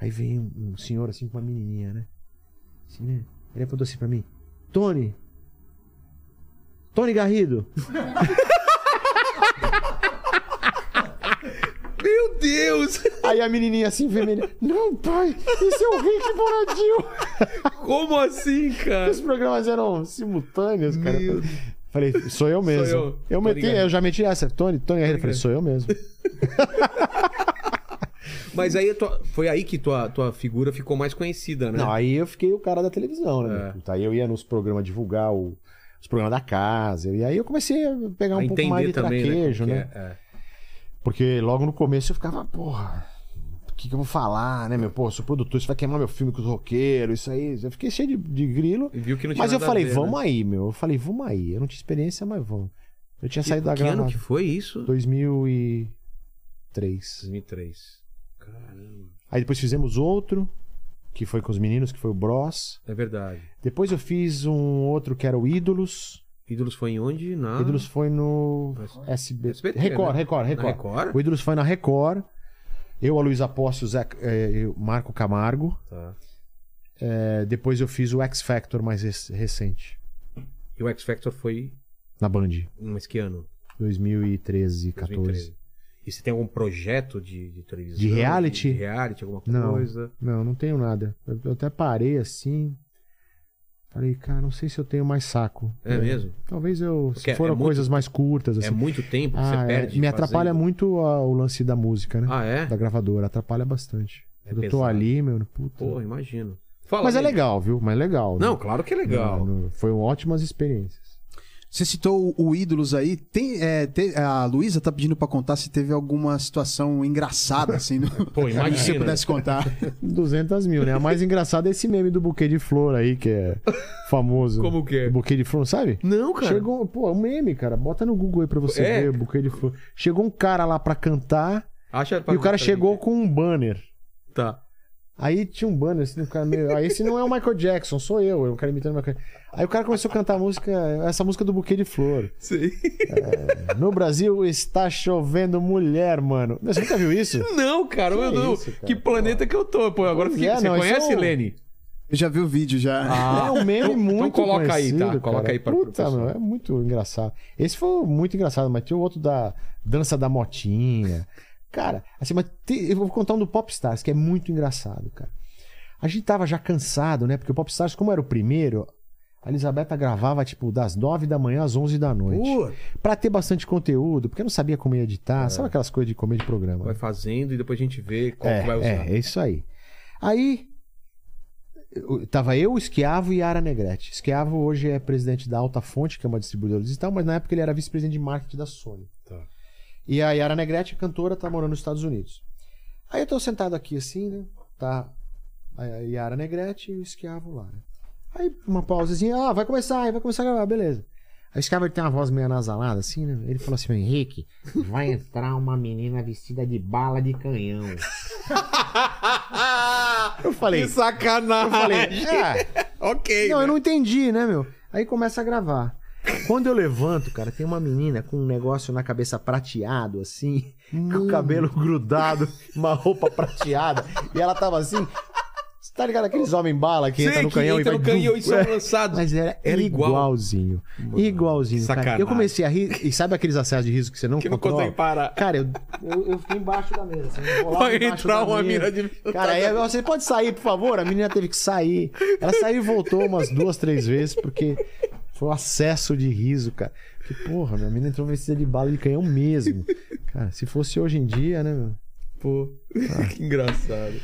Aí vem um, um senhor, assim, com uma menininha, né? Assim, né? Ele apontou assim pra mim: Tony! Tony Garrido!
Meu Deus!
Aí a menininha assim, vermelha: Não, pai, esse é o Rick Bonadil!
Como assim, cara?
Os programas eram simultâneos, cara.
Meu
Falei, sou eu mesmo.
Sou eu.
eu,
Tô
meti,
ligado.
eu já meti essa, Tony, Tony Garrido. Falei,
ligado.
sou eu mesmo.
Mas aí a tua- foi aí que tua, tua figura ficou mais conhecida, né?
Não, aí eu fiquei o cara da televisão, né?
É.
meu puta? Aí eu ia nos programas divulgar o- os programas da casa. E aí eu comecei a pegar um
a
pouco
entender
mais de
também,
traquejo,
né?
né?
como que é, é.
Porque logo no começo eu ficava, porra, o que, que eu vou falar, né, meu? Pô, sou produtor, isso vai queimar meu filme com os roqueiros, isso aí. Eu fiquei cheio de, de grilo.
E viu que não tinha
Mas eu
nada a
falei,
ver, né?
vamos aí, meu. Eu falei, vamos aí. Eu não tinha experiência, mas vamos. Eu tinha saído da
Que ano
grana
que foi isso?
2003.
2003. Caramba.
Aí depois fizemos outro, que foi com os meninos, que foi o Bros.
É verdade.
Depois eu fiz um outro que era o Ídolos.
Ídolos foi em onde? Na...
Ídolos foi no SB...
SBT,
Record,
né?
Record,
na
Record,
Record?
O Ídolos foi na Record. Eu, a Luiz Aposto, o Zé, eh, o Marco Camargo.
Tá.
Eh, depois eu fiz o X Factor mais rec- recente,
E o X Factor foi
na Band.
mas que ano?
2013, 14.
2013. E você tem algum projeto de, de televisão?
De reality?
De reality, alguma
Não.
coisa?
Não, não tenho nada. Eu, eu até parei assim. Falei, cara, não sei se eu tenho mais saco.
É
Eh,
mesmo?
Talvez eu.
Porque é
se foram
muito-
coisas mais curtas, assim.
É muito tempo que
Ah,
você
é,
perde.
me atrapalha
fazendo.
muito ah, o lance da música, né?
Ah, é?
Da gravadora. Atrapalha bastante.
É
Quando eu
pesado.
tô ali, meu. Puta.
Porra, imagino. Fala,
Mas é
Lene.
legal, viu? Mas é legal. né?
Não, claro que é legal.
Não, não, Né? Foi ótimas experiências.
Você citou o Ídolos aí. Tem, é, te- a Luísa tá pedindo pra contar se teve alguma situação engraçada, assim, no,
Pô,
se você
imagina.
pudesse contar.
200 mil, né? A mais engraçada é esse meme do buquê de flor aí, que é famoso.
Como que é?
O buquê de flor, sabe?
Não, cara.
Chegou, pô, é um meme, cara. Bota no Google aí pra você
É.
ver o buquê de flor. Chegou um cara lá pra cantar
Acha É pra-
e o cara
pra
chegou
gente.
com um banner.
Tá.
Aí tinha um banner assim, o cara meio. Aí esse não é o Michael Jackson, sou eu, eu um cara imitando o Michael Jackson. Aí o cara começou a cantar a música, essa música do buquê de flor.
Sei.
No Brasil está chovendo mulher, mano. Meu, Você nunca viu isso?
Não, cara, meu
Que
Deus.
isso, cara,
que planeta que eu tô, pô. Agora
Pois
fiquei...
é,
você
não, esse
conhece,
é um-
Lene?
Eu já vi o vídeo, já.
é um meme
então- então
muito
coloca aí, tá?
conhecido, cara.
Coloca aí pra- pro
Puta,
pessoal.
meu, é muito engraçado. Esse foi muito engraçado, mas tinha o outro da dança da motinha. Cara, assim, mas te- eu vou contar um do Popstars, que é muito engraçado, cara. A gente tava já cansado, né? Porque o Popstars, como era o primeiro, a Elisabetta gravava, tipo, das 9 da manhã às 11 da noite. Pra ter bastante conteúdo, porque eu não sabia como ia editar, sabe aquelas coisas de comer de programa.
Vai fazendo e depois a gente vê qual
é,
que vai usar.
é, é isso aí. Aí eu- tava eu, o Esquiavo e a Ara Negrete. Esquiavo hoje é presidente da Alta Fonte, que é uma distribuidora digital, mas na época ele era vice-presidente de marketing da Sony.
Tá.
E a Yara Negrete, cantora, tá morando nos Estados Unidos. Aí eu tô sentado aqui assim, né? Tá a Yara Negrete e o Esquiavo lá, né? Aí uma pausazinha, ah, vai começar, vai começar a gravar, beleza. Aí o Esquiavo ele tem uma voz meio anasalada assim, né? Ele falou assim, Henrique, vai entrar uma menina vestida de bala de canhão. Eu falei,
Ah, Que
eu
sacanagem.
falei, é,
Ok.
não,
né?
eu não entendi, né, meu? Aí começa a gravar. Quando eu levanto, cara, tem uma menina com um negócio na cabeça prateado, assim, com o cabelo grudado, uma roupa prateada, e ela tava assim. Você tá ligado? Aqueles homem bala que
Sei
entra no
que
canhão
entra
e
no
vai.
canhão e são
É.
lançados.
Mas era,
Era igual.
igualzinho. igualzinho, cara.
sacanagem.
Eu comecei a rir. E sabe aqueles acessos de riso que você não
Que não
controla?
consegue parar.
Cara, eu, eu, eu fiquei embaixo da mesa. Assim, eu rolava
Vai
embaixo
entrar
da
uma mina de.
Cara, aí ela, você pode sair, por favor? A menina teve que sair. Ela saiu e voltou umas duas, três vezes, porque foi um acesso de riso, cara. Que porra, minha menina entrou vestida de bala de canhão mesmo. Cara, se fosse hoje em dia, né, meu?
Pô, que engraçado.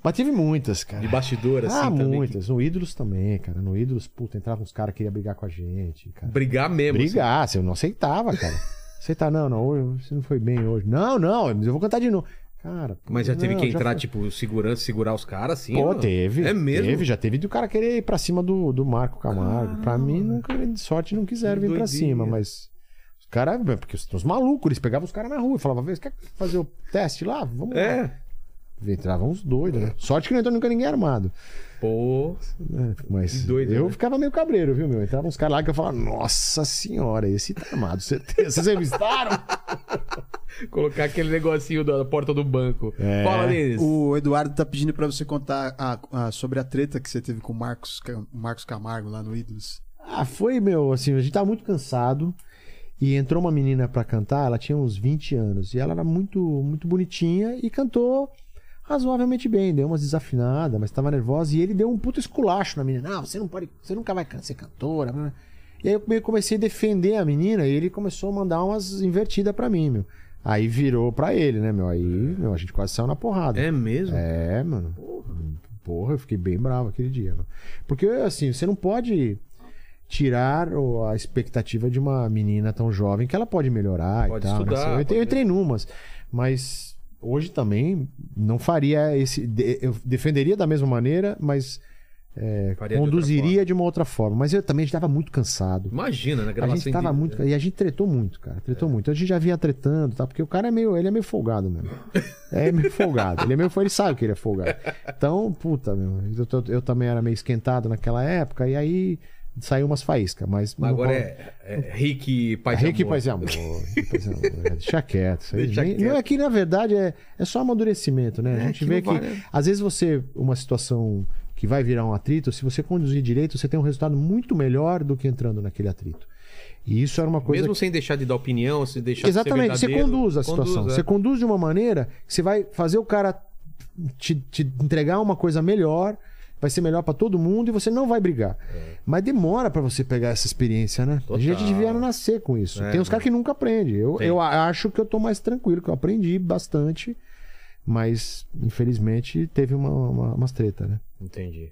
Mas teve muitas, cara.
De bastidor, assim,
ah,
também.
muitas. No Ídolos também, cara. No Ídolos, puta, entrava uns caras que queriam brigar com a gente, cara.
Brigar mesmo.
Brigar, assim, eu não aceitava, cara. Aceitar, não, não, hoje você não foi bem hoje. Não, não, eu vou cantar de novo. Cara,
assim. Mas já teve
não,
que entrar,
foi-
tipo, segurança, segurar os caras, assim?
Pô,
mano?
teve.
É mesmo?
Teve, já teve do cara querer ir pra cima do, do Marco Camargo. Pra mim, nunca, de sorte, não quiseram
Ah, Que
vir pra
doideira.
cima, mas. Os caras, porque os, os malucos, eles pegavam os caras na rua e falavam, "Vê, você quer fazer o teste lá? Vamos lá.
É.
Entravam uns doidos, né? Sorte que não entrou nunca ninguém armado.
Pô.
né? Mas
Que doido,
eu
né?
ficava meio cabreiro, viu, meu? Entravam uns caras lá que eu falava, nossa senhora, esse tá armado, certeza. Vocês revistaram?
Colocar aquele negocinho da da porta do banco.
É.
Fala, Denis.
O Eduardo tá pedindo pra você contar a- a- sobre a treta que você teve com o Marcos, Cam- Marcos Camargo lá no Ídolos.
Ah, foi, meu, assim, a gente tava muito cansado. E entrou uma menina pra cantar, ela tinha uns 20 anos. E ela era muito, muito bonitinha e cantou razoavelmente bem. Deu umas desafinadas, mas tava nervosa. E ele deu um puto esculacho na menina. Não, você não pode, você nunca vai can- ser cantora. né? E aí eu meio comecei a defender a menina e ele começou a mandar umas invertidas pra mim, meu. Aí virou pra ele, né, meu? Aí, meu, a gente quase saiu na porrada.
É mesmo?
É, mano. Porra, eu fiquei bem bravo aquele dia. mano. Porque, assim, você não pode tirar o- a expectativa de uma menina tão jovem que ela pode melhorar
Pode
e tal. né?
estudar,
Assim, eu,
pode
entrei, eu entrei numas, mas hoje também não faria esse. de- Eu defenderia da mesma maneira, mas é,
Faria de outra
conduziria de, uma outra forma. Mas eu também estava muito cansado.
forma. Imagina, né?
A
gravação
gente
em
tava
vídeo,
muito.
né?
E a gente tretou muito, cara. Tretou muito. A gente já vinha tretando, tá? Porque o cara é meio. Ele é meio folgado mesmo. É meio folgado. Ele é meio. Ele sabe que ele é folgado. Então, puta, meu. Eu, tô- eu também era meio esquentado naquela época. E aí saiu umas faíscas. Mas.
Mas
não
agora
rola-
é, é Rick Paz e
Rick
Amor.
paz e amor. Rick, paz e amor. Deixa quieto. Isso aí.
Deixa
Nem-
quieto.
Não é que, na verdade, é, é só amadurecimento, né? A
É,
gente
que
vê que,
não vale-
às vezes, você. Uma situação que vai virar um atrito, se você conduzir direito, você tem um resultado muito melhor do que entrando naquele atrito. E isso era uma coisa
Mesmo sem deixar de dar opinião, se deixar
Exatamente,
de ser
você
verdadeiro,
conduz a situação.
conduz,
Você
é.
conduz de uma maneira que você vai fazer o cara te, te entregar uma coisa melhor, vai ser melhor pra todo mundo e você não vai brigar.
É.
Mas demora pra você pegar essa experiência, né?
Total.
A gente devia nascer com isso.
É,
Tem uns caras que nunca aprendem. Eu,
Tem.
eu a- acho que eu tô mais tranquilo, que eu aprendi bastante. Mas, infelizmente, teve uma, uma, umas treta, né?
Entendi.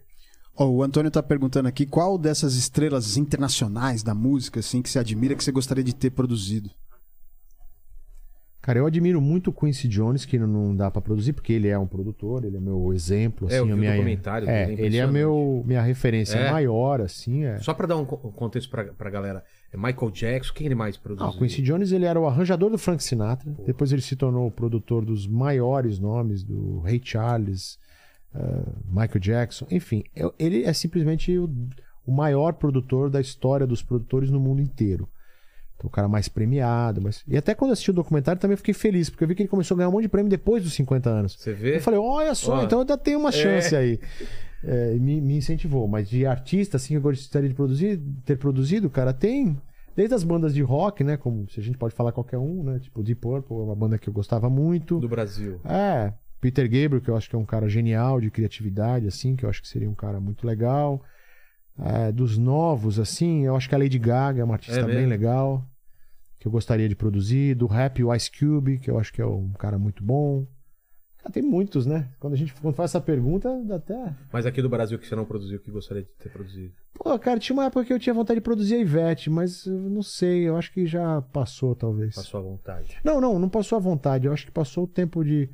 Ó, o Antônio tá perguntando aqui qual dessas estrelas internacionais da música, assim, que você admira, que você gostaria de ter produzido.
Cara, eu admiro muito o Quincy Jones, que não dá pra produzir, porque ele é um produtor, ele é meu exemplo.
É, eu
assim,
vi
a
o
minha,
documentário
É,
dele, é
ele é
impressionante.
meu, minha referência
É.
maior, assim. É.
Só pra dar um co- contexto pra, pra galera. É Michael Jackson, quem ele mais produziu?
Ah, o Quincy Jones ele era o arranjador do Frank Sinatra. Depois ele se tornou o produtor dos maiores nomes, do Ray Charles, eh, Michael Jackson. Enfim, eu- ele é simplesmente o, o maior produtor da história dos produtores no mundo inteiro. Então, o cara mais premiado. Mas... E até quando eu assisti o documentário também eu fiquei feliz, porque eu vi que ele começou a ganhar um monte de prêmio depois dos 50 anos.
Você vê?
Eu falei, olha só,
Ó.
então eu ainda tenho uma chance aí. É, me, me incentivou. Mas de artista, assim, que eu gostaria de produzir, ter produzido, cara, tem. Desde as bandas de rock, né? Como se a gente pode falar qualquer um, né? Tipo, Deep Purple é uma banda que eu gostava muito.
Do Brasil.
É, Peter Gabriel, que eu acho que é um cara genial de criatividade, assim, que eu acho que seria um cara muito legal. É, dos novos, assim, eu acho que a Lady Gaga é uma artista
É
bem
mesmo?
legal, que eu gostaria de produzir. Do rap, o Ice Cube, que eu acho que é um cara muito bom. Ah, tem muitos, né? Quando a gente quando faz essa pergunta, dá até.
Mas aqui do Brasil que você não produziu, que gostaria de ter produzido.
Pô, cara, tinha uma época que eu tinha vontade de produzir a Ivete, mas eu não sei, eu acho que já passou, talvez.
À sua vontade.
Não, não, não passou à vontade. Eu acho que passou o tempo de.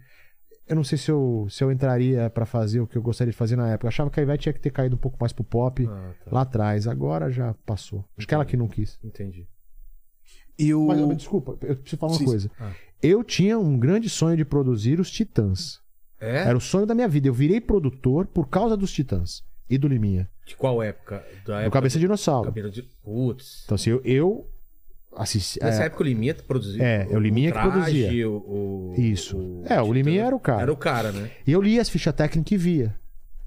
Eu não sei se eu, se eu entraria pra fazer o que eu gostaria de fazer na época. Eu achava que a Ivete tinha que ter caído um pouco mais pro pop
Ah, tá.
lá atrás. Agora já passou. Acho que ela que não quis.
Entendi.
E o.
Mas, desculpa, eu preciso falar uma
Sim, sim.
coisa.
Ah.
Eu tinha um grande sonho de produzir os Titãs.
É?
Era o sonho da minha vida. Eu virei produtor por causa dos Titãs e do Liminha.
De qual época? Da
Do
época
Cabeça de
do...
Dinossauro.
Cabelo de... Putz.
Então, assim, eu, eu assisti.
Nessa época o Liminha produziu.
Então, É, o Liminha que
traje,
produzia.
O, o-
Isso. É, o Liminha era o cara.
Era o cara, né?
E eu li as fichas técnicas e via.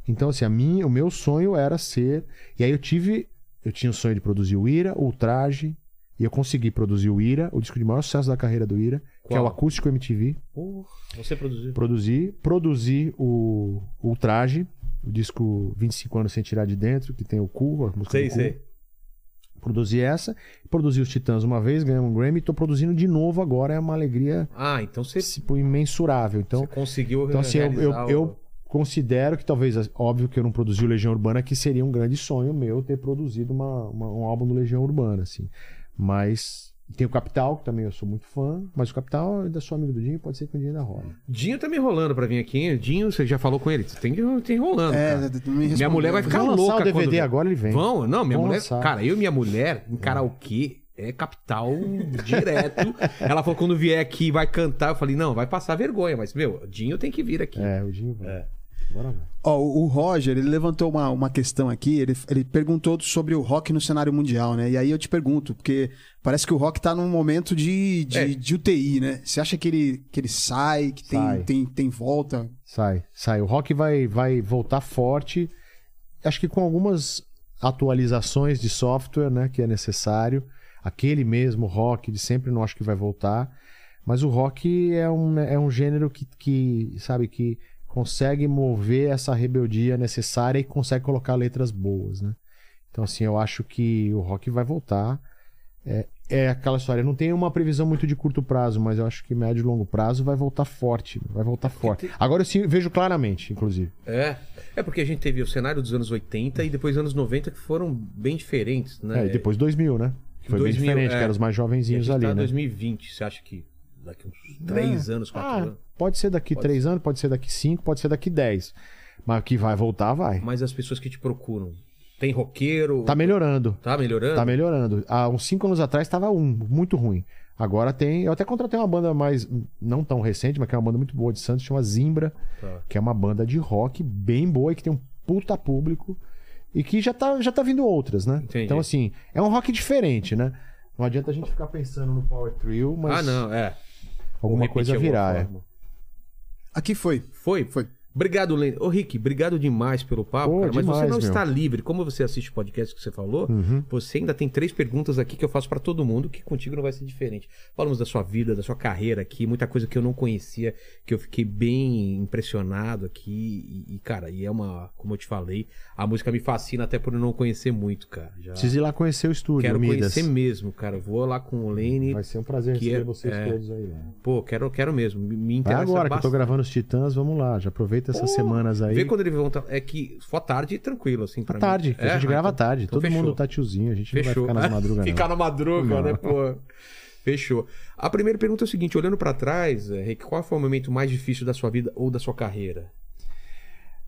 Então, assim, a minha, o meu sonho era ser. E aí eu tive. Eu tinha o sonho de produzir o Ira, o Traje. E eu consegui produzir o Ira, o disco de maior sucesso da carreira do Ira, que é
Qual?
o Acústico MTV.
Porra, você produziu.
Produzi. Produzi o, o Traje, o disco 25 anos sem tirar de dentro, que tem o cu, a música.
Sei,
do cu.
sei.
Produzi essa. Produzi os Titãs uma vez, ganhamos um Grammy. Tô produzindo de novo agora, é uma alegria
Ah, então você,
tipo, imensurável. Então,
você conseguiu.
então, assim, eu, eu,
realizar o-
eu considero que talvez, óbvio que eu não produzi o Legião Urbana, que seria um grande sonho meu ter produzido uma- uma- um álbum do Legião Urbana, assim. Mas tem o Capital, que também eu sou muito fã, mas o Capital é eu ainda sou amigo do Dinho, pode ser que o Dinho ainda rola.
Dinho tá me enrolando pra vir aqui. hein? Dinho, você já falou com ele? Tem que tem enrolando.
É,
cara.
não me
Minha
respondeu.
mulher vai ficar
Vão lançar
louca
o DVD
quando...
agora, ele vem.
Vão? Não, minha
Vão
mulher.
lançar.
Cara, eu e minha mulher, em karaokê, é capital direto. Ela falou quando vier aqui vai cantar. Eu falei, não, vai passar vergonha, mas, meu, Dinho tem que vir aqui.
É, o Dinho vai.
É.
Bora lá.
Ó, o o Roger, ele levantou uma, uma questão aqui, ele, ele perguntou sobre o rock no cenário mundial, né? E aí eu te pergunto, porque parece que o rock tá num momento de, de,
É.
de UTI, né? Você acha que ele, que ele sai, que tem,
Sai.
Tem, tem volta?
Sai, sai. O rock vai, vai voltar forte. Acho que com algumas atualizações de software, né, que é necessário. Aquele mesmo rock de sempre não acho que vai voltar. Mas o rock é um, é um gênero que, que, sabe, que consegue mover essa rebeldia necessária e consegue colocar letras boas, né? Então, assim, eu acho que o rock vai voltar. É aquela história. Não tem uma previsão muito de curto prazo, mas eu acho que médio e longo prazo vai voltar forte. Vai voltar forte. Agora eu sim- vejo claramente, inclusive.
É. É porque a gente teve o cenário dos anos 80 e depois anos 90 que foram bem diferentes, né?
É, e depois 2000, né? Que Foi
2000,
bem diferente,
é.
que eram os mais
E a gente
jovenzinhos
tá
ali,
em
né?
2020, você acha que daqui uns 3 anos, 4
Ah,
anos?
pode ser daqui
né? Pode
três anos, pode ser daqui cinco, pode ser daqui dez. Mas que vai voltar, vai.
Mas as pessoas que te procuram, tem roqueiro?
Tá melhorando.
tá melhorando?
Tá melhorando. Há uns cinco anos atrás tava um, muito ruim. Agora tem. Eu até contratei uma banda mais. Não tão recente, mas que é uma banda muito boa de Santos, chama Zimbra,
Tá.
que é uma banda de rock bem boa e que tem um puta público. E que já tá, já tá vindo outras, né?
Entendi.
Então, assim, é um rock diferente, né? Não adianta a gente ficar pensando no Power Trio, mas
Ah, não, é. Vou
alguma
repetir
coisa
alguma
virá. é.
forma.
Aqui foi.
Foi?
Foi.
Obrigado, Lenny. Ô, Rick, obrigado demais pelo papo,
Pô,
cara. Mas você
demais,
não
meu.
está livre. Como você assiste o podcast que você falou,
Uhum.
você ainda tem três perguntas aqui que eu faço pra todo mundo, que contigo não vai ser diferente. Falamos da sua vida, da sua carreira aqui, muita coisa que eu não conhecia, que eu fiquei bem impressionado aqui. E, e, cara, e é uma, como eu te falei, a música me fascina até por eu não conhecer muito, cara. Já
Preciso ir lá conhecer o estúdio,
quero
Midas.
conhecer mesmo, cara. Eu Vou lá com o Lenny.
Vai ser um prazer
Que
receber
é-
vocês
é.
todos aí. né?
Pô, quero, quero mesmo. Me, me
Vai
interessa
agora que eu tô
bastante. Uh,
gravando os Titãs, vamos lá. Já aproveita essas
Pô,
semanas aí.
Vê quando eles vão. tá- É que só tarde tranquilo, assim.
À
pra mim.
tarde, que
É?
a gente
Ah,
grava à
então-
tarde.
então
Todo
fechou.
mundo tá tiozinho, a gente
Fechou.
não vai ficar nas madrugas, não.
Ficar na madruga,
Não.
né, pô? Fechou. A primeira pergunta é o seguinte: olhando pra trás, é, Rick, qual foi o momento mais difícil da sua vida ou da sua carreira?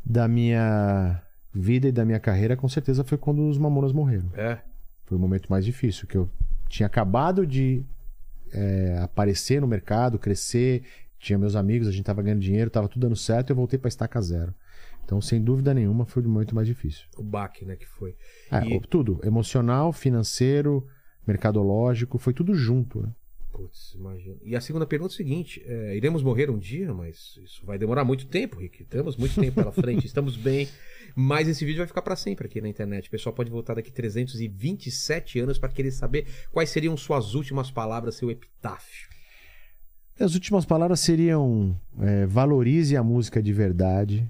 Da minha vida e da minha carreira, com certeza foi quando os Mamonas morreram.
É?
Foi o momento mais difícil, que eu tinha acabado de é, aparecer no mercado, crescer, tinha meus amigos, a gente tava ganhando dinheiro, tava tudo dando certo, eu voltei pra estaca zero. Então, sem dúvida nenhuma, foi o momento mais difícil.
O baque, né, que foi.
É,
E-
o- Tudo, emocional, financeiro, mercadológico, foi tudo junto, né?
Putz, imagina. E a segunda pergunta é o seguinte: é, iremos morrer um dia, mas isso vai demorar muito tempo, Rick. Temos muito tempo pela frente, estamos bem. Mas esse vídeo vai ficar pra sempre aqui na internet. O pessoal pode voltar daqui 327 anos pra querer saber quais seriam suas últimas palavras, seu epitáfio.
As últimas palavras seriam: é, valorize a música de verdade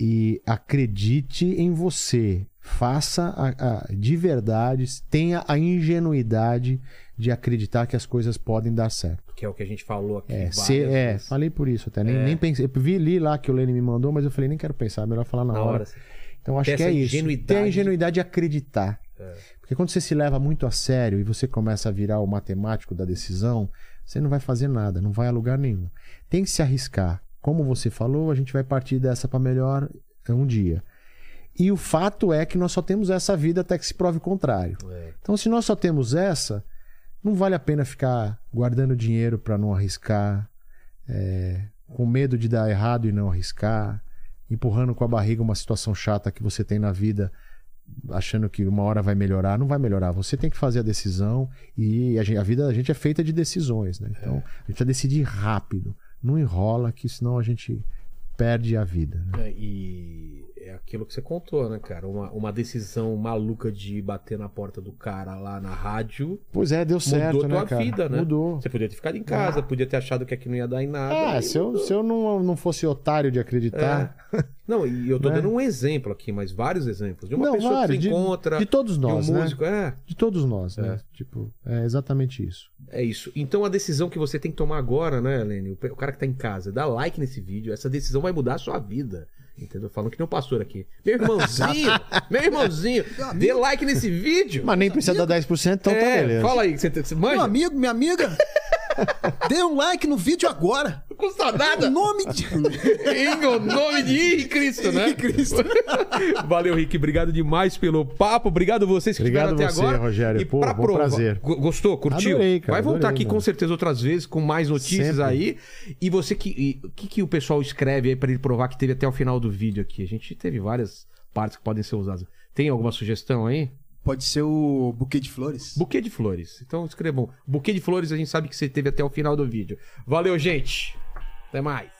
e acredite em você. Faça a- a- de verdade, tenha a ingenuidade de acreditar que as coisas podem dar certo.
Que é o que a gente falou aqui.
É,
várias
se- é,
vezes. É.
falei por isso até. Nem, nem pensei. Eu vi li lá que o Lenny me mandou, mas eu falei, nem quero pensar, é melhor falar na,
Na
hora.
hora.
Então acho
Ter
que é
essa
isso.
ingenuidade. É.
Ter a ingenuidade de acreditar. Porque quando você se leva muito a sério e você começa a virar o matemático da decisão, você não vai fazer nada, não vai a lugar nenhum. Tem que se arriscar. Como você falou, a gente vai partir dessa para melhor é, um dia. E o fato é que nós só temos essa vida até que se prove o contrário.
É.
Então, se nós só temos essa, não vale a pena ficar guardando dinheiro para não arriscar, é, com medo de dar errado e não arriscar, empurrando com a barriga uma situação chata que você tem na vida, achando que uma hora vai melhorar. Não vai melhorar. Você tem que fazer a decisão e a, gen- a vida da gente é feita de decisões. Né? Então, a gente vai decidir rápido. Não enrola, que senão a gente perde a vida. né?
É, E é aquilo que você contou, né, cara? Uma, uma decisão maluca de bater na porta do cara lá na rádio.
Pois é, deu certo,
Mudou
né,
tua
cara?
vida, né?
Mudou.
Você podia ter ficado em casa, podia ter achado que aqui não ia dar em nada.
Ah,
E-
se eu, se eu não, não fosse otário de
É.
acreditar,
Não, e eu tô
né?
dando um exemplo aqui, mas vários exemplos. De uma
Não,
pessoa
vários,
que você
de-
encontra,
De todos
de um
nós, né?
músico. É,
De todos nós, né? Tipo, é exatamente isso.
é isso. Então a decisão que você tem que tomar agora, né, Helene? O pe- o cara que tá em casa, dá like nesse vídeo. Essa decisão vai mudar a sua vida. Entendeu? Falando que não passou aqui. Meu irmãozinho, meu irmãozinho, dê like nesse vídeo.
Mas nem precisa dar 10%, então
é,
tá beleza.
Fala aí, você, você
Meu
manja?
amigo, minha amiga, dê um like no vídeo agora.
Não custa
O
nada.
nome de...
em o nome de Ih, Cristo, né? Cristo. Valeu, Rick. Obrigado demais pelo papo. Obrigado vocês que
Obrigado
estiveram até
você,
agora.
Rogério. Pô,
pra
foi um prazer.
Go- Gostou? Curtiu?
Adorei, cara,
Vai voltar
adorei,
aqui com
mano.
certeza outras vezes com mais notícias
Sempre.
aí. E você que e- o que, que o pessoal escreve aí pra ele provar que teve até o final do vídeo aqui? A gente teve várias partes que podem ser usadas. Tem alguma sugestão aí?
Pode ser o buquê de flores.
Buquê de flores. Então escrevam. Buquê de flores a gente sabe que você teve até o final do vídeo. Valeu, gente. Até mais.